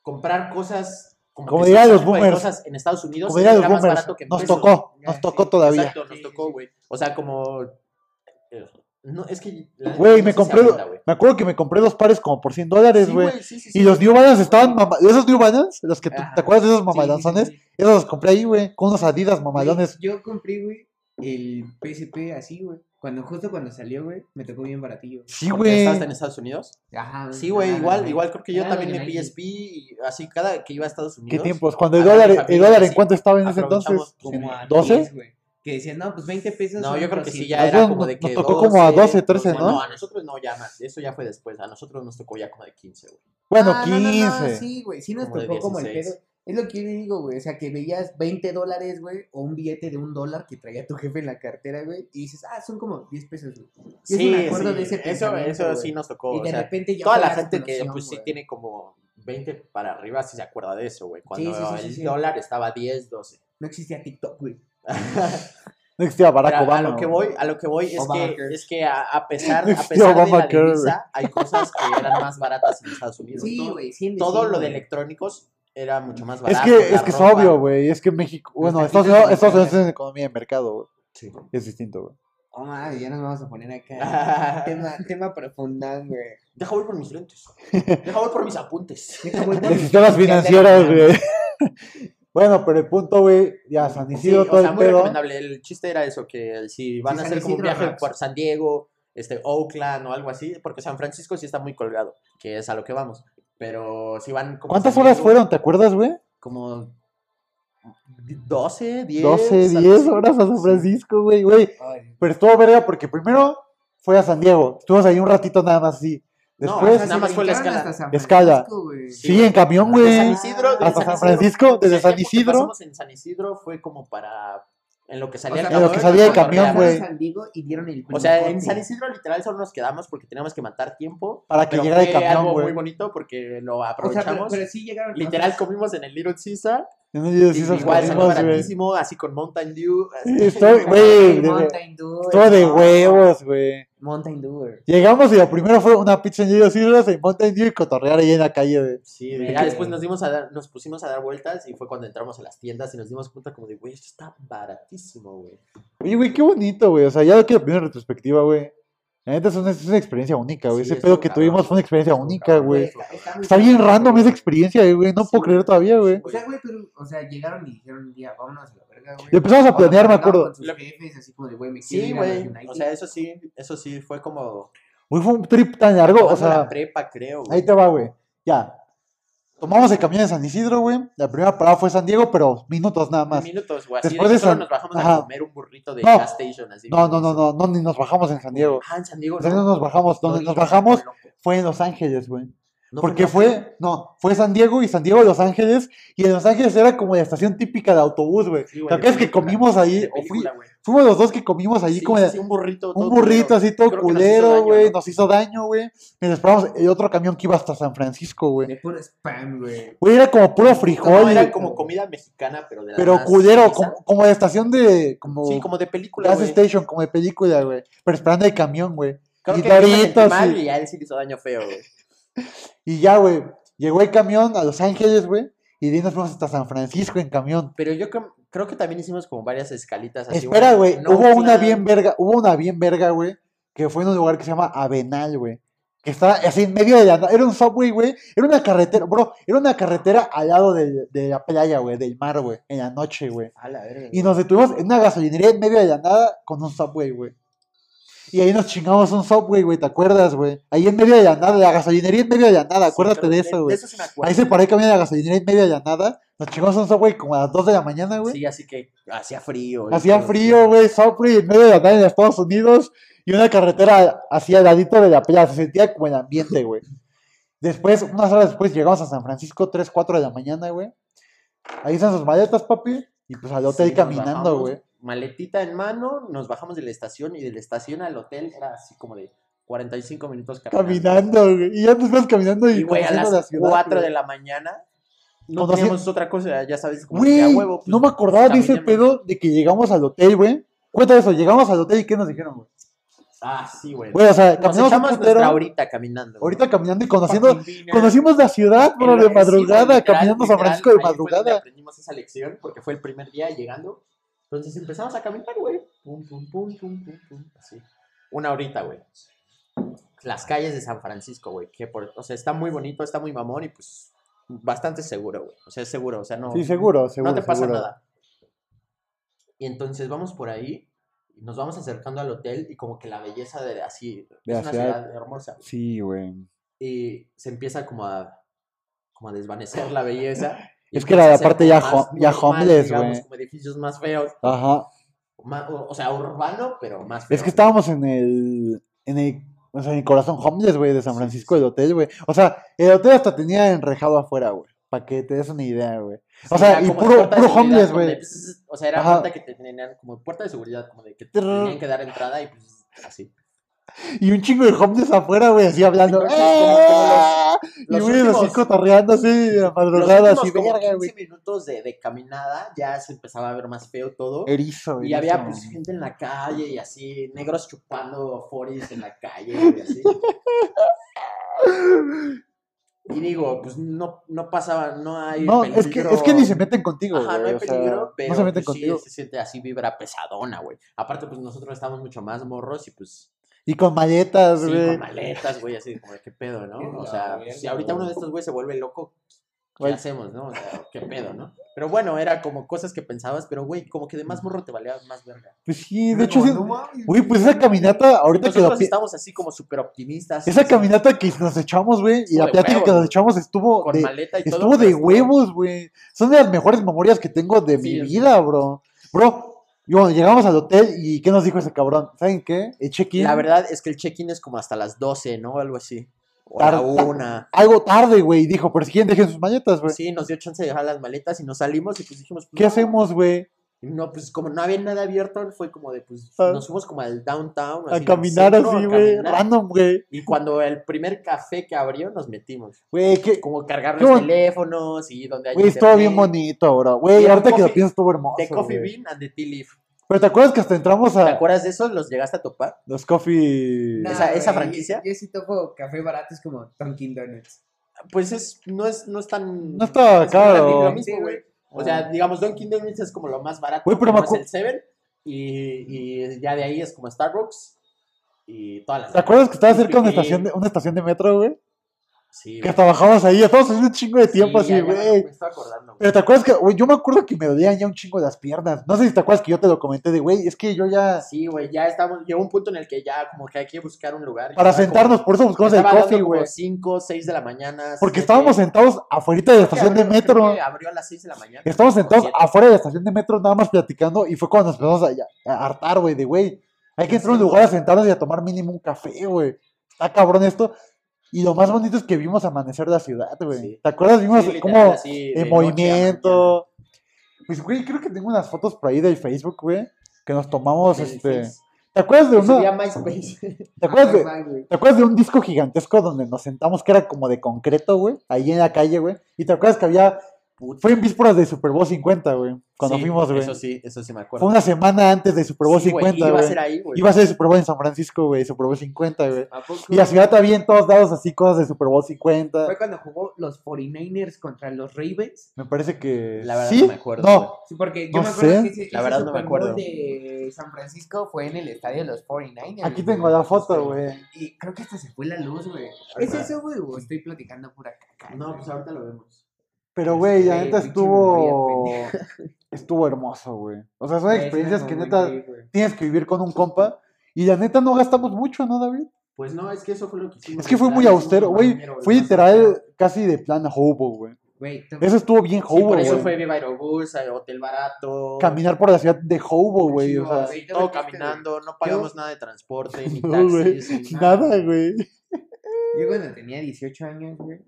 [SPEAKER 5] comprar cosas.
[SPEAKER 3] Como
[SPEAKER 5] que
[SPEAKER 3] dirían
[SPEAKER 5] ese
[SPEAKER 3] los
[SPEAKER 5] tipo de
[SPEAKER 3] boomers.
[SPEAKER 5] Cosas en Estados Unidos
[SPEAKER 3] Como dirían
[SPEAKER 5] era
[SPEAKER 3] los
[SPEAKER 5] más
[SPEAKER 3] boomers,
[SPEAKER 5] barato que en
[SPEAKER 3] Nos
[SPEAKER 5] pesos.
[SPEAKER 3] tocó,
[SPEAKER 4] Ya,
[SPEAKER 3] nos
[SPEAKER 4] sí,
[SPEAKER 3] todavía. todavía.
[SPEAKER 5] Exacto, nos tocó, güey. O sea, como. eh, No, es que. la-
[SPEAKER 3] Güey,
[SPEAKER 5] no sé
[SPEAKER 3] me
[SPEAKER 5] si
[SPEAKER 3] compré,
[SPEAKER 5] ahorita, güey.
[SPEAKER 3] me acuerdo que me compré dos pares como por 100 dólares,
[SPEAKER 5] Sí,
[SPEAKER 3] güey.
[SPEAKER 5] sí, sí, sí,
[SPEAKER 3] Y los
[SPEAKER 5] güey.
[SPEAKER 3] New Balance estaban mama- esos New Balance, los que tú-
[SPEAKER 4] Ajá.
[SPEAKER 3] te acuerdas de
[SPEAKER 5] Sí,
[SPEAKER 3] esos
[SPEAKER 5] sí, sí,
[SPEAKER 3] mamadanzones,
[SPEAKER 5] sí.
[SPEAKER 3] esos los compré ahí, güey, con unos Adidas
[SPEAKER 4] Güey,
[SPEAKER 3] mamalones.
[SPEAKER 4] Yo compré, güey, el PSP así, güey. Cuando justo cuando salió, güey, me tocó bien baratillo.
[SPEAKER 3] Sí,
[SPEAKER 5] Porque
[SPEAKER 3] güey.
[SPEAKER 5] ¿Estabas en Estados Unidos?
[SPEAKER 4] Ajá.
[SPEAKER 5] Sí, Mm, güey, igual, igual creo que yo
[SPEAKER 4] Ah,
[SPEAKER 5] también mi
[SPEAKER 4] en Nike.
[SPEAKER 5] PSP, y así cada que iba a Estados
[SPEAKER 3] ¿Qué
[SPEAKER 5] Unidos.
[SPEAKER 3] tiempos? Cuando el
[SPEAKER 5] Agarra mi
[SPEAKER 3] dólar, el
[SPEAKER 5] familia,
[SPEAKER 3] dólar en
[SPEAKER 5] sí.
[SPEAKER 3] cuánto estaba en ese entonces?
[SPEAKER 5] Aprovechamos
[SPEAKER 4] Como a
[SPEAKER 3] 12?
[SPEAKER 4] 10, güey. Que decían, no, pues 20 pesos.
[SPEAKER 5] No,
[SPEAKER 4] son
[SPEAKER 5] yo creo que sí,
[SPEAKER 4] 200.
[SPEAKER 5] ya
[SPEAKER 3] Nosotros
[SPEAKER 5] era como de
[SPEAKER 3] nos
[SPEAKER 5] que.
[SPEAKER 3] tocó como a 12, 13, ¿no?
[SPEAKER 5] No, a nosotros no, ya más. Eso ya fue después. A nosotros nos tocó ya como de 15, güey.
[SPEAKER 3] Bueno,
[SPEAKER 4] Ah, no, no,
[SPEAKER 3] 15.
[SPEAKER 4] no, sí, güey, sí nos
[SPEAKER 5] Como de
[SPEAKER 4] tocó como el
[SPEAKER 5] 16.
[SPEAKER 4] pedo. Es lo que yo le digo, güey. O sea, que veías 20 dólares, güey, o un billete de un dólar que traía tu jefe en la cartera, güey, y dices, ah, son como 10 pesos, güey. Yo sí me acuerdo de ese
[SPEAKER 5] eso,
[SPEAKER 4] pensamiento,
[SPEAKER 5] eso
[SPEAKER 4] güey.
[SPEAKER 5] sí nos tocó.
[SPEAKER 4] Y
[SPEAKER 5] Oh, o
[SPEAKER 4] de
[SPEAKER 5] sea,
[SPEAKER 4] repente ya.
[SPEAKER 5] toda
[SPEAKER 4] fue
[SPEAKER 5] la gente que
[SPEAKER 4] explosión,
[SPEAKER 5] pues sí
[SPEAKER 4] güey.
[SPEAKER 5] tiene como 20 para arriba sí se acuerda de eso, güey. Cuando
[SPEAKER 4] sí, sí, sí,
[SPEAKER 5] el
[SPEAKER 4] sí.
[SPEAKER 5] dólar estaba 10, 12.
[SPEAKER 4] No existía TikTok, güey.
[SPEAKER 3] No existía Barack
[SPEAKER 5] Pero a-
[SPEAKER 3] Obama.
[SPEAKER 5] a lo que
[SPEAKER 3] güey.
[SPEAKER 5] voy, a lo que voy es que,
[SPEAKER 4] Obamacare.
[SPEAKER 5] es que a, a
[SPEAKER 3] [laughs]
[SPEAKER 5] pesar, a
[SPEAKER 3] Existió
[SPEAKER 5] pesar de la
[SPEAKER 3] Obamacare,
[SPEAKER 5] divisa, hay cosas que eran más baratas en Estados Unidos.
[SPEAKER 4] Sí,
[SPEAKER 5] Todo-
[SPEAKER 4] güey, sí, en
[SPEAKER 5] Todo
[SPEAKER 4] decir,
[SPEAKER 5] lo de
[SPEAKER 4] güey.
[SPEAKER 5] electrónicos era mucho más
[SPEAKER 3] Es
[SPEAKER 5] barato.
[SPEAKER 3] que
[SPEAKER 5] la
[SPEAKER 3] es que es
[SPEAKER 5] ropa. [laughs]
[SPEAKER 3] obvio, güey. Es que México, bueno,
[SPEAKER 4] taquitos
[SPEAKER 3] Estados
[SPEAKER 4] de
[SPEAKER 3] Unidos, Estados Unidos
[SPEAKER 4] frijoles.
[SPEAKER 3] es economía de mercado, güey.
[SPEAKER 5] Sí.
[SPEAKER 3] Es distinto, güey.
[SPEAKER 4] Oh, madre, ya nos vamos a poner [laughs] acá. tema, tema profundón, güey.
[SPEAKER 5] Deja voy por mis
[SPEAKER 3] [laughs]
[SPEAKER 5] lentes. Deja voy por mis apuntes.
[SPEAKER 4] Deja,
[SPEAKER 5] [laughs]
[SPEAKER 4] voy por-
[SPEAKER 3] De sistemas
[SPEAKER 4] Ya, ya,
[SPEAKER 3] financieros,
[SPEAKER 4] ya.
[SPEAKER 3] güey. [laughs] bueno, pero el punto, güey, ya San
[SPEAKER 5] Sí,
[SPEAKER 3] Isidro todo
[SPEAKER 5] o sea,
[SPEAKER 3] el
[SPEAKER 5] muy
[SPEAKER 3] pedo.
[SPEAKER 5] recomendable. El chiste era eso, que si van
[SPEAKER 4] Sí,
[SPEAKER 5] a
[SPEAKER 4] San
[SPEAKER 5] hacer como un
[SPEAKER 4] Isidro,
[SPEAKER 5] viaje
[SPEAKER 4] Raps.
[SPEAKER 5] por San Diego, este, Oakland o algo así, porque San Francisco sí está muy colgado, que es a lo que vamos. Pero si van como
[SPEAKER 3] ¿Cuántas
[SPEAKER 5] San
[SPEAKER 3] horas
[SPEAKER 5] Diego,
[SPEAKER 3] fueron? ¿Te acuerdas, güey?
[SPEAKER 5] Como 12, 10.
[SPEAKER 3] 12,
[SPEAKER 5] algo
[SPEAKER 3] 10
[SPEAKER 5] así.
[SPEAKER 3] horas a San Francisco, güey, güey.
[SPEAKER 4] Ay,
[SPEAKER 3] Pero estuvo verga porque primero fue a San Diego. Estuvimos ahí un ratito nada más así.
[SPEAKER 5] No,
[SPEAKER 3] Después,
[SPEAKER 5] ajá, nada más fue la
[SPEAKER 4] brincaron
[SPEAKER 5] escala.
[SPEAKER 4] hasta San
[SPEAKER 3] Pues, Escala.
[SPEAKER 4] Francisco, güey.
[SPEAKER 3] sí, en camión,
[SPEAKER 5] De
[SPEAKER 3] güey.
[SPEAKER 5] San Isidro, de
[SPEAKER 3] Hasta San
[SPEAKER 5] Isidro.
[SPEAKER 3] Francisco, desde
[SPEAKER 5] O sea, el
[SPEAKER 3] San
[SPEAKER 5] tiempo que
[SPEAKER 3] Isidro.
[SPEAKER 5] pasamos en San Isidro fue como para. En lo que salía
[SPEAKER 4] sea,
[SPEAKER 5] el
[SPEAKER 3] en lo
[SPEAKER 5] camión.
[SPEAKER 3] que salía el
[SPEAKER 5] cuando
[SPEAKER 3] camión,
[SPEAKER 5] regresaba.
[SPEAKER 4] Pasaron
[SPEAKER 3] güey.
[SPEAKER 4] a San Diego y dieron el
[SPEAKER 3] Pues
[SPEAKER 5] O sea, en
[SPEAKER 4] brincote.
[SPEAKER 5] San Isidro literal solo nos quedamos porque teníamos que matar tiempo.
[SPEAKER 3] Para que
[SPEAKER 5] Pero
[SPEAKER 3] llegara el
[SPEAKER 5] fue
[SPEAKER 3] camión,
[SPEAKER 5] algo muy
[SPEAKER 3] güey.
[SPEAKER 5] bonito porque lo
[SPEAKER 4] O sea, pero,
[SPEAKER 5] aprovechamos.
[SPEAKER 4] pero sí llegaron.
[SPEAKER 5] Literal comimos en el Little Caesar.
[SPEAKER 3] En un video sí
[SPEAKER 5] y
[SPEAKER 3] nos
[SPEAKER 5] igual salió
[SPEAKER 3] comimos, güey.
[SPEAKER 5] baratísimo, así con Mountain Dew. así.
[SPEAKER 3] Estoy, güey, de- estuvo de huevos, güey.
[SPEAKER 4] Mountain Dew.
[SPEAKER 3] Llegamos y lo primero fue una pizza en Little Caesars en Mountain Dew y cotorrear ahí en la calle, güey.
[SPEAKER 5] Sí, de- ya después nos dimos a dar, nos pusimos a dar vueltas y fue cuando entramos a las tiendas y nos dimos cuenta como de, güey, esto está baratísimo, güey.
[SPEAKER 3] Oye, güey, qué bonito, güey. O sea, ya lo que viene en retrospectiva, güey. La neta es una, es una experiencia única, güey.
[SPEAKER 5] Sí,
[SPEAKER 3] Ese
[SPEAKER 5] es
[SPEAKER 3] pedo
[SPEAKER 5] un
[SPEAKER 3] que
[SPEAKER 5] cabrón,
[SPEAKER 3] tuvimos fue una experiencia
[SPEAKER 5] es un
[SPEAKER 3] única,
[SPEAKER 5] cabrón,
[SPEAKER 3] güey.
[SPEAKER 5] es-
[SPEAKER 4] muy
[SPEAKER 3] Está bien
[SPEAKER 4] cabrón,
[SPEAKER 3] random
[SPEAKER 4] güey.
[SPEAKER 3] esa experiencia, eh, güey. No
[SPEAKER 4] Sí,
[SPEAKER 3] puedo creer todavía, güey.
[SPEAKER 4] O sea, güey, pero, o sea, llegaron y dijeron un día, vámonos a la verga, güey.
[SPEAKER 3] Y empezamos a
[SPEAKER 4] O
[SPEAKER 3] planear, me
[SPEAKER 4] hablaban
[SPEAKER 3] acuerdo.
[SPEAKER 4] con sus jefes, así como de, güey, me quiero
[SPEAKER 5] Sí,
[SPEAKER 4] ir a los
[SPEAKER 5] güey. O
[SPEAKER 4] United.
[SPEAKER 5] sea, eso sí, eso sí fue como.
[SPEAKER 3] Güey, fue un trip tan largo, o
[SPEAKER 5] acabando la
[SPEAKER 3] sea,
[SPEAKER 5] prepa, creo. güey.
[SPEAKER 3] ahí te va, güey. Ya. Tomamos el camión de San Isidro, güey. La primera parada fue San Diego, pero minutos nada más.
[SPEAKER 5] minutos, güey. Así
[SPEAKER 3] Después
[SPEAKER 5] de
[SPEAKER 3] de
[SPEAKER 5] que solo
[SPEAKER 3] San-
[SPEAKER 5] nos bajamos a
[SPEAKER 3] Ajá.
[SPEAKER 5] comer un burrito de
[SPEAKER 3] No.
[SPEAKER 5] gas station. Así,
[SPEAKER 3] No, no, no, no, no, ni nos bajamos en San Diego.
[SPEAKER 5] Ah, en San Diego.
[SPEAKER 3] O sea, no nos bajamos. Donde
[SPEAKER 5] No,
[SPEAKER 3] nos
[SPEAKER 5] no,
[SPEAKER 3] bajamos
[SPEAKER 5] no, no,
[SPEAKER 3] fue en Los Ángeles, güey.
[SPEAKER 5] no,
[SPEAKER 3] Porque
[SPEAKER 5] no,
[SPEAKER 3] fue, no, fue San Diego y San Diego Los Ángeles. Y en Los Ángeles era como la estación típica de autobús, güey.
[SPEAKER 5] Sí, güey,
[SPEAKER 3] ¿Te
[SPEAKER 5] de
[SPEAKER 3] acuerdas que
[SPEAKER 5] película,
[SPEAKER 3] comimos ahí?
[SPEAKER 5] de
[SPEAKER 3] O fui-
[SPEAKER 5] película, güey.
[SPEAKER 3] fuimos los dos que comimos ahí
[SPEAKER 5] Sí,
[SPEAKER 3] como
[SPEAKER 5] sí,
[SPEAKER 3] de-
[SPEAKER 5] sí, un burrito. todo
[SPEAKER 3] un burrito
[SPEAKER 5] culero.
[SPEAKER 3] así todo
[SPEAKER 5] Creo que nos hizo
[SPEAKER 3] culero,
[SPEAKER 5] daño,
[SPEAKER 3] güey.
[SPEAKER 5] ¿no?
[SPEAKER 3] Nos hizo daño, güey. Y nos esperamos el otro camión que iba hasta San Francisco, güey.
[SPEAKER 4] De puro spam, güey.
[SPEAKER 3] Güey, era como puro
[SPEAKER 5] No,
[SPEAKER 3] frijol.
[SPEAKER 5] era
[SPEAKER 3] y-
[SPEAKER 5] como comida mexicana, pero de la
[SPEAKER 3] Pero
[SPEAKER 5] más
[SPEAKER 3] culero,
[SPEAKER 5] lisa.
[SPEAKER 3] como, como de estación de. Como,
[SPEAKER 5] Sí, como de película,
[SPEAKER 3] gas
[SPEAKER 5] güey.
[SPEAKER 3] station, como de película, güey. Pero esperando el camión, güey.
[SPEAKER 5] Creo
[SPEAKER 3] y
[SPEAKER 5] que yo me sentí
[SPEAKER 3] Doritos,
[SPEAKER 5] mal
[SPEAKER 3] sí.
[SPEAKER 5] y a él sí le hizo daño feo, güey.
[SPEAKER 3] Y ya, güey. Llegó el camión a Los Ángeles, güey. Y de ahí nos fuimos hasta San Francisco en camión.
[SPEAKER 5] Pero yo creo, creo que también hicimos como varias escalitas así.
[SPEAKER 3] Espera, güey.
[SPEAKER 5] no
[SPEAKER 3] hubo una
[SPEAKER 5] plan-
[SPEAKER 3] bien verga, hubo una bien verga, güey. Que fue en un lugar que se llama Avenal, güey. Que está así en medio de la. Era un subway, güey. Era una carretera, bro. Era una carretera al lado del- de la playa, güey. Del mar, güey. En la noche, güey.
[SPEAKER 4] A la verga.
[SPEAKER 3] Y nos detuvimos en una gasolinería en medio de la nada con un subway, güey. Y ahí nos chingamos un subway, güey, ¿te acuerdas, güey? Ahí en medio de la nada, la gasolinería en medio de la nada,
[SPEAKER 5] Sí,
[SPEAKER 3] acuérdate
[SPEAKER 5] creo-
[SPEAKER 3] de eso, güey.
[SPEAKER 5] eso sí me acuerdo.
[SPEAKER 3] Ahí se paró el camión de la gasolinería en medio de la nada, nos chingamos un subway como a las 2 de la mañana, güey.
[SPEAKER 5] Sí, así que hacía frío. y
[SPEAKER 3] Hacía
[SPEAKER 5] todo,
[SPEAKER 3] frío, güey, subway en medio de la nada en Estados Unidos y una carretera hacia el ladito de la playa, se sentía como el ambiente, güey. Después, unas horas después, llegamos a San Francisco, 3, 4 de la mañana, güey. Ahí están sus maletas, papi, y pues al hotel
[SPEAKER 5] Sí, nos
[SPEAKER 3] caminando,
[SPEAKER 5] bajamos,
[SPEAKER 3] güey.
[SPEAKER 5] Maletita en mano, nos bajamos de la estación y de la estación al hotel era así como de 45 minutos
[SPEAKER 3] Caminando, güey. Y ya nos vas caminando y,
[SPEAKER 5] Y güey, a
[SPEAKER 3] conociendo
[SPEAKER 5] las
[SPEAKER 3] la ciudad,
[SPEAKER 5] 4
[SPEAKER 3] güey.
[SPEAKER 5] de la mañana. No
[SPEAKER 3] Conocí-
[SPEAKER 5] teníamos otra cosa, ya sabes, como que a
[SPEAKER 3] Güey,
[SPEAKER 5] huevo. pues,
[SPEAKER 3] no me acordaba de ese
[SPEAKER 5] caminemos.
[SPEAKER 3] pedo de que llegamos al hotel, güey. Cuenta eso, llegamos al hotel y ¿qué nos dijeron, güey?
[SPEAKER 5] Ah, sí, güey.
[SPEAKER 3] Güey, o sea,
[SPEAKER 5] Nos
[SPEAKER 3] caminamos un
[SPEAKER 5] echamos
[SPEAKER 3] putero,
[SPEAKER 5] nuestra horita caminando. güey.
[SPEAKER 3] ahorita caminando y conociendo,
[SPEAKER 5] Fucking dinner.
[SPEAKER 3] conocimos la ciudad, bro,
[SPEAKER 5] El-
[SPEAKER 3] de
[SPEAKER 5] sí,
[SPEAKER 3] madrugada,
[SPEAKER 5] literal,
[SPEAKER 3] caminando San
[SPEAKER 5] literal,
[SPEAKER 3] Francisco de
[SPEAKER 5] ahí fue donde
[SPEAKER 3] madrugada.
[SPEAKER 5] Aprendimos esa lección porque fue el primer día llegando. Entonces empezamos a caminar, güey. Pum, pum, pum, pum, pum, pum. Así. Una horita, güey. Las calles de San Francisco, güey. Que por, o sea, está muy bonito, está muy mamón y pues bastante seguro, güey. O sea, es seguro, o sea, no.
[SPEAKER 3] Sí, seguro, seguro.
[SPEAKER 5] No te pasa
[SPEAKER 3] seguro.
[SPEAKER 5] nada. Y entonces vamos por ahí, y nos vamos acercando al hotel y como que la belleza de así,
[SPEAKER 3] De
[SPEAKER 5] es
[SPEAKER 3] la
[SPEAKER 5] una
[SPEAKER 3] ciudad.
[SPEAKER 5] ciudad hermosa.
[SPEAKER 3] Sí, güey.
[SPEAKER 5] Y se empieza como a, como a desvanecer la
[SPEAKER 3] [laughs]
[SPEAKER 5] belleza. y
[SPEAKER 3] Es que era
[SPEAKER 5] empieza
[SPEAKER 3] la
[SPEAKER 5] a ser
[SPEAKER 3] parte
[SPEAKER 5] como
[SPEAKER 3] ya
[SPEAKER 5] más
[SPEAKER 3] hom- ya
[SPEAKER 5] normal,
[SPEAKER 3] homeless,
[SPEAKER 5] digamos,
[SPEAKER 3] güey.
[SPEAKER 5] Como edificios más feos,
[SPEAKER 3] Ajá.
[SPEAKER 5] ma- o, o sea, urbano, pero más feo.
[SPEAKER 3] Es que estábamos en el, en el, o sea, en el corazón homeless, güey, de San Francisco, el hotel, güey. O sea, el hotel hasta tenía enrejado afuera, güey. Para que te des una idea, güey. O sea, y puro, puro homeless, güey.
[SPEAKER 5] pues, O sea, era
[SPEAKER 3] Ajá.
[SPEAKER 5] puerta que te tenían como puerta de seguridad, como de que te tenían que dar entrada y pues así.
[SPEAKER 3] Y un chingo de homeless afuera, güey, así hablando.
[SPEAKER 5] Sí,
[SPEAKER 3] ¡Ah! Y
[SPEAKER 5] Los
[SPEAKER 3] güey, así
[SPEAKER 5] últimos-
[SPEAKER 3] cotorreando así de la
[SPEAKER 5] Los
[SPEAKER 3] madrugada,
[SPEAKER 5] últimos
[SPEAKER 3] así,
[SPEAKER 5] como
[SPEAKER 3] verga,
[SPEAKER 5] 15
[SPEAKER 3] güey.
[SPEAKER 5] minutos de, de caminada ya se empezaba a ver más feo todo. Y
[SPEAKER 3] Erizo, Eh, güey.
[SPEAKER 5] había pues, gente en la calle y así, negros
[SPEAKER 3] [laughs]
[SPEAKER 5] chupando foris en la calle y así. Y digo, pues no, no pasaba, no hay.
[SPEAKER 3] No, es que, es que ni se meten contigo,
[SPEAKER 5] Ajá, no
[SPEAKER 3] güey,
[SPEAKER 5] hay
[SPEAKER 3] o sea,
[SPEAKER 5] peligro, pero
[SPEAKER 3] no se meten
[SPEAKER 5] pues,
[SPEAKER 3] contigo.
[SPEAKER 5] sí se siente así vibra pesadona, güey. Aparte, pues nosotros estamos mucho más morros y pues
[SPEAKER 3] Y con malletas,
[SPEAKER 5] sí,
[SPEAKER 3] güey.
[SPEAKER 5] con maletas, güey, así como de qué pedo, ¿no? O sea, si ahorita uno de estos güey se vuelve loco, ¿qué
[SPEAKER 3] Güey.
[SPEAKER 5] hacemos, no? O sea, qué pedo, ¿no? Pero bueno, era como cosas que pensabas, pero güey, como que de más morro te valía más verga.
[SPEAKER 3] Pues sí, de hecho, sí.
[SPEAKER 4] No mames.
[SPEAKER 3] Uy, pues esa caminata, ahorita que lo
[SPEAKER 5] Nosotros
[SPEAKER 3] pi-
[SPEAKER 5] estamos así como súper optimistas.
[SPEAKER 3] Esa
[SPEAKER 5] así,
[SPEAKER 3] caminata que nos echamos, güey, y
[SPEAKER 5] Estuvo
[SPEAKER 3] la
[SPEAKER 5] de
[SPEAKER 3] plática que
[SPEAKER 5] huevos,
[SPEAKER 3] nos echamos estuvo
[SPEAKER 5] Con
[SPEAKER 3] de,
[SPEAKER 5] maleta y todo.
[SPEAKER 3] estuvo de
[SPEAKER 5] pero
[SPEAKER 3] huevos, güey. Son de las mejores memorias que tengo de
[SPEAKER 5] Sí,
[SPEAKER 3] mi
[SPEAKER 5] es
[SPEAKER 3] vida, bro. Bro, y bueno, llegamos al hotel y ¿qué nos dijo ese cabrón? ¿Saben qué? El check-in.
[SPEAKER 5] La verdad es que el check-in es como hasta las 12, ¿no? Algo así. O a
[SPEAKER 3] Tar-
[SPEAKER 5] la
[SPEAKER 3] tar-
[SPEAKER 5] una.
[SPEAKER 3] Algo tarde, güey. Dijo, pero si quieren dejen sus malletas, güey.
[SPEAKER 5] Sí, nos dio chance de dejar las maletas y nos salimos y pues dijimos,
[SPEAKER 3] ¿Qué
[SPEAKER 5] no,
[SPEAKER 3] hacemos, güey?
[SPEAKER 5] Y No, pues como no había nada abierto, fue como de, pues
[SPEAKER 3] Ah.
[SPEAKER 5] nos fuimos como al downtown.
[SPEAKER 3] A
[SPEAKER 5] así, al
[SPEAKER 3] caminar
[SPEAKER 5] Pues centro, a
[SPEAKER 3] así, güey.
[SPEAKER 5] caminar.
[SPEAKER 3] Random, güey.
[SPEAKER 5] Y cuando el primer café que abrió, nos metimos.
[SPEAKER 3] Güey, qué...
[SPEAKER 5] Como cargar
[SPEAKER 3] Qué
[SPEAKER 5] los
[SPEAKER 3] bon-
[SPEAKER 5] teléfonos y donde hay.
[SPEAKER 3] Güey, estuvo bien
[SPEAKER 5] internet.
[SPEAKER 3] bonito, bro. Güey,
[SPEAKER 5] Y era
[SPEAKER 3] ahorita que lo
[SPEAKER 5] coffee-
[SPEAKER 3] pienso estuvo hermoso,
[SPEAKER 5] De Coffee
[SPEAKER 3] güey. Ah.
[SPEAKER 5] Bean and the Tea Leaf.
[SPEAKER 3] Pero ¿te acuerdas que hasta entramos
[SPEAKER 5] ¿Te
[SPEAKER 3] a
[SPEAKER 5] acuerdas de esos? ¿Los llegaste a topar?
[SPEAKER 3] los coffee...
[SPEAKER 4] Nah,
[SPEAKER 5] esa- esa
[SPEAKER 4] güey,
[SPEAKER 5] franquicia.
[SPEAKER 4] Yo, yo sí topo café barato, es como Tonkin Donuts.
[SPEAKER 5] Pues es, no es, no es tan. pues,
[SPEAKER 3] No está
[SPEAKER 5] es prácticamente
[SPEAKER 3] caro. Ah.
[SPEAKER 5] Lo mismo, güey. O sea, digamos, Dunkin' Donuts es como lo más barato.
[SPEAKER 3] Güey, pero
[SPEAKER 5] como
[SPEAKER 3] me
[SPEAKER 5] es
[SPEAKER 3] acu-
[SPEAKER 5] el Seven. Y, y ya de ahí es como Starbucks. Y todas las.
[SPEAKER 3] ¿Te acuerdas que estaba
[SPEAKER 5] Krispy
[SPEAKER 3] cerca de una
[SPEAKER 5] Kreme.
[SPEAKER 3] estación de, una estación de metro, güey?
[SPEAKER 5] Sí.
[SPEAKER 3] Que
[SPEAKER 5] güey.
[SPEAKER 3] hasta bajabas ahí, estábamos haciendo un chingo de tiempo
[SPEAKER 5] Sí,
[SPEAKER 3] así,
[SPEAKER 5] ya, ya me-
[SPEAKER 3] güey.
[SPEAKER 5] Me estaba acordando, güey.
[SPEAKER 3] Pero te acuerdas que, güey, yo me acuerdo que me dolían ya un chingo las piernas. No sé si te acuerdas que yo te lo comenté de, güey, es que yo ya...
[SPEAKER 5] Sí, güey, ya estamos. Llegó un punto en el que ya como que hay que buscar un lugar.
[SPEAKER 3] Para
[SPEAKER 5] Estaba
[SPEAKER 3] sentarnos, por eso
[SPEAKER 5] como-
[SPEAKER 3] buscamos el
[SPEAKER 5] estaba dando
[SPEAKER 3] coffee,
[SPEAKER 5] como
[SPEAKER 3] güey.
[SPEAKER 5] 5, 6 de la mañana.
[SPEAKER 3] Porque
[SPEAKER 5] siete.
[SPEAKER 3] estábamos sentados afuera de la
[SPEAKER 5] Creo que
[SPEAKER 3] estación de
[SPEAKER 5] abrió- creo
[SPEAKER 3] metro.
[SPEAKER 5] que Abrió a las 6 de la mañana.
[SPEAKER 3] Estábamos
[SPEAKER 5] o
[SPEAKER 3] sentados
[SPEAKER 5] siete.
[SPEAKER 3] afuera de la estación de metro nada más platicando y fue cuando nos empezamos a, ya- a hartar, güey, de, güey, hay que entrar a un lugar a sentarnos y a tomar mínimo un café, güey. Está cabrón esto. Y lo más bonito es que vimos amanecer la ciudad, güey.
[SPEAKER 5] Sí.
[SPEAKER 3] ¿Te acuerdas? Vimos
[SPEAKER 5] Sí, literal,
[SPEAKER 3] cómo...
[SPEAKER 5] así, de
[SPEAKER 3] en
[SPEAKER 5] noche a mañana.
[SPEAKER 3] movimiento. Pues, güey, creo que tengo unas fotos por ahí del Facebook, güey, que nos tomamos,
[SPEAKER 5] Del
[SPEAKER 3] este...
[SPEAKER 5] Face.
[SPEAKER 3] ¿Te acuerdas de
[SPEAKER 5] Subí a
[SPEAKER 3] uno?
[SPEAKER 5] MySpace.
[SPEAKER 3] ¿Te acuerdas de,
[SPEAKER 5] [laughs]
[SPEAKER 4] Ah, güey.
[SPEAKER 3] ¿Te acuerdas de un disco gigantesco donde nos sentamos que era como de concreto, güey? Ahí en la calle, güey. ¿Y te acuerdas que había... Fue en vísperas de Super Bowl 50, güey. Cuando
[SPEAKER 5] Sí,
[SPEAKER 3] fuimos, güey.
[SPEAKER 5] Eso sí, eso sí me acuerdo.
[SPEAKER 3] Fue una semana antes de Super Bowl
[SPEAKER 5] Sí, güey, Iba
[SPEAKER 3] 50,
[SPEAKER 5] a
[SPEAKER 3] güey.
[SPEAKER 5] ser ahí, güey.
[SPEAKER 3] Iba a ser Super Bowl en San Francisco, güey. Super Bowl 50, güey.
[SPEAKER 4] ¿A poco?
[SPEAKER 3] Y la ciudad había en todos lados así cosas de Super Bowl 50.
[SPEAKER 4] Fue cuando jugó los 49ers contra los Ravens.
[SPEAKER 3] Me parece que...
[SPEAKER 5] La verdad
[SPEAKER 3] ¿Sí?
[SPEAKER 5] no me acuerdo.
[SPEAKER 3] No,
[SPEAKER 5] güey.
[SPEAKER 4] Sí, porque yo
[SPEAKER 3] No
[SPEAKER 4] me acuerdo
[SPEAKER 3] sé.
[SPEAKER 4] que ese,
[SPEAKER 5] La
[SPEAKER 4] ese
[SPEAKER 5] verdad no me
[SPEAKER 4] Super Bowl
[SPEAKER 5] acuerdo.
[SPEAKER 4] de San Francisco fue en el estadio de los 49ers.
[SPEAKER 3] Aquí
[SPEAKER 4] güey.
[SPEAKER 3] tengo la foto, güey.
[SPEAKER 4] Y creo que hasta se fue la luz, güey. ¿Es eso, güey? ¿O estoy platicando pura caca?
[SPEAKER 5] No,
[SPEAKER 4] güey?
[SPEAKER 5] pues ahorita lo vemos.
[SPEAKER 3] Pero, güey, la
[SPEAKER 4] Güey,
[SPEAKER 3] neta
[SPEAKER 4] pinche
[SPEAKER 3] estuvo.
[SPEAKER 4] memoria
[SPEAKER 3] Estuvo hermoso, güey. O sea, son
[SPEAKER 4] Güey,
[SPEAKER 3] experiencias
[SPEAKER 4] es
[SPEAKER 3] que
[SPEAKER 4] una
[SPEAKER 3] neta
[SPEAKER 4] memoria, güey.
[SPEAKER 3] tienes que vivir con un compa. Y la neta no gastamos mucho, ¿no, David?
[SPEAKER 5] Pues no, es que eso fue lo que hicimos.
[SPEAKER 3] Es que fue muy
[SPEAKER 5] literal,
[SPEAKER 3] austero,
[SPEAKER 5] hicimos
[SPEAKER 3] güey.
[SPEAKER 5] dinero,
[SPEAKER 3] Fue
[SPEAKER 5] más austero.
[SPEAKER 3] literal casi de plan hobo, güey.
[SPEAKER 4] Güey, tú-
[SPEAKER 3] Eso estuvo bien
[SPEAKER 5] Sí, por
[SPEAKER 3] hobo,
[SPEAKER 5] eso
[SPEAKER 3] güey.
[SPEAKER 5] fue Viva Aerobús, eh, Hotel Barato.
[SPEAKER 3] Caminar por la ciudad de hobo, güey. O
[SPEAKER 5] Chivas,
[SPEAKER 3] sea,
[SPEAKER 4] Ahorita
[SPEAKER 5] todo
[SPEAKER 4] metiste, güey.
[SPEAKER 5] caminando, no pagamos nada de
[SPEAKER 3] [laughs]
[SPEAKER 5] transporte, [laughs] ni
[SPEAKER 3] no, güey.
[SPEAKER 5] taxis, ni
[SPEAKER 3] Nada, güey.
[SPEAKER 4] Yo cuando tenía 18 años, güey,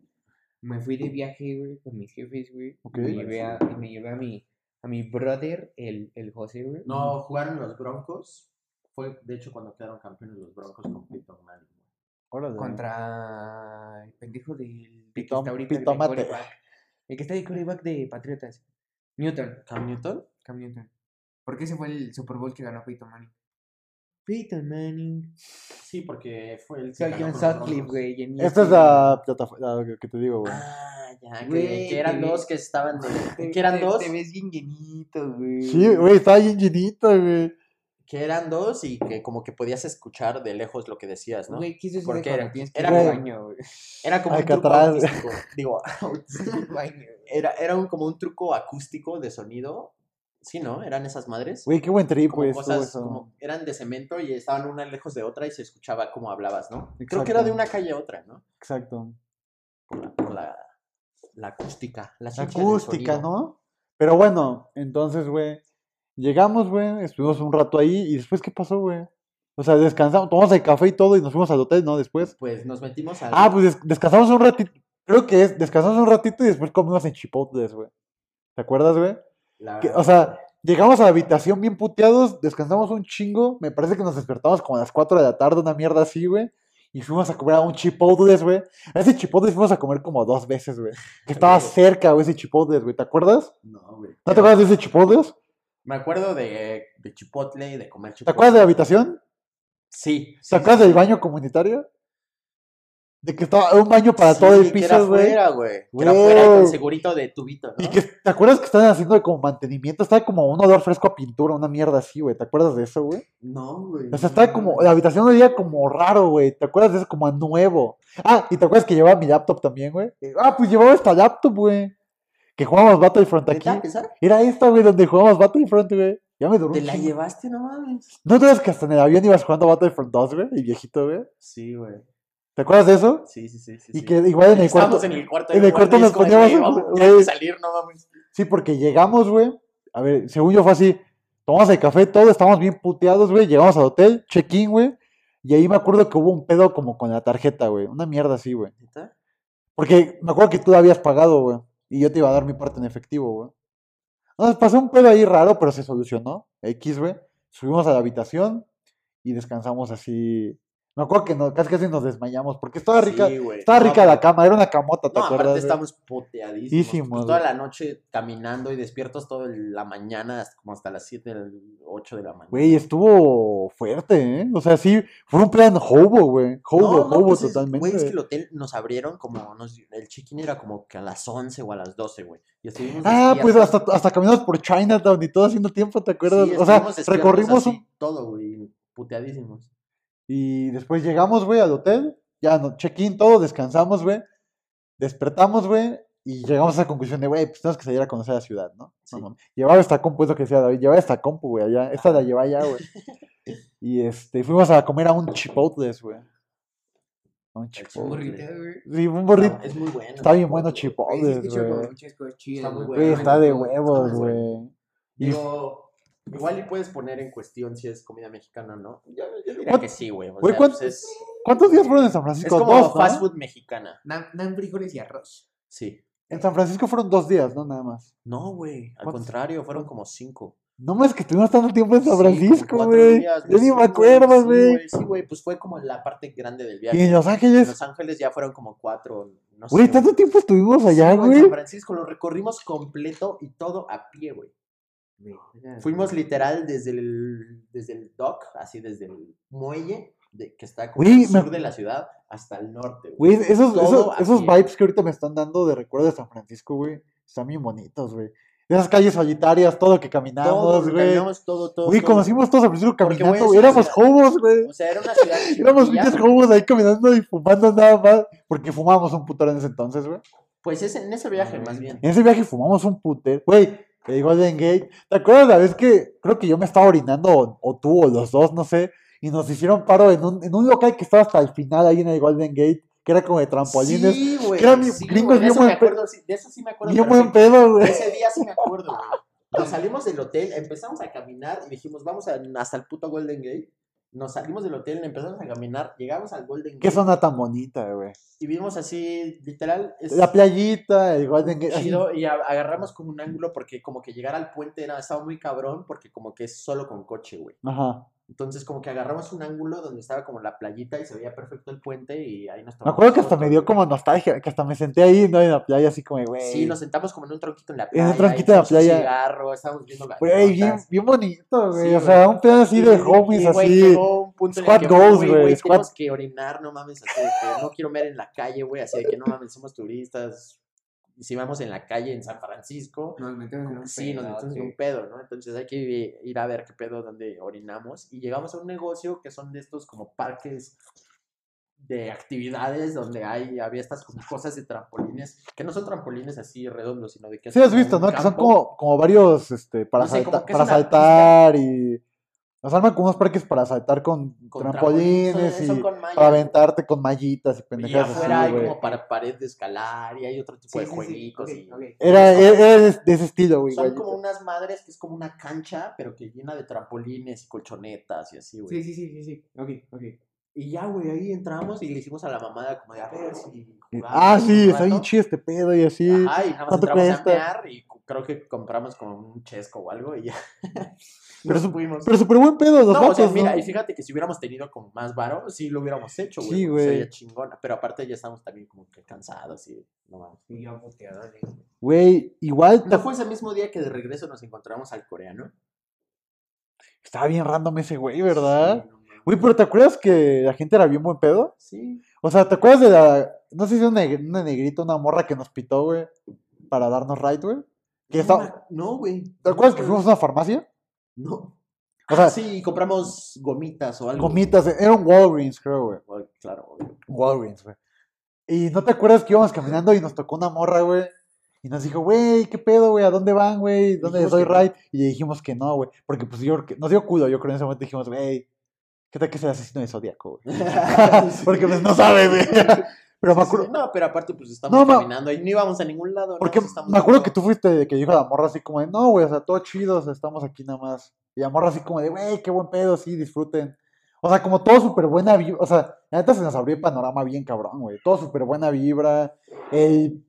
[SPEAKER 4] me fui de viaje, güey, con mis jefes, güey.
[SPEAKER 3] Ok.
[SPEAKER 4] Me llevé a, y me llevé a mi, a mi brother, el, el José, güey.
[SPEAKER 5] No, jugaron los Broncos. Fue, de hecho, cuando quedaron campeones los Broncos con Peyton Manning.
[SPEAKER 3] Órale.
[SPEAKER 4] Contra el pendejo del... de que
[SPEAKER 3] Pitom-
[SPEAKER 4] está ahorita de
[SPEAKER 3] Pitomate.
[SPEAKER 4] quarterback. El que está de coreback de Patriotas. Newton.
[SPEAKER 5] ¿Cam Newton?
[SPEAKER 4] Cam Newton. Porque ese fue el Super Bowl que ganó Peyton Manning. Peyton Manning.
[SPEAKER 5] Sí, porque fue el. que
[SPEAKER 4] Soy
[SPEAKER 5] ganó
[SPEAKER 4] John
[SPEAKER 5] con los
[SPEAKER 4] Sutcliffe,
[SPEAKER 5] Broncos.
[SPEAKER 4] güey. en
[SPEAKER 3] Esta es
[SPEAKER 4] ESPN.
[SPEAKER 3] la plataforma la que te digo, güey.
[SPEAKER 5] Ah, ya, que,
[SPEAKER 4] Güey,
[SPEAKER 5] que eran
[SPEAKER 4] te vi-
[SPEAKER 5] dos que estaban.
[SPEAKER 3] [laughs]
[SPEAKER 5] de-
[SPEAKER 4] Te-
[SPEAKER 5] que eran
[SPEAKER 4] te-
[SPEAKER 5] dos.
[SPEAKER 4] Te ves bien llenito, güey.
[SPEAKER 3] Sí, güey, estaba bien llenito, güey.
[SPEAKER 5] Que eran dos y que como que podías escuchar de lejos lo que decías, ¿no?
[SPEAKER 4] Güey, ¿qué es eso
[SPEAKER 5] Porque
[SPEAKER 4] de
[SPEAKER 5] era-
[SPEAKER 4] cuando tienes que
[SPEAKER 5] era
[SPEAKER 4] ir al
[SPEAKER 3] como-
[SPEAKER 4] baño,
[SPEAKER 3] [laughs]
[SPEAKER 4] güey?
[SPEAKER 5] Era como un truco
[SPEAKER 3] Alcatraz. [laughs]
[SPEAKER 5] autístico. Digo,
[SPEAKER 4] Al baño, güey.
[SPEAKER 5] era, era un- como un truco acústico de sonido. Sí, ¿no? Eran esas madres.
[SPEAKER 3] Güey, qué buen trip,
[SPEAKER 5] como
[SPEAKER 3] güey. estuvo
[SPEAKER 5] cosas
[SPEAKER 3] eso.
[SPEAKER 5] como eran de cemento y estaban una lejos de otra y se escuchaba cómo hablabas, ¿no? Creo que era de
[SPEAKER 3] Exacto.
[SPEAKER 5] una calle a otra, ¿no?
[SPEAKER 3] Exacto.
[SPEAKER 5] Por la, por la, la acústica. La
[SPEAKER 3] La
[SPEAKER 5] ciencia del
[SPEAKER 3] acústica,
[SPEAKER 5] sonido.
[SPEAKER 3] ¿no? Pero bueno, entonces, güey, llegamos, güey, estuvimos un rato ahí y después, ¿qué pasó, güey? O sea, descansamos, tomamos el café y todo y nos fuimos al hotel, ¿no? Después.
[SPEAKER 5] Pues nos metimos al...
[SPEAKER 3] Ah, pues des- descansamos un ratito, creo que es, descansamos un ratito y después comimos en Chipotles, güey. ¿Te acuerdas, güey?
[SPEAKER 5] la-
[SPEAKER 3] Que- O sea, llegamos a la habitación bien puteados, descansamos un chingo, me parece que nos despertamos como a las 4 de la tarde, una mierda así, güey. Y fuimos a comer a un Chipotles, güey. A ese Chipotles fuimos a comer como dos veces, güey. Que estaba cerca, güey, ese Chipotles, güey. ¿Te acuerdas?
[SPEAKER 5] No, güey.
[SPEAKER 3] ¿No te acuerdas de ese Chipotles?
[SPEAKER 5] Me acuerdo de, de Chipotle y de comer Chipotle.
[SPEAKER 3] ¿Te acuerdas de la habitación?
[SPEAKER 5] Sí. sí,
[SPEAKER 3] ¿Te acuerdas
[SPEAKER 5] sí,
[SPEAKER 3] del
[SPEAKER 5] sí.
[SPEAKER 3] baño comunitario? De que estaba un baño para todo el
[SPEAKER 5] que era
[SPEAKER 3] piso, güey.
[SPEAKER 5] fuera, güey. Que era
[SPEAKER 3] Güey.
[SPEAKER 5] fuera con segurito de tubito, ¿no?
[SPEAKER 3] Y que, ¿te acuerdas que estaban haciendo como mantenimiento? Estaba como un olor fresco a pintura, una mierda así, güey. ¿Te acuerdas de eso, güey?
[SPEAKER 6] No, güey.
[SPEAKER 3] O sea, estaba como, la habitación olía como raro, güey. ¿Te acuerdas de eso? Como a nuevo. Ah, y te acuerdas que llevaba mi laptop también, güey. Eh, Ah, pues llevaba esta laptop, güey. Que jugábamos Battlefront aquí.
[SPEAKER 5] ¿Neta, a pesar?
[SPEAKER 3] Era esta, güey, donde jugábamos Battlefront, güey. Ya me duró.
[SPEAKER 5] ¿Te
[SPEAKER 3] un
[SPEAKER 5] la
[SPEAKER 3] chingo.
[SPEAKER 5] llevaste? No mames.
[SPEAKER 3] ¿No te acuerdas que hasta en el avión ibas jugando Battlefront 2, güey? El viejito, güey.
[SPEAKER 5] Sí, güey.
[SPEAKER 3] ¿Te acuerdas de eso?
[SPEAKER 5] Sí, sí, sí. sí
[SPEAKER 3] Y
[SPEAKER 5] sí.
[SPEAKER 3] que igual en el
[SPEAKER 5] Estábamos
[SPEAKER 3] cuarto.
[SPEAKER 5] en el cuarto.
[SPEAKER 3] en el cuarto nos poníamos
[SPEAKER 5] [laughs]
[SPEAKER 3] a-
[SPEAKER 5] a
[SPEAKER 3] güey.
[SPEAKER 5] salir, no mames.
[SPEAKER 3] Sí, porque llegamos, güey. A ver, según yo fue así. Tomamos el café, todo, estábamos bien puteados, güey. Llegamos al hotel, check-in, güey. Y ahí me acuerdo que hubo un pedo como con la tarjeta, güey. Una mierda así, güey.
[SPEAKER 5] ¿Neta?
[SPEAKER 3] Porque me acuerdo que tú la habías pagado, güey. Y yo te iba a dar mi parte en efectivo, güey. Nos pasó un pedo ahí raro, pero se solucionó. X, güey. Subimos a la habitación y descansamos así. Me acuerdo que no- casi casi nos desmayamos. Porque estaba rica,
[SPEAKER 5] Sí, güey.
[SPEAKER 3] estaba
[SPEAKER 5] No,
[SPEAKER 3] rica la cama, era una camota, ¿te
[SPEAKER 5] No,
[SPEAKER 3] acuerdas?
[SPEAKER 5] aparte
[SPEAKER 3] güey?
[SPEAKER 5] estamos puteadísimos.
[SPEAKER 3] Ísimos,
[SPEAKER 5] Pues toda
[SPEAKER 3] güey.
[SPEAKER 5] la noche caminando y despiertos toda la mañana, hasta- como hasta las 7, 8 de la mañana.
[SPEAKER 3] Güey, estuvo fuerte, ¿eh? O sea, sí, fue un plan hobo, güey. Hobo,
[SPEAKER 5] No, no,
[SPEAKER 3] hobo
[SPEAKER 5] pues es-
[SPEAKER 3] totalmente.
[SPEAKER 5] Güey, es que el hotel nos abrieron como. Nos, el check-in era como que a las 11 o a las 12, güey. Y estuvimos.
[SPEAKER 3] Ah, pues
[SPEAKER 5] despiertos.
[SPEAKER 3] hasta, hasta caminamos por Chinatown y todo haciendo tiempo, ¿te
[SPEAKER 5] Sí,
[SPEAKER 3] acuerdas? o
[SPEAKER 5] estuvimos
[SPEAKER 3] sea,
[SPEAKER 5] despiertos
[SPEAKER 3] recorrimos
[SPEAKER 5] así
[SPEAKER 3] un...
[SPEAKER 5] todo, güey. Puteadísimos.
[SPEAKER 3] Y después llegamos, güey, al hotel. Ya, no, check-in, todo, descansamos, güey. Despertamos, güey. Y llegamos a la conclusión de, güey, pues tenemos que salir a conocer la ciudad, ¿no? No
[SPEAKER 5] Sí.
[SPEAKER 3] mames. Llevaba esta compu, es lo que decía David. Llevaba esta compu, güey, allá. Esta la llevaba allá, güey.
[SPEAKER 5] [laughs]
[SPEAKER 3] Y este, fuimos a comer a un chipotles, güey. A un chipotle.
[SPEAKER 4] Burrito, güey.
[SPEAKER 3] Sí, un burrito.
[SPEAKER 5] Es muy bueno.
[SPEAKER 3] Está bien bueno
[SPEAKER 4] Güey, sí
[SPEAKER 3] Chipotle,
[SPEAKER 4] escucho como
[SPEAKER 3] güey.
[SPEAKER 4] muchas cosas chidas,
[SPEAKER 5] Está muy
[SPEAKER 4] güey.
[SPEAKER 5] bueno.
[SPEAKER 3] Güey, está de huevos,
[SPEAKER 5] muy
[SPEAKER 3] güey. Y-
[SPEAKER 5] Digo, igual y puedes poner en cuestión si es comida mexicana o no. Yo, yo diría
[SPEAKER 3] ¿Cuán-
[SPEAKER 5] que sí, güey. O
[SPEAKER 3] güey,
[SPEAKER 5] sea,
[SPEAKER 3] cuán-
[SPEAKER 5] pues es,
[SPEAKER 3] ¿Cuántos días fueron en San
[SPEAKER 5] es
[SPEAKER 3] Francisco?
[SPEAKER 5] como
[SPEAKER 3] dos, ¿no?
[SPEAKER 5] fast food mexicana.
[SPEAKER 4] Dan, dan frijoles y arroz.
[SPEAKER 5] Sí.
[SPEAKER 3] En San Francisco fueron dos días, ¿no? Nada más.
[SPEAKER 5] No, güey. Al
[SPEAKER 3] ¿Cuántos?
[SPEAKER 5] contrario, fueron como cinco.
[SPEAKER 3] No más que estuvimos tanto tiempo en San
[SPEAKER 5] Sí, como
[SPEAKER 3] Francisco,
[SPEAKER 5] cuatro
[SPEAKER 3] güey.
[SPEAKER 5] días,
[SPEAKER 3] Yo ni
[SPEAKER 5] Sí,
[SPEAKER 3] me acuerdo,
[SPEAKER 5] sí,
[SPEAKER 3] güey.
[SPEAKER 5] Sí, güey. Pues fue como la parte grande del
[SPEAKER 3] Y en
[SPEAKER 5] viaje.
[SPEAKER 3] Los
[SPEAKER 5] En
[SPEAKER 3] Ángeles,
[SPEAKER 5] Los Ángeles ya fueron como cuatro. No
[SPEAKER 3] güey,
[SPEAKER 5] sé,
[SPEAKER 3] tanto tiempo estuvimos allá,
[SPEAKER 5] Sí,
[SPEAKER 3] güey.
[SPEAKER 5] San Francisco lo recorrimos completo y todo a pie, güey. Fuimos literal desde el, desde el dock, así desde el muelle, de- que está como
[SPEAKER 3] Güey,
[SPEAKER 5] al
[SPEAKER 3] me-
[SPEAKER 5] sur de la ciudad, hasta el norte,
[SPEAKER 3] Güey, esos,
[SPEAKER 5] Todo
[SPEAKER 3] esos,
[SPEAKER 5] a
[SPEAKER 3] esos
[SPEAKER 5] pie.
[SPEAKER 3] vibes que ahorita me están dando de recuerdo de San Francisco, güey, están bien bonitos, güey. Esas calles solitarias, todo lo que
[SPEAKER 5] Todo,
[SPEAKER 3] caminamos,
[SPEAKER 5] lo
[SPEAKER 3] güey.
[SPEAKER 5] caminamos todo, todo.
[SPEAKER 3] Güey,
[SPEAKER 5] todo.
[SPEAKER 3] conocimos todo San Francisco
[SPEAKER 5] Porque, güey,
[SPEAKER 3] caminando,
[SPEAKER 5] es
[SPEAKER 3] güey.
[SPEAKER 5] una
[SPEAKER 3] Éramos
[SPEAKER 5] ciudad-
[SPEAKER 3] hobos, güey.
[SPEAKER 5] O sea, era una ciudad
[SPEAKER 3] [laughs] Éramos
[SPEAKER 5] chiquilla.
[SPEAKER 3] pinches jugos ahí caminando y fumando nada más. Porque fumábamos un putero en ese entonces, güey.
[SPEAKER 5] Pues es en ese viaje, más bien.
[SPEAKER 3] Ah, En ese viaje fumamos un putero. Güey, el Golden Gate. ¿Te acuerdas la vez que creo que yo me estaba orinando, o, o tú, o los dos, no sé? Y nos hicieron paro en un, en un local que estaba hasta el final ahí en el Golden Gate, que era como de trampolines.
[SPEAKER 5] Sí, güey.
[SPEAKER 3] que eran gringos
[SPEAKER 5] güey, de
[SPEAKER 3] bien
[SPEAKER 5] eso
[SPEAKER 3] buen
[SPEAKER 5] me
[SPEAKER 3] pe-
[SPEAKER 5] acuerdo, sí, de eso sí me acuerdo.
[SPEAKER 3] Bien
[SPEAKER 5] pero
[SPEAKER 3] buen pedo,
[SPEAKER 5] sí, de
[SPEAKER 3] güey.
[SPEAKER 5] ese día sí me acuerdo, güey.
[SPEAKER 3] [laughs]
[SPEAKER 5] Nos salimos del hotel, empezamos a caminar y dijimos, vamos a- hasta el puto Golden Gate. Nos salimos del hotel, empezamos a caminar, llegamos al Golden
[SPEAKER 3] Qué
[SPEAKER 5] Gate
[SPEAKER 3] zona tan bonita, güey.
[SPEAKER 5] y vimos así, literal, es
[SPEAKER 3] La playita, el Golden Gate. así.
[SPEAKER 5] chido y a- agarramos como un ángulo porque como que llegar al puente era, estaba muy cabrón porque como que es solo con coche, güey.
[SPEAKER 3] Ajá.
[SPEAKER 5] Entonces como que agarramos un ángulo donde estaba como la playita y se veía perfecto el puente y ahí nos
[SPEAKER 3] Me acuerdo que hasta
[SPEAKER 5] tomamos
[SPEAKER 3] me dio
[SPEAKER 5] fotos.
[SPEAKER 3] como nostalgia, que hasta me senté ahí, ¿no? En la playa, así como, güey.
[SPEAKER 5] Sí, nos sentamos como en un tronquito en la
[SPEAKER 3] En
[SPEAKER 5] playa.
[SPEAKER 3] un tronquito de la
[SPEAKER 5] echamos un
[SPEAKER 3] playa.
[SPEAKER 5] cigarro, estábamos viendo las
[SPEAKER 3] Güey, bien, bien bonito, güey.
[SPEAKER 5] Sí,
[SPEAKER 3] o sea,
[SPEAKER 5] güey.
[SPEAKER 3] un pedo así de homies, así. Squad goals, güey, squad-
[SPEAKER 5] Tenemos que orinar, no mames, así de que no quiero ver en la calle, güey, así de que no mames, somos turistas. Y si vamos en la calle en San Francisco,
[SPEAKER 4] Nos metemos en un
[SPEAKER 5] sí, nos
[SPEAKER 4] pedote.
[SPEAKER 5] metemos en un pedo, ¿no? Entonces hay que ir- ir a ver qué pedo donde orinamos. Y llegamos a un negocio que son de estos como parques de actividades donde hay, había estas como cosas de trampolines, que no son trampolines así redondos, sino de que... es
[SPEAKER 3] Sí, has
[SPEAKER 5] como
[SPEAKER 3] visto,
[SPEAKER 5] un
[SPEAKER 3] ¿no? Que son
[SPEAKER 5] campo.
[SPEAKER 3] como, como varios este, para,
[SPEAKER 5] No sé, como
[SPEAKER 3] salta-
[SPEAKER 5] que es
[SPEAKER 3] para
[SPEAKER 5] una pista.
[SPEAKER 3] saltar y. Nos arman como unos parques para saltar con,
[SPEAKER 5] con
[SPEAKER 3] trampolines
[SPEAKER 5] son-
[SPEAKER 3] y
[SPEAKER 5] son con mallas.
[SPEAKER 3] para aventarte con mallitas y
[SPEAKER 5] Y
[SPEAKER 3] pendejadas
[SPEAKER 5] afuera
[SPEAKER 3] así,
[SPEAKER 5] hay
[SPEAKER 3] güey.
[SPEAKER 5] como para pared de escalar y hay otro tipo
[SPEAKER 4] Sí,
[SPEAKER 5] de
[SPEAKER 4] sí, sí,
[SPEAKER 5] pues jueguitos.
[SPEAKER 4] ok,
[SPEAKER 5] y-
[SPEAKER 4] ok.
[SPEAKER 3] Era, era- era de de ese estilo, güey.
[SPEAKER 5] Son
[SPEAKER 3] igualito.
[SPEAKER 5] como unas madres que es como una cancha, pero que llena de trampolines y colchonetas y así, güey.
[SPEAKER 4] Sí, sí, sí, sí, sí. Ok, ok.
[SPEAKER 3] [laughs]
[SPEAKER 5] Y ya, güey, ahí entramos y le hicimos a la mamada como de a ver si jugamos.
[SPEAKER 3] Ah, sí,
[SPEAKER 5] un
[SPEAKER 3] está bien
[SPEAKER 5] rato".
[SPEAKER 3] chido este pedo y así.
[SPEAKER 5] Ajá, y nada más
[SPEAKER 3] ¿Cuánto
[SPEAKER 5] entramos
[SPEAKER 3] cuesta?
[SPEAKER 5] a mear y cu- creo que compramos como un chesco o algo y ya. [laughs]
[SPEAKER 3] Pero
[SPEAKER 5] Nos
[SPEAKER 3] su-
[SPEAKER 5] fuimos.
[SPEAKER 3] Pero súper buen pedo, los
[SPEAKER 5] no, o sea,
[SPEAKER 3] vatos,
[SPEAKER 5] mira,
[SPEAKER 3] ¿no?
[SPEAKER 5] y fíjate que si hubiéramos tenido como más varo, sí lo hubiéramos hecho, güey.
[SPEAKER 3] Sí,
[SPEAKER 5] porque
[SPEAKER 3] güey.
[SPEAKER 5] Sería chingona. Pero aparte ya estamos también como que cansados y no mames.
[SPEAKER 4] Y yo puteado. ¿eh?
[SPEAKER 3] Güey, igual
[SPEAKER 5] ¿No
[SPEAKER 3] ta-
[SPEAKER 5] fue ese mismo día que de regreso nos encontramos al coreano?
[SPEAKER 3] estaba bien random ese güey, ¿verdad?
[SPEAKER 5] Sí, no mames.
[SPEAKER 3] Güey, pero ¿te acuerdas que la gente era bien buen pedo?
[SPEAKER 5] Sí.
[SPEAKER 3] O sea, ¿te acuerdas de la. No sé si era una, neg- una negrita, una morra que nos pitó, güey, para darnos right, güey? Que está...
[SPEAKER 5] No, güey.
[SPEAKER 3] ¿Te acuerdas que fuimos a una farmacia?
[SPEAKER 5] No.
[SPEAKER 3] O sea,
[SPEAKER 5] Ah, sí, compramos gomitas o algo.
[SPEAKER 3] gomitas, era un Walgreens, creo, güey.
[SPEAKER 5] Ay, Claro, obvio.
[SPEAKER 3] Walgreens, güey. Y no te acuerdas que íbamos caminando y nos tocó una morra, güey. Y nos dijo, güey, ¿qué pedo, güey? ¿A dónde van, güey? ¿Dónde les
[SPEAKER 5] Dijimos
[SPEAKER 3] doy
[SPEAKER 5] que
[SPEAKER 3] right? Y le dijimos que no, güey. Porque pues yo, creo que- nos dio culo, yo creo en ese momento dijimos, güey, ¿qué tal que es el asesino de Zodíaco,
[SPEAKER 5] [laughs]
[SPEAKER 3] güey? [laughs] Porque pues no sabe, güey. Pero me acuerdo,
[SPEAKER 5] Sí, No, pero aparte, pues estamos
[SPEAKER 3] No, ma-
[SPEAKER 5] caminando y no íbamos a ningún lado.
[SPEAKER 3] Porque
[SPEAKER 5] nada más estamos
[SPEAKER 3] me acuerdo que
[SPEAKER 5] caminando.
[SPEAKER 3] tú fuiste de que dijo a la morra así como de, no, güey, o sea, todo chido, o sea, estamos aquí nada más. Y la morra así como de, güey, qué buen pedo, sí, disfruten. O sea, como todo súper buena vibra, o sea, la neta se nos abrió el panorama bien cabrón, güey. Todo súper buena vibra. El...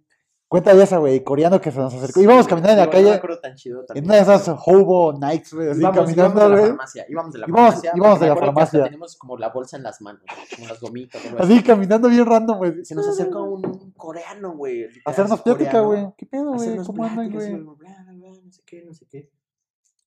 [SPEAKER 3] Cuenta de esa, güey, coreano que se nos acercó. Íbamos caminando en la
[SPEAKER 5] Digo, No me
[SPEAKER 3] calle,
[SPEAKER 5] acuerdo tan chido.
[SPEAKER 3] en
[SPEAKER 5] también.
[SPEAKER 3] una de esas hobo nights, güey, así
[SPEAKER 5] Íbamos-
[SPEAKER 3] caminando,
[SPEAKER 5] íbamos de la
[SPEAKER 3] güey.
[SPEAKER 5] farmacia, Íbamos de la
[SPEAKER 3] Íbamos-
[SPEAKER 5] farmacia.
[SPEAKER 3] íbamos
[SPEAKER 5] porque
[SPEAKER 3] de la
[SPEAKER 5] me acuerdo que hasta
[SPEAKER 3] farmacia.
[SPEAKER 5] Tenemos como la bolsa en las manos, como las gomitas. algo
[SPEAKER 3] Así caminando bien random, güey.
[SPEAKER 5] Se nos acerca un coreano, güey. literal,
[SPEAKER 3] Hacernos
[SPEAKER 5] un
[SPEAKER 3] plática,
[SPEAKER 5] coreano.
[SPEAKER 3] güey. ¿Qué pedo, güey?
[SPEAKER 5] Hacernos
[SPEAKER 3] ¿Cómo andan,
[SPEAKER 5] pláticas,
[SPEAKER 3] güey?
[SPEAKER 5] bla, bla, bla, No sé qué, no sé qué.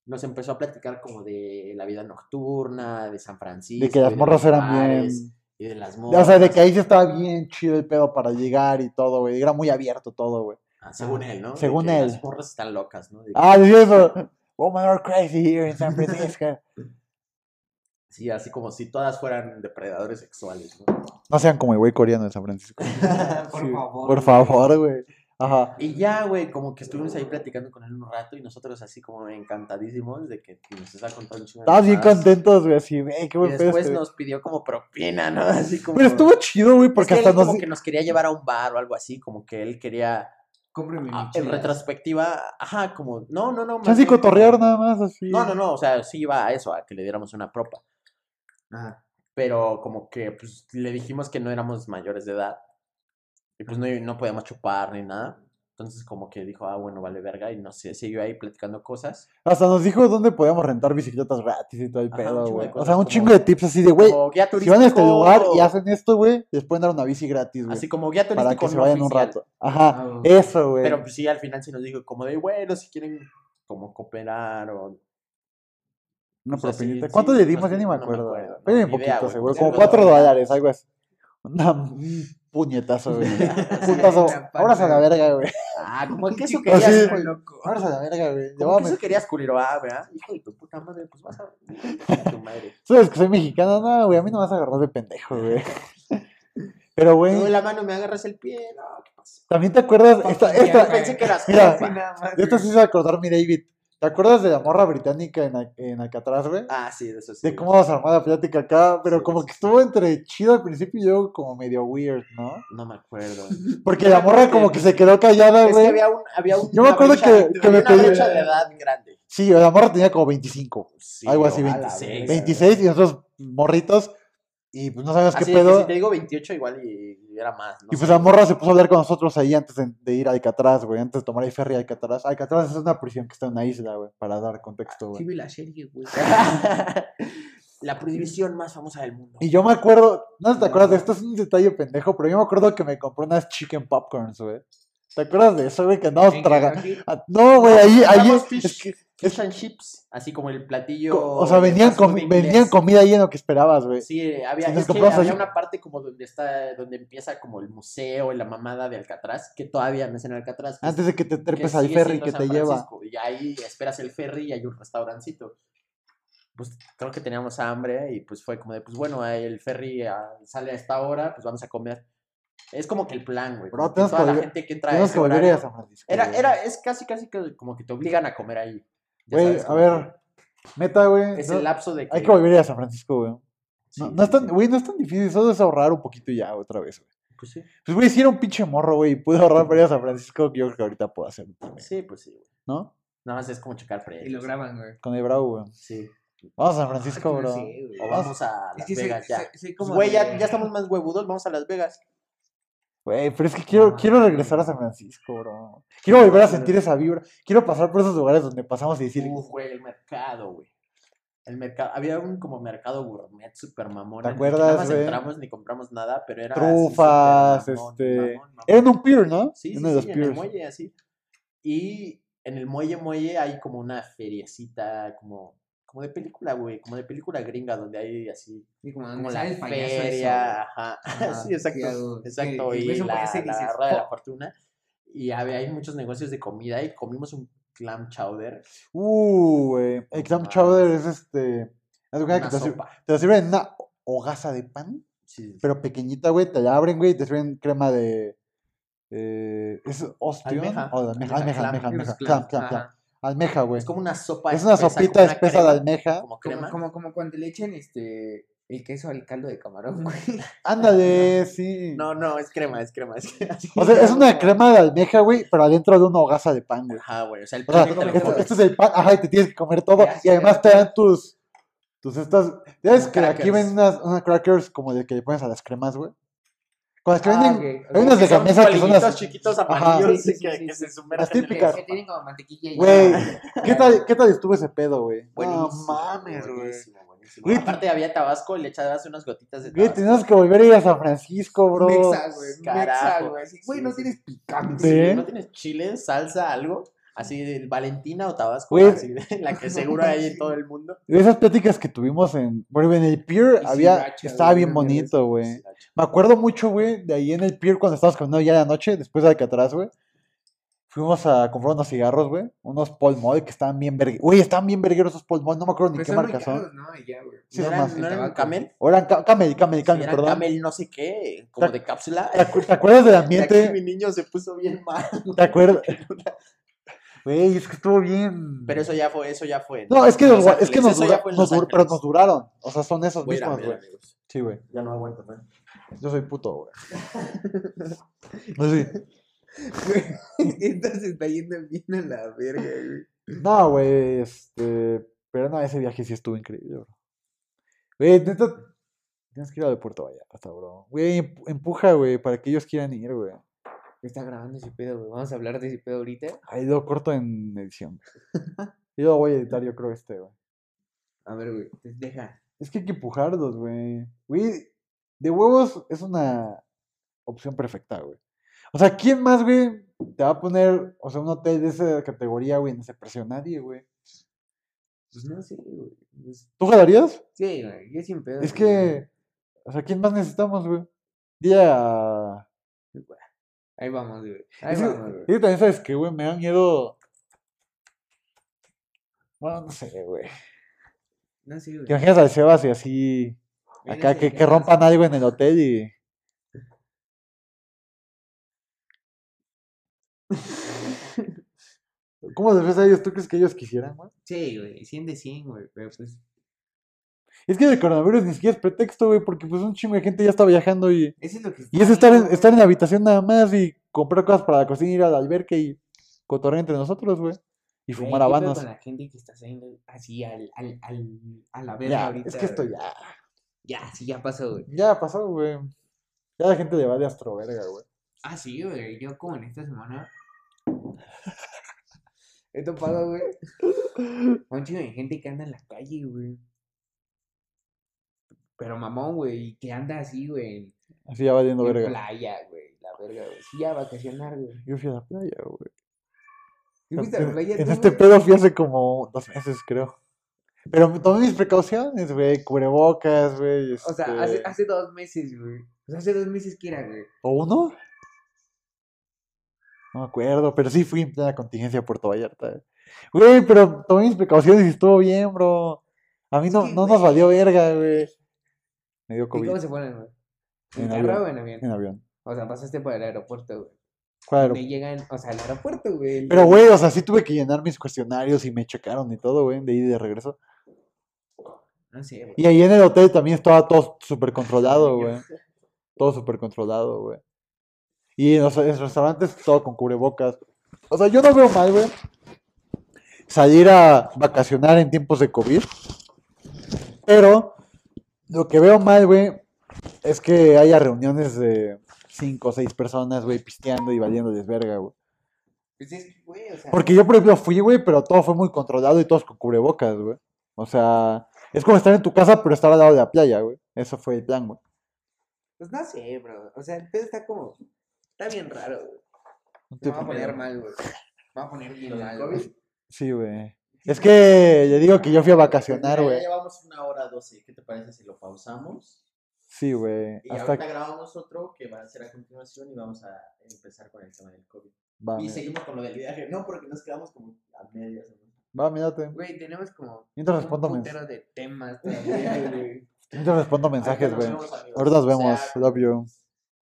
[SPEAKER 5] Nos empezó a platicar como de la vida nocturna, de San Francisco.
[SPEAKER 3] De que
[SPEAKER 5] y
[SPEAKER 3] las
[SPEAKER 5] de
[SPEAKER 3] morras
[SPEAKER 5] los
[SPEAKER 3] eran
[SPEAKER 5] bares,
[SPEAKER 3] bien...
[SPEAKER 5] Y de las
[SPEAKER 3] O
[SPEAKER 5] morras.
[SPEAKER 3] sea, de que ahí sí estaba bien chido el pedo para llegar y todo, güey. Era muy abierto todo, güey.
[SPEAKER 5] Ah, según él, ¿no? De
[SPEAKER 3] Según
[SPEAKER 5] que
[SPEAKER 3] él.
[SPEAKER 5] Las morras están locas, ¿no? De que-
[SPEAKER 3] Ah, sí, eso. Women are crazy here in San Francisco.
[SPEAKER 5] Sí, así como si todas fueran depredadores sexuales, ¿no?
[SPEAKER 3] [laughs] No sean como el güey coreano de San Francisco.
[SPEAKER 4] Por
[SPEAKER 3] Sí,
[SPEAKER 4] favor.
[SPEAKER 3] Por favor, güey. Ajá.
[SPEAKER 5] Y ya, güey, como que estuvimos ahí platicando con él un rato y nosotros así como encantadísimos de que nos está contando un chingo de
[SPEAKER 3] Estábamos bien
[SPEAKER 5] mamadas.
[SPEAKER 3] contentos, güey. Así, güey,
[SPEAKER 5] Y
[SPEAKER 3] qué buen pedo.
[SPEAKER 5] después
[SPEAKER 3] este, güey.
[SPEAKER 5] nos pidió como propina, ¿no? [laughs] Así como...
[SPEAKER 3] Pero estuvo chido, güey, porque
[SPEAKER 5] es que
[SPEAKER 3] hasta
[SPEAKER 5] él
[SPEAKER 3] nos.
[SPEAKER 5] como que nos quería llevar a un bar o algo así, como que él quería...
[SPEAKER 4] Cómprame
[SPEAKER 5] ah,
[SPEAKER 4] mi
[SPEAKER 5] en
[SPEAKER 4] chela.
[SPEAKER 5] retrospectiva, ajá, como... No, no, no. más
[SPEAKER 3] Chance y
[SPEAKER 5] bien como-
[SPEAKER 3] cotorrear nada más, así.
[SPEAKER 5] No, no, no, o sea, sí iba a eso, a que le diéramos una propa.
[SPEAKER 4] Ajá.
[SPEAKER 5] Pero como que pues, le dijimos que no éramos mayores de edad. Y pues no, no podíamos chupar ni nada. Entonces como que dijo, ah, bueno, vale verga. Y no sé, siguió ahí platicando cosas.
[SPEAKER 3] Hasta nos dijo dónde podíamos rentar bicicletas gratis y todo el
[SPEAKER 5] Ajá, un
[SPEAKER 3] pedo,
[SPEAKER 5] chingo de
[SPEAKER 3] güey. O
[SPEAKER 5] cosas
[SPEAKER 3] sea, un
[SPEAKER 5] como-
[SPEAKER 3] chingo de tips así de, güey,
[SPEAKER 5] como guía
[SPEAKER 3] si van a este lugar y
[SPEAKER 5] turístico,
[SPEAKER 3] hacen esto, güey, les pueden dar una bici gratis, güey.
[SPEAKER 5] Así como guía turístico
[SPEAKER 3] Para que se
[SPEAKER 5] no
[SPEAKER 3] vayan un
[SPEAKER 5] oficial.
[SPEAKER 3] rato. Ajá.
[SPEAKER 4] Ah, ok.
[SPEAKER 3] Eso, güey.
[SPEAKER 5] Pero pues sí, al final sí nos dijo como de, bueno, si quieren como cooperar o...
[SPEAKER 3] Una
[SPEAKER 5] O sea, sí,
[SPEAKER 3] propinita.
[SPEAKER 5] sí,
[SPEAKER 3] ¿Cuánto le dimos?
[SPEAKER 5] no
[SPEAKER 3] Ya ni me
[SPEAKER 5] me
[SPEAKER 3] acuerdo.
[SPEAKER 5] acuerdo, no,
[SPEAKER 3] Pero
[SPEAKER 5] ni
[SPEAKER 3] un poquito,
[SPEAKER 5] idea, güey.
[SPEAKER 3] seguro.
[SPEAKER 5] Pero
[SPEAKER 3] Como 4
[SPEAKER 5] dólares.
[SPEAKER 3] dólares, algo así. Una- [laughs] un puñetazo, güey. Un putazo.
[SPEAKER 4] la
[SPEAKER 3] Ahora a la verga, güey.
[SPEAKER 5] Ah, como que
[SPEAKER 3] [laughs]
[SPEAKER 5] eso
[SPEAKER 4] Chico,
[SPEAKER 5] querías,
[SPEAKER 3] Así-
[SPEAKER 4] está loco.
[SPEAKER 3] Ahora a la verga, güey.
[SPEAKER 5] como que
[SPEAKER 3] Llévame.
[SPEAKER 5] eso querías culiroar, ¿verdad? Hijo de tu puta madre, pues vas a...
[SPEAKER 3] [laughs]
[SPEAKER 5] a tu madre.
[SPEAKER 3] ¿Sabes que soy mexicano? No, güey. A mí no me vas a agarrar de pendejo, güey. [laughs] Pero,
[SPEAKER 5] Te doy
[SPEAKER 3] güey,
[SPEAKER 5] la mano, me agarras el pie. No, ¿qué pasa?
[SPEAKER 3] también te acuerdas. Esta,
[SPEAKER 4] Papi,
[SPEAKER 3] esta,
[SPEAKER 4] ya,
[SPEAKER 5] Pensé que eras
[SPEAKER 3] Mira,
[SPEAKER 4] Sí,
[SPEAKER 5] compa.
[SPEAKER 4] nada más,
[SPEAKER 3] esta
[SPEAKER 4] güey.
[SPEAKER 3] sí se va a acordar mi David. ¿Te acuerdas de la morra británica en, Al- en Alcatraz, güey?
[SPEAKER 5] Ah, sí, de eso sí.
[SPEAKER 3] De cómo se armó la plática acá, pero
[SPEAKER 5] Sí,
[SPEAKER 3] como
[SPEAKER 5] sí,
[SPEAKER 3] que
[SPEAKER 5] sí.
[SPEAKER 3] estuvo entre chido al principio y luego como medio weird, ¿no?
[SPEAKER 5] No me
[SPEAKER 3] [laughs]
[SPEAKER 5] acuerdo.
[SPEAKER 3] Porque la morra como que se quedó callada,
[SPEAKER 5] es que
[SPEAKER 3] güey.
[SPEAKER 5] había un, había un
[SPEAKER 3] Yo me
[SPEAKER 5] una
[SPEAKER 3] acuerdo
[SPEAKER 5] brecha-
[SPEAKER 3] que- que
[SPEAKER 5] había
[SPEAKER 3] me
[SPEAKER 5] una
[SPEAKER 3] pedí-
[SPEAKER 5] brecha de edad grande.
[SPEAKER 3] Sí, la morra tenía como 25.
[SPEAKER 5] Sí,
[SPEAKER 3] Algo así,
[SPEAKER 5] o a la
[SPEAKER 3] 26.
[SPEAKER 5] verga.
[SPEAKER 3] 26 y nosotros morritos. Y pues no sabemos
[SPEAKER 5] Así
[SPEAKER 3] qué
[SPEAKER 5] de que
[SPEAKER 3] pedo.
[SPEAKER 5] si te digo 28 igual y, y era más. no
[SPEAKER 3] y
[SPEAKER 5] sé.
[SPEAKER 3] pues la morra se puso a hablar con nosotros ahí antes de, de ir a Alcatraz, güey. Antes de tomar el ferry a Alcatraz. Alcatraz es una prisión que está en una isla, güey. Para dar contexto,
[SPEAKER 5] Sí
[SPEAKER 3] güey.
[SPEAKER 5] vi la serie, [laughs] güey. la prohibición más famosa del mundo.
[SPEAKER 3] Y yo me acuerdo, no sé si te acuerdas de esto, es un detalle pendejo, pero yo me acuerdo que me compré unas chicken popcorns, güey. ¿Te acuerdas de eso, güey? Que andábamos
[SPEAKER 4] En
[SPEAKER 3] tragando.
[SPEAKER 4] Kentucky,
[SPEAKER 3] No, güey, ahí, ahí.
[SPEAKER 5] Compramos
[SPEAKER 3] es
[SPEAKER 5] fish,
[SPEAKER 3] que-
[SPEAKER 5] fish and chips, así como el platillo.
[SPEAKER 3] o sea, venían,
[SPEAKER 5] vendían
[SPEAKER 3] comi- venían comida ahí en lo que esperabas, güey.
[SPEAKER 5] Sí, había,
[SPEAKER 3] Sí, nos
[SPEAKER 5] es que
[SPEAKER 3] compramos
[SPEAKER 5] había
[SPEAKER 3] allí.
[SPEAKER 5] una parte como donde está, donde empieza como el museo y la mamada de Alcatraz, que todavía no es en Alcatraz. que es-
[SPEAKER 3] Antes de que Ah, te trepes
[SPEAKER 5] que
[SPEAKER 3] al
[SPEAKER 5] sigue
[SPEAKER 3] ferry
[SPEAKER 5] siendo
[SPEAKER 3] que
[SPEAKER 5] San
[SPEAKER 3] te lleva.
[SPEAKER 5] Francisco, Y ahí esperas el ferry y hay un restaurancito. Pues creo que teníamos hambre y pues fue como de, pues bueno, ahí el ferry ah, sale a esta hora, pues vamos a comer. Es como que el plan, güey.
[SPEAKER 3] Bro,
[SPEAKER 5] como que
[SPEAKER 3] tenemos
[SPEAKER 5] toda
[SPEAKER 3] que
[SPEAKER 5] la
[SPEAKER 3] volver-
[SPEAKER 5] gente que entra a
[SPEAKER 3] Tenemos
[SPEAKER 5] ese
[SPEAKER 3] que volver a ir
[SPEAKER 5] horario-
[SPEAKER 3] a San Francisco.
[SPEAKER 5] era,
[SPEAKER 3] güey.
[SPEAKER 5] era, es casi, casi que como que te obligan a comer ahí. Ya
[SPEAKER 3] Güey,
[SPEAKER 5] sabes,
[SPEAKER 3] a
[SPEAKER 5] como
[SPEAKER 3] ver, meta, güey.
[SPEAKER 5] que Es
[SPEAKER 3] no-
[SPEAKER 5] el lapso de que...
[SPEAKER 3] hay que volver a ir a San Francisco, güey.
[SPEAKER 5] Sí,
[SPEAKER 3] No, no es
[SPEAKER 5] sí,
[SPEAKER 3] tan,
[SPEAKER 5] sí.
[SPEAKER 3] güey, no es tan difícil, solo es ahorrar un poquito y ya otra vez, güey.
[SPEAKER 5] Pues
[SPEAKER 3] [laughs]
[SPEAKER 5] sí,
[SPEAKER 3] Pues, güey, si era un pinche morro, güey, y pude ahorrar para ir a San Francisco, yo creo que ahorita puedo hacerlo también,
[SPEAKER 5] sí, pues sí. güey.
[SPEAKER 3] ¿no?
[SPEAKER 5] Nada más es como checar
[SPEAKER 4] Y lo
[SPEAKER 5] precios.
[SPEAKER 4] graban, güey.
[SPEAKER 3] Con el Bravo, güey.
[SPEAKER 5] Sí.
[SPEAKER 3] Vamos a San
[SPEAKER 4] Ah,
[SPEAKER 3] Francisco,
[SPEAKER 4] que no
[SPEAKER 3] bro.
[SPEAKER 4] sé, güey.
[SPEAKER 5] O vamos a Las
[SPEAKER 4] Es que soy-
[SPEAKER 5] Vegas ya.
[SPEAKER 4] soy- soy
[SPEAKER 5] Pues,
[SPEAKER 4] como
[SPEAKER 5] Güey, ya,
[SPEAKER 4] de-
[SPEAKER 5] ya estamos más huevudos, vamos a Las Vegas.
[SPEAKER 3] Güey, pero es que quiero,
[SPEAKER 4] Ah,
[SPEAKER 3] quiero regresar a San Francisco, bro. Quiero volver a sentir esa vibra. Quiero pasar por esos lugares donde pasamos y decir,
[SPEAKER 5] Uf, Uh, güey, el mercado, güey. El mercado, había un como mercado gourmet super mamón.
[SPEAKER 3] ¿Te
[SPEAKER 5] en el que
[SPEAKER 3] acuerdas,
[SPEAKER 5] Nada más
[SPEAKER 3] güey?
[SPEAKER 5] entramos ni compramos nada, pero era. así
[SPEAKER 3] Trufas,
[SPEAKER 5] súper mamón,
[SPEAKER 3] este,
[SPEAKER 5] mamón, mamón.
[SPEAKER 3] era en un pier, ¿no?
[SPEAKER 5] Sí, sí,
[SPEAKER 3] Uno de
[SPEAKER 5] sí,
[SPEAKER 3] los
[SPEAKER 5] en el
[SPEAKER 3] piers.
[SPEAKER 5] muelle, así. Y en el muelle, muelle hay como una feriecita, como, como de película, güey, como de película gringa, donde hay así,
[SPEAKER 4] Y como,
[SPEAKER 5] como
[SPEAKER 4] donde
[SPEAKER 5] la
[SPEAKER 4] sale el payaso eso,
[SPEAKER 5] feria, ajá, [laughs]
[SPEAKER 4] Ajá,
[SPEAKER 5] sí, exacto,
[SPEAKER 4] sí, algo-
[SPEAKER 5] exacto,
[SPEAKER 4] que- que
[SPEAKER 5] y
[SPEAKER 4] ves
[SPEAKER 5] la,
[SPEAKER 4] un payaso y
[SPEAKER 5] la
[SPEAKER 4] dices,
[SPEAKER 5] rueda de la
[SPEAKER 4] "Oh".
[SPEAKER 5] fortuna, y había, hay muchos negocios de comida, y comimos un clam chowder,
[SPEAKER 3] Uh, güey. El clam
[SPEAKER 5] mames.
[SPEAKER 3] chowder es este. Haz de cuenta
[SPEAKER 5] una
[SPEAKER 3] que te, sir-
[SPEAKER 5] sopa,
[SPEAKER 3] te lo sirven en una hogaza de pan,
[SPEAKER 5] sí,
[SPEAKER 3] pero pequeñita, güey. Te la abren, güey, y te sirven crema de. eh, ¿Es ostión?
[SPEAKER 5] Almeja.
[SPEAKER 3] O de
[SPEAKER 5] Almeja,
[SPEAKER 3] almeja, almeja,
[SPEAKER 5] clam,
[SPEAKER 3] almeja,
[SPEAKER 4] unos
[SPEAKER 3] almeja.
[SPEAKER 4] clams,
[SPEAKER 3] Clam, clam, clam.
[SPEAKER 4] ajá.
[SPEAKER 3] Almeja, güey.
[SPEAKER 5] es como una sopa
[SPEAKER 3] Es una
[SPEAKER 5] espesa con
[SPEAKER 3] sopita
[SPEAKER 5] una
[SPEAKER 3] espesa
[SPEAKER 5] crema,
[SPEAKER 3] de almeja.
[SPEAKER 5] como
[SPEAKER 4] Como,
[SPEAKER 5] crema,
[SPEAKER 4] como, como cuando le echan este el queso al caldo de camarón, [laughs] güey.
[SPEAKER 3] Ándale, sí.
[SPEAKER 5] no, no, es crema, es crema, es crema, [laughs]
[SPEAKER 3] O sea,
[SPEAKER 4] [laughs]
[SPEAKER 3] es una crema de almeja, güey, pero adentro de una hogaza de pan, güey.
[SPEAKER 5] ajá, güey, o sea, el
[SPEAKER 3] O sea,
[SPEAKER 5] pan te lo
[SPEAKER 3] esto,
[SPEAKER 5] comes.
[SPEAKER 3] esto es el pan, ajá, y te tienes que comer todo.
[SPEAKER 5] Ya,
[SPEAKER 3] Y
[SPEAKER 5] sí,
[SPEAKER 3] además te
[SPEAKER 5] ya.
[SPEAKER 3] dan tus. Tus estas. Ya ves
[SPEAKER 5] Unos
[SPEAKER 3] que aquí
[SPEAKER 5] crackers.
[SPEAKER 3] ven unas, unas crackers como de que le pones a las cremas, güey. Con las que
[SPEAKER 4] Ah,
[SPEAKER 3] venden.
[SPEAKER 4] ok, ok.
[SPEAKER 3] Hay unas de
[SPEAKER 5] Son
[SPEAKER 3] camisa que son
[SPEAKER 5] palillitos
[SPEAKER 3] las.
[SPEAKER 5] chiquitos
[SPEAKER 3] Ajá.
[SPEAKER 5] amarillos
[SPEAKER 4] Sí, sí,
[SPEAKER 5] que,
[SPEAKER 4] sí,
[SPEAKER 5] que
[SPEAKER 4] sí,
[SPEAKER 5] se
[SPEAKER 4] sí.
[SPEAKER 5] sumergen
[SPEAKER 3] Las
[SPEAKER 5] en el
[SPEAKER 3] típicas.
[SPEAKER 4] Que tienen como mantequilla y
[SPEAKER 3] Güey,
[SPEAKER 4] ya.
[SPEAKER 3] ¿qué tal, ¿qué tal estuvo ese pedo, güey? No
[SPEAKER 5] Buenísimo,
[SPEAKER 3] mames, güey.
[SPEAKER 5] buenísimo, buenísimo.
[SPEAKER 3] Güey,
[SPEAKER 5] Aparte había tabasco y le echabas unas gotitas de
[SPEAKER 3] Güey,
[SPEAKER 5] tabasco.
[SPEAKER 3] tenemos que volver a ir a San Francisco, bro.
[SPEAKER 4] Mexa, güey. Mexa,
[SPEAKER 5] Carajo.
[SPEAKER 4] güey. Así, Güey,
[SPEAKER 5] Sí,
[SPEAKER 4] no
[SPEAKER 5] sí.
[SPEAKER 4] tienes
[SPEAKER 5] Sí,
[SPEAKER 4] picante. [laughs]
[SPEAKER 3] ¿eh?
[SPEAKER 5] ¿No tienes chile, salsa, algo? Así de Valentina o Tabasco,
[SPEAKER 3] Güey.
[SPEAKER 5] así de- la que seguro hay en todo el mundo.
[SPEAKER 3] De esas pláticas que tuvimos en. Bueno, en el pier
[SPEAKER 4] Y
[SPEAKER 3] había.
[SPEAKER 4] sriracha,
[SPEAKER 3] estaba
[SPEAKER 4] güey,
[SPEAKER 3] bien
[SPEAKER 4] una mierda
[SPEAKER 3] bonito, güey. Me acuerdo mucho, güey, de ahí en el pier cuando estábamos caminando ya de la noche, después de Alcatraz, güey. Fuimos a comprar unos cigarros, güey. Unos Paul Mall que estaban bien vergueros. Güey, estaban bien vergueros esos Paul Mall. No me acuerdo ni
[SPEAKER 4] Pues
[SPEAKER 3] qué
[SPEAKER 4] son muy
[SPEAKER 3] marca son.
[SPEAKER 4] caros, ¿no? Y ya, güey.
[SPEAKER 3] Sí,
[SPEAKER 5] ¿No
[SPEAKER 3] son
[SPEAKER 5] eran,
[SPEAKER 3] más.
[SPEAKER 5] ¿no eran
[SPEAKER 4] tabaco.
[SPEAKER 5] camel?
[SPEAKER 3] O eran ca- Camel, Camel, Camel,
[SPEAKER 5] Sí, eran
[SPEAKER 3] perdón.
[SPEAKER 5] camel no sé qué, como [laughs] de cápsula.
[SPEAKER 3] ¿Te, acu- te acuerdas del
[SPEAKER 5] Y aquí
[SPEAKER 3] ambiente?
[SPEAKER 5] mi niño se puso bien mal.
[SPEAKER 3] ¿Te acuerdas? [laughs] Güey, es que estuvo bien.
[SPEAKER 5] Pero eso ya fue, eso ya fue.
[SPEAKER 3] No, es que,
[SPEAKER 5] en
[SPEAKER 3] nos,
[SPEAKER 5] Los
[SPEAKER 3] gua- es que
[SPEAKER 5] Ángeles,
[SPEAKER 3] nos,
[SPEAKER 5] eso
[SPEAKER 3] dura-
[SPEAKER 5] ya fue en
[SPEAKER 3] nos
[SPEAKER 5] Los
[SPEAKER 3] dur- pero
[SPEAKER 5] Ángeles.
[SPEAKER 3] nos duraron. O sea, son esos
[SPEAKER 5] Voy a ir a
[SPEAKER 3] mismos,
[SPEAKER 5] ver,
[SPEAKER 3] güey.
[SPEAKER 5] amigos.
[SPEAKER 3] Sí, güey.
[SPEAKER 5] Ya no aguanto, ¿no?
[SPEAKER 3] Yo soy puto, güey. [laughs] No, sí.
[SPEAKER 4] Esta se está yendo bien a la verga, güey.
[SPEAKER 3] No, güey, este. Pero no, ese viaje sí estuvo increíble, bro. Güey, neta. Tienes que ir a de Puerto Vallarta, bro. Güey, emp- empuja, güey, para que ellos quieran ir, güey.
[SPEAKER 4] Está grabando ese pedo, güey. Vamos a hablar de ese pedo ahorita.
[SPEAKER 3] Ahí lo corto en edición. Yo lo voy a editar, yo creo, este, güey.
[SPEAKER 4] A ver, güey. pues Deja.
[SPEAKER 3] Es que hay que empujarlos, güey. Güey, de huevos es una opción perfecta, güey. O sea, ¿quién más, güey, te va a poner, o sea, un hotel de esa categoría, güey, en ese precio? Nadie, güey.
[SPEAKER 4] Pues no sé, güey. Pues,
[SPEAKER 3] ¿Tú jalarías?
[SPEAKER 4] sí, güey. Yo sin pedo.
[SPEAKER 3] Es que, o sea, ¿quién más necesitamos, güey? Día. a-
[SPEAKER 4] Ahí vamos, güey. Ahí
[SPEAKER 3] Es que,
[SPEAKER 4] vamos, güey.
[SPEAKER 3] es que también sabes que, güey, me da miedo. Bueno, no sé, güey.
[SPEAKER 4] No sé, güey.
[SPEAKER 3] Te imaginas al Sebas y así.
[SPEAKER 4] Ven
[SPEAKER 3] Acá,
[SPEAKER 4] ese
[SPEAKER 3] que, que
[SPEAKER 4] pedazo.
[SPEAKER 3] rompan algo en el hotel y. ¿Cómo les ves a ellos? ¿Tú crees que ellos quisieran, güey?
[SPEAKER 4] Sí, güey. 100 de 100, güey. Pero pues.
[SPEAKER 3] Es que el coronavirus ni siquiera es pretexto, güey, porque pues un chingo de gente ya está viajando y.
[SPEAKER 4] Eso es lo que.
[SPEAKER 3] Y es estar en, estar en la habitación nada más y comprar cosas para la cocina, ir al alberca y cotorrear entre nosotros, güey. Y fumar habanos.
[SPEAKER 4] Con la gente que está saliendo así al, al, al, a la verga
[SPEAKER 3] Ya,
[SPEAKER 4] ahorita.
[SPEAKER 3] es que esto
[SPEAKER 4] güey.
[SPEAKER 3] ya.
[SPEAKER 4] Ya, sí, ya pasó, güey.
[SPEAKER 3] Ya pasó, güey. Ya la gente le va de astroverga, güey.
[SPEAKER 4] Ah, sí, güey. Yo como en esta
[SPEAKER 3] [laughs]
[SPEAKER 4] semana. He topado, güey. a Un chingo de gente que anda en la calle, güey. Pero mamón, güey. Que anda así, güey. En,
[SPEAKER 3] Así ya valiendo
[SPEAKER 4] en
[SPEAKER 3] verga.
[SPEAKER 4] playa, güey. La verga, güey. Sí, ya a vacacionar, güey.
[SPEAKER 3] Yo fui a la playa, güey.
[SPEAKER 4] ¿Te fuiste a la playa
[SPEAKER 3] En
[SPEAKER 4] tú,
[SPEAKER 3] este
[SPEAKER 4] güey?
[SPEAKER 3] pedo fui hace como dos meses, creo. Pero me tomé mis precauciones, güey. Cubrebocas, güey.
[SPEAKER 4] O sea,
[SPEAKER 3] este,
[SPEAKER 4] hace, hace dos meses, güey. O sea, hace dos meses que era, güey.
[SPEAKER 3] ¿O uno? No me acuerdo, pero sí fui en plena contingencia a Puerto Vallarta. eh. Güey, pero tomé mis precauciones y estuvo bien, bro. A mí no,
[SPEAKER 4] que,
[SPEAKER 3] no nos
[SPEAKER 4] güey.
[SPEAKER 3] valió verga, güey. Me dio
[SPEAKER 4] ¿Y
[SPEAKER 3] COVID
[SPEAKER 4] cómo se ponen, güey? ¿En
[SPEAKER 3] En
[SPEAKER 4] carro
[SPEAKER 3] avión.
[SPEAKER 4] o en avión?
[SPEAKER 3] en avión.
[SPEAKER 4] O sea, pasaste por el aeropuerto, güey.
[SPEAKER 3] Claro.
[SPEAKER 4] Me llegan, o sea, al aeropuerto, güey.
[SPEAKER 3] Pero, güey, o sea, sí tuve que llenar mis cuestionarios y me checaron y todo, güey, de ida y de regreso.
[SPEAKER 4] No sé, güey.
[SPEAKER 3] Y ahí en el hotel también estaba todo súper controlado, güey. Todo súper controlado, güey. Y en los, en los restaurantes todo con cubrebocas. O sea, yo no veo mal, güey. Salir a vacacionar en tiempos de COVID. Pero lo que veo mal, güey, es que haya reuniones de cinco o seis personas, güey, pisteando y valiéndoles verga, güey.
[SPEAKER 4] Pues es que, güey, o sea.
[SPEAKER 3] Porque yo, por ejemplo, fui, güey, pero todo fue muy controlado y todos con cubrebocas, güey. O sea, es como estar en tu casa, pero estar al lado de la playa, güey. Eso fue el plan, güey.
[SPEAKER 4] Pues no sé, bro. O sea, el pedo está como. Está bien raro, güey.
[SPEAKER 3] No te-
[SPEAKER 4] Me va a poner mal, güey. Me va a poner bien mal, güey.
[SPEAKER 3] Sí, güey. Es que le digo que yo fui a vacacionar,
[SPEAKER 5] Mira,
[SPEAKER 3] güey.
[SPEAKER 5] Ya llevamos una hora doce. ¿Qué te parece si lo pausamos?
[SPEAKER 3] Sí, güey.
[SPEAKER 5] Y
[SPEAKER 3] Hasta
[SPEAKER 5] ahorita grabamos otro que va a ser a continuación y vamos a empezar con el tema del COVID. Y
[SPEAKER 3] Va, Ah, mira.
[SPEAKER 5] seguimos con lo del viaje. No, porque nos quedamos como a medias. ¿no?
[SPEAKER 3] Va, mírate.
[SPEAKER 4] Güey, tenemos como
[SPEAKER 3] Mientras
[SPEAKER 4] un
[SPEAKER 3] respondo, mens-
[SPEAKER 4] putero de temas todavía, güey.
[SPEAKER 3] mientras respondo mensajes,
[SPEAKER 5] Ahorita nos
[SPEAKER 3] güey.
[SPEAKER 5] vemos, amigos.
[SPEAKER 3] Ahorita nos
[SPEAKER 5] O sea,
[SPEAKER 3] vemos. Love you.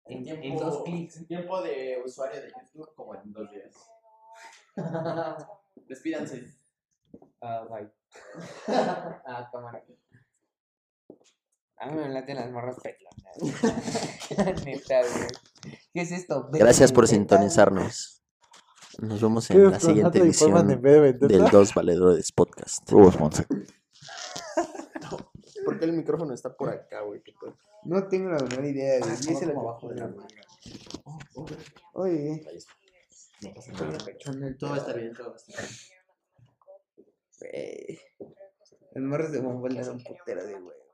[SPEAKER 5] En
[SPEAKER 4] En- en
[SPEAKER 5] tiempo,
[SPEAKER 4] dos clics.
[SPEAKER 5] [laughs] en tiempo de usuario de YouTube, como en dos días. Despídanse.
[SPEAKER 4] Ah, [laughs] bye. ah, cámara. A mí me late las morras pelas. [laughs] Neta, güey. ¿Qué es esto?
[SPEAKER 9] Gracias por
[SPEAKER 4] Vete,
[SPEAKER 9] sintonizarnos. Nos vemos
[SPEAKER 3] ¿Qué
[SPEAKER 9] en la
[SPEAKER 3] desconato
[SPEAKER 9] siguiente
[SPEAKER 3] de informan
[SPEAKER 9] edición
[SPEAKER 3] en vez de vendetta?
[SPEAKER 9] del Dos Valedores Podcast.
[SPEAKER 10] Huevos, Monse.
[SPEAKER 5] ¿Por qué el micrófono está por acá, güey? ¿Qué pedo?
[SPEAKER 4] No tengo la menor idea, güey. Yo hice la
[SPEAKER 5] como
[SPEAKER 4] que
[SPEAKER 5] abajo de la manga.
[SPEAKER 4] Oye,
[SPEAKER 5] Ahí está.
[SPEAKER 4] estoy apechando el
[SPEAKER 5] Todo va a
[SPEAKER 4] todo.
[SPEAKER 5] estar bien, todo va a estar bien.
[SPEAKER 4] güey. Las morras de Bumble dan un putero de güey.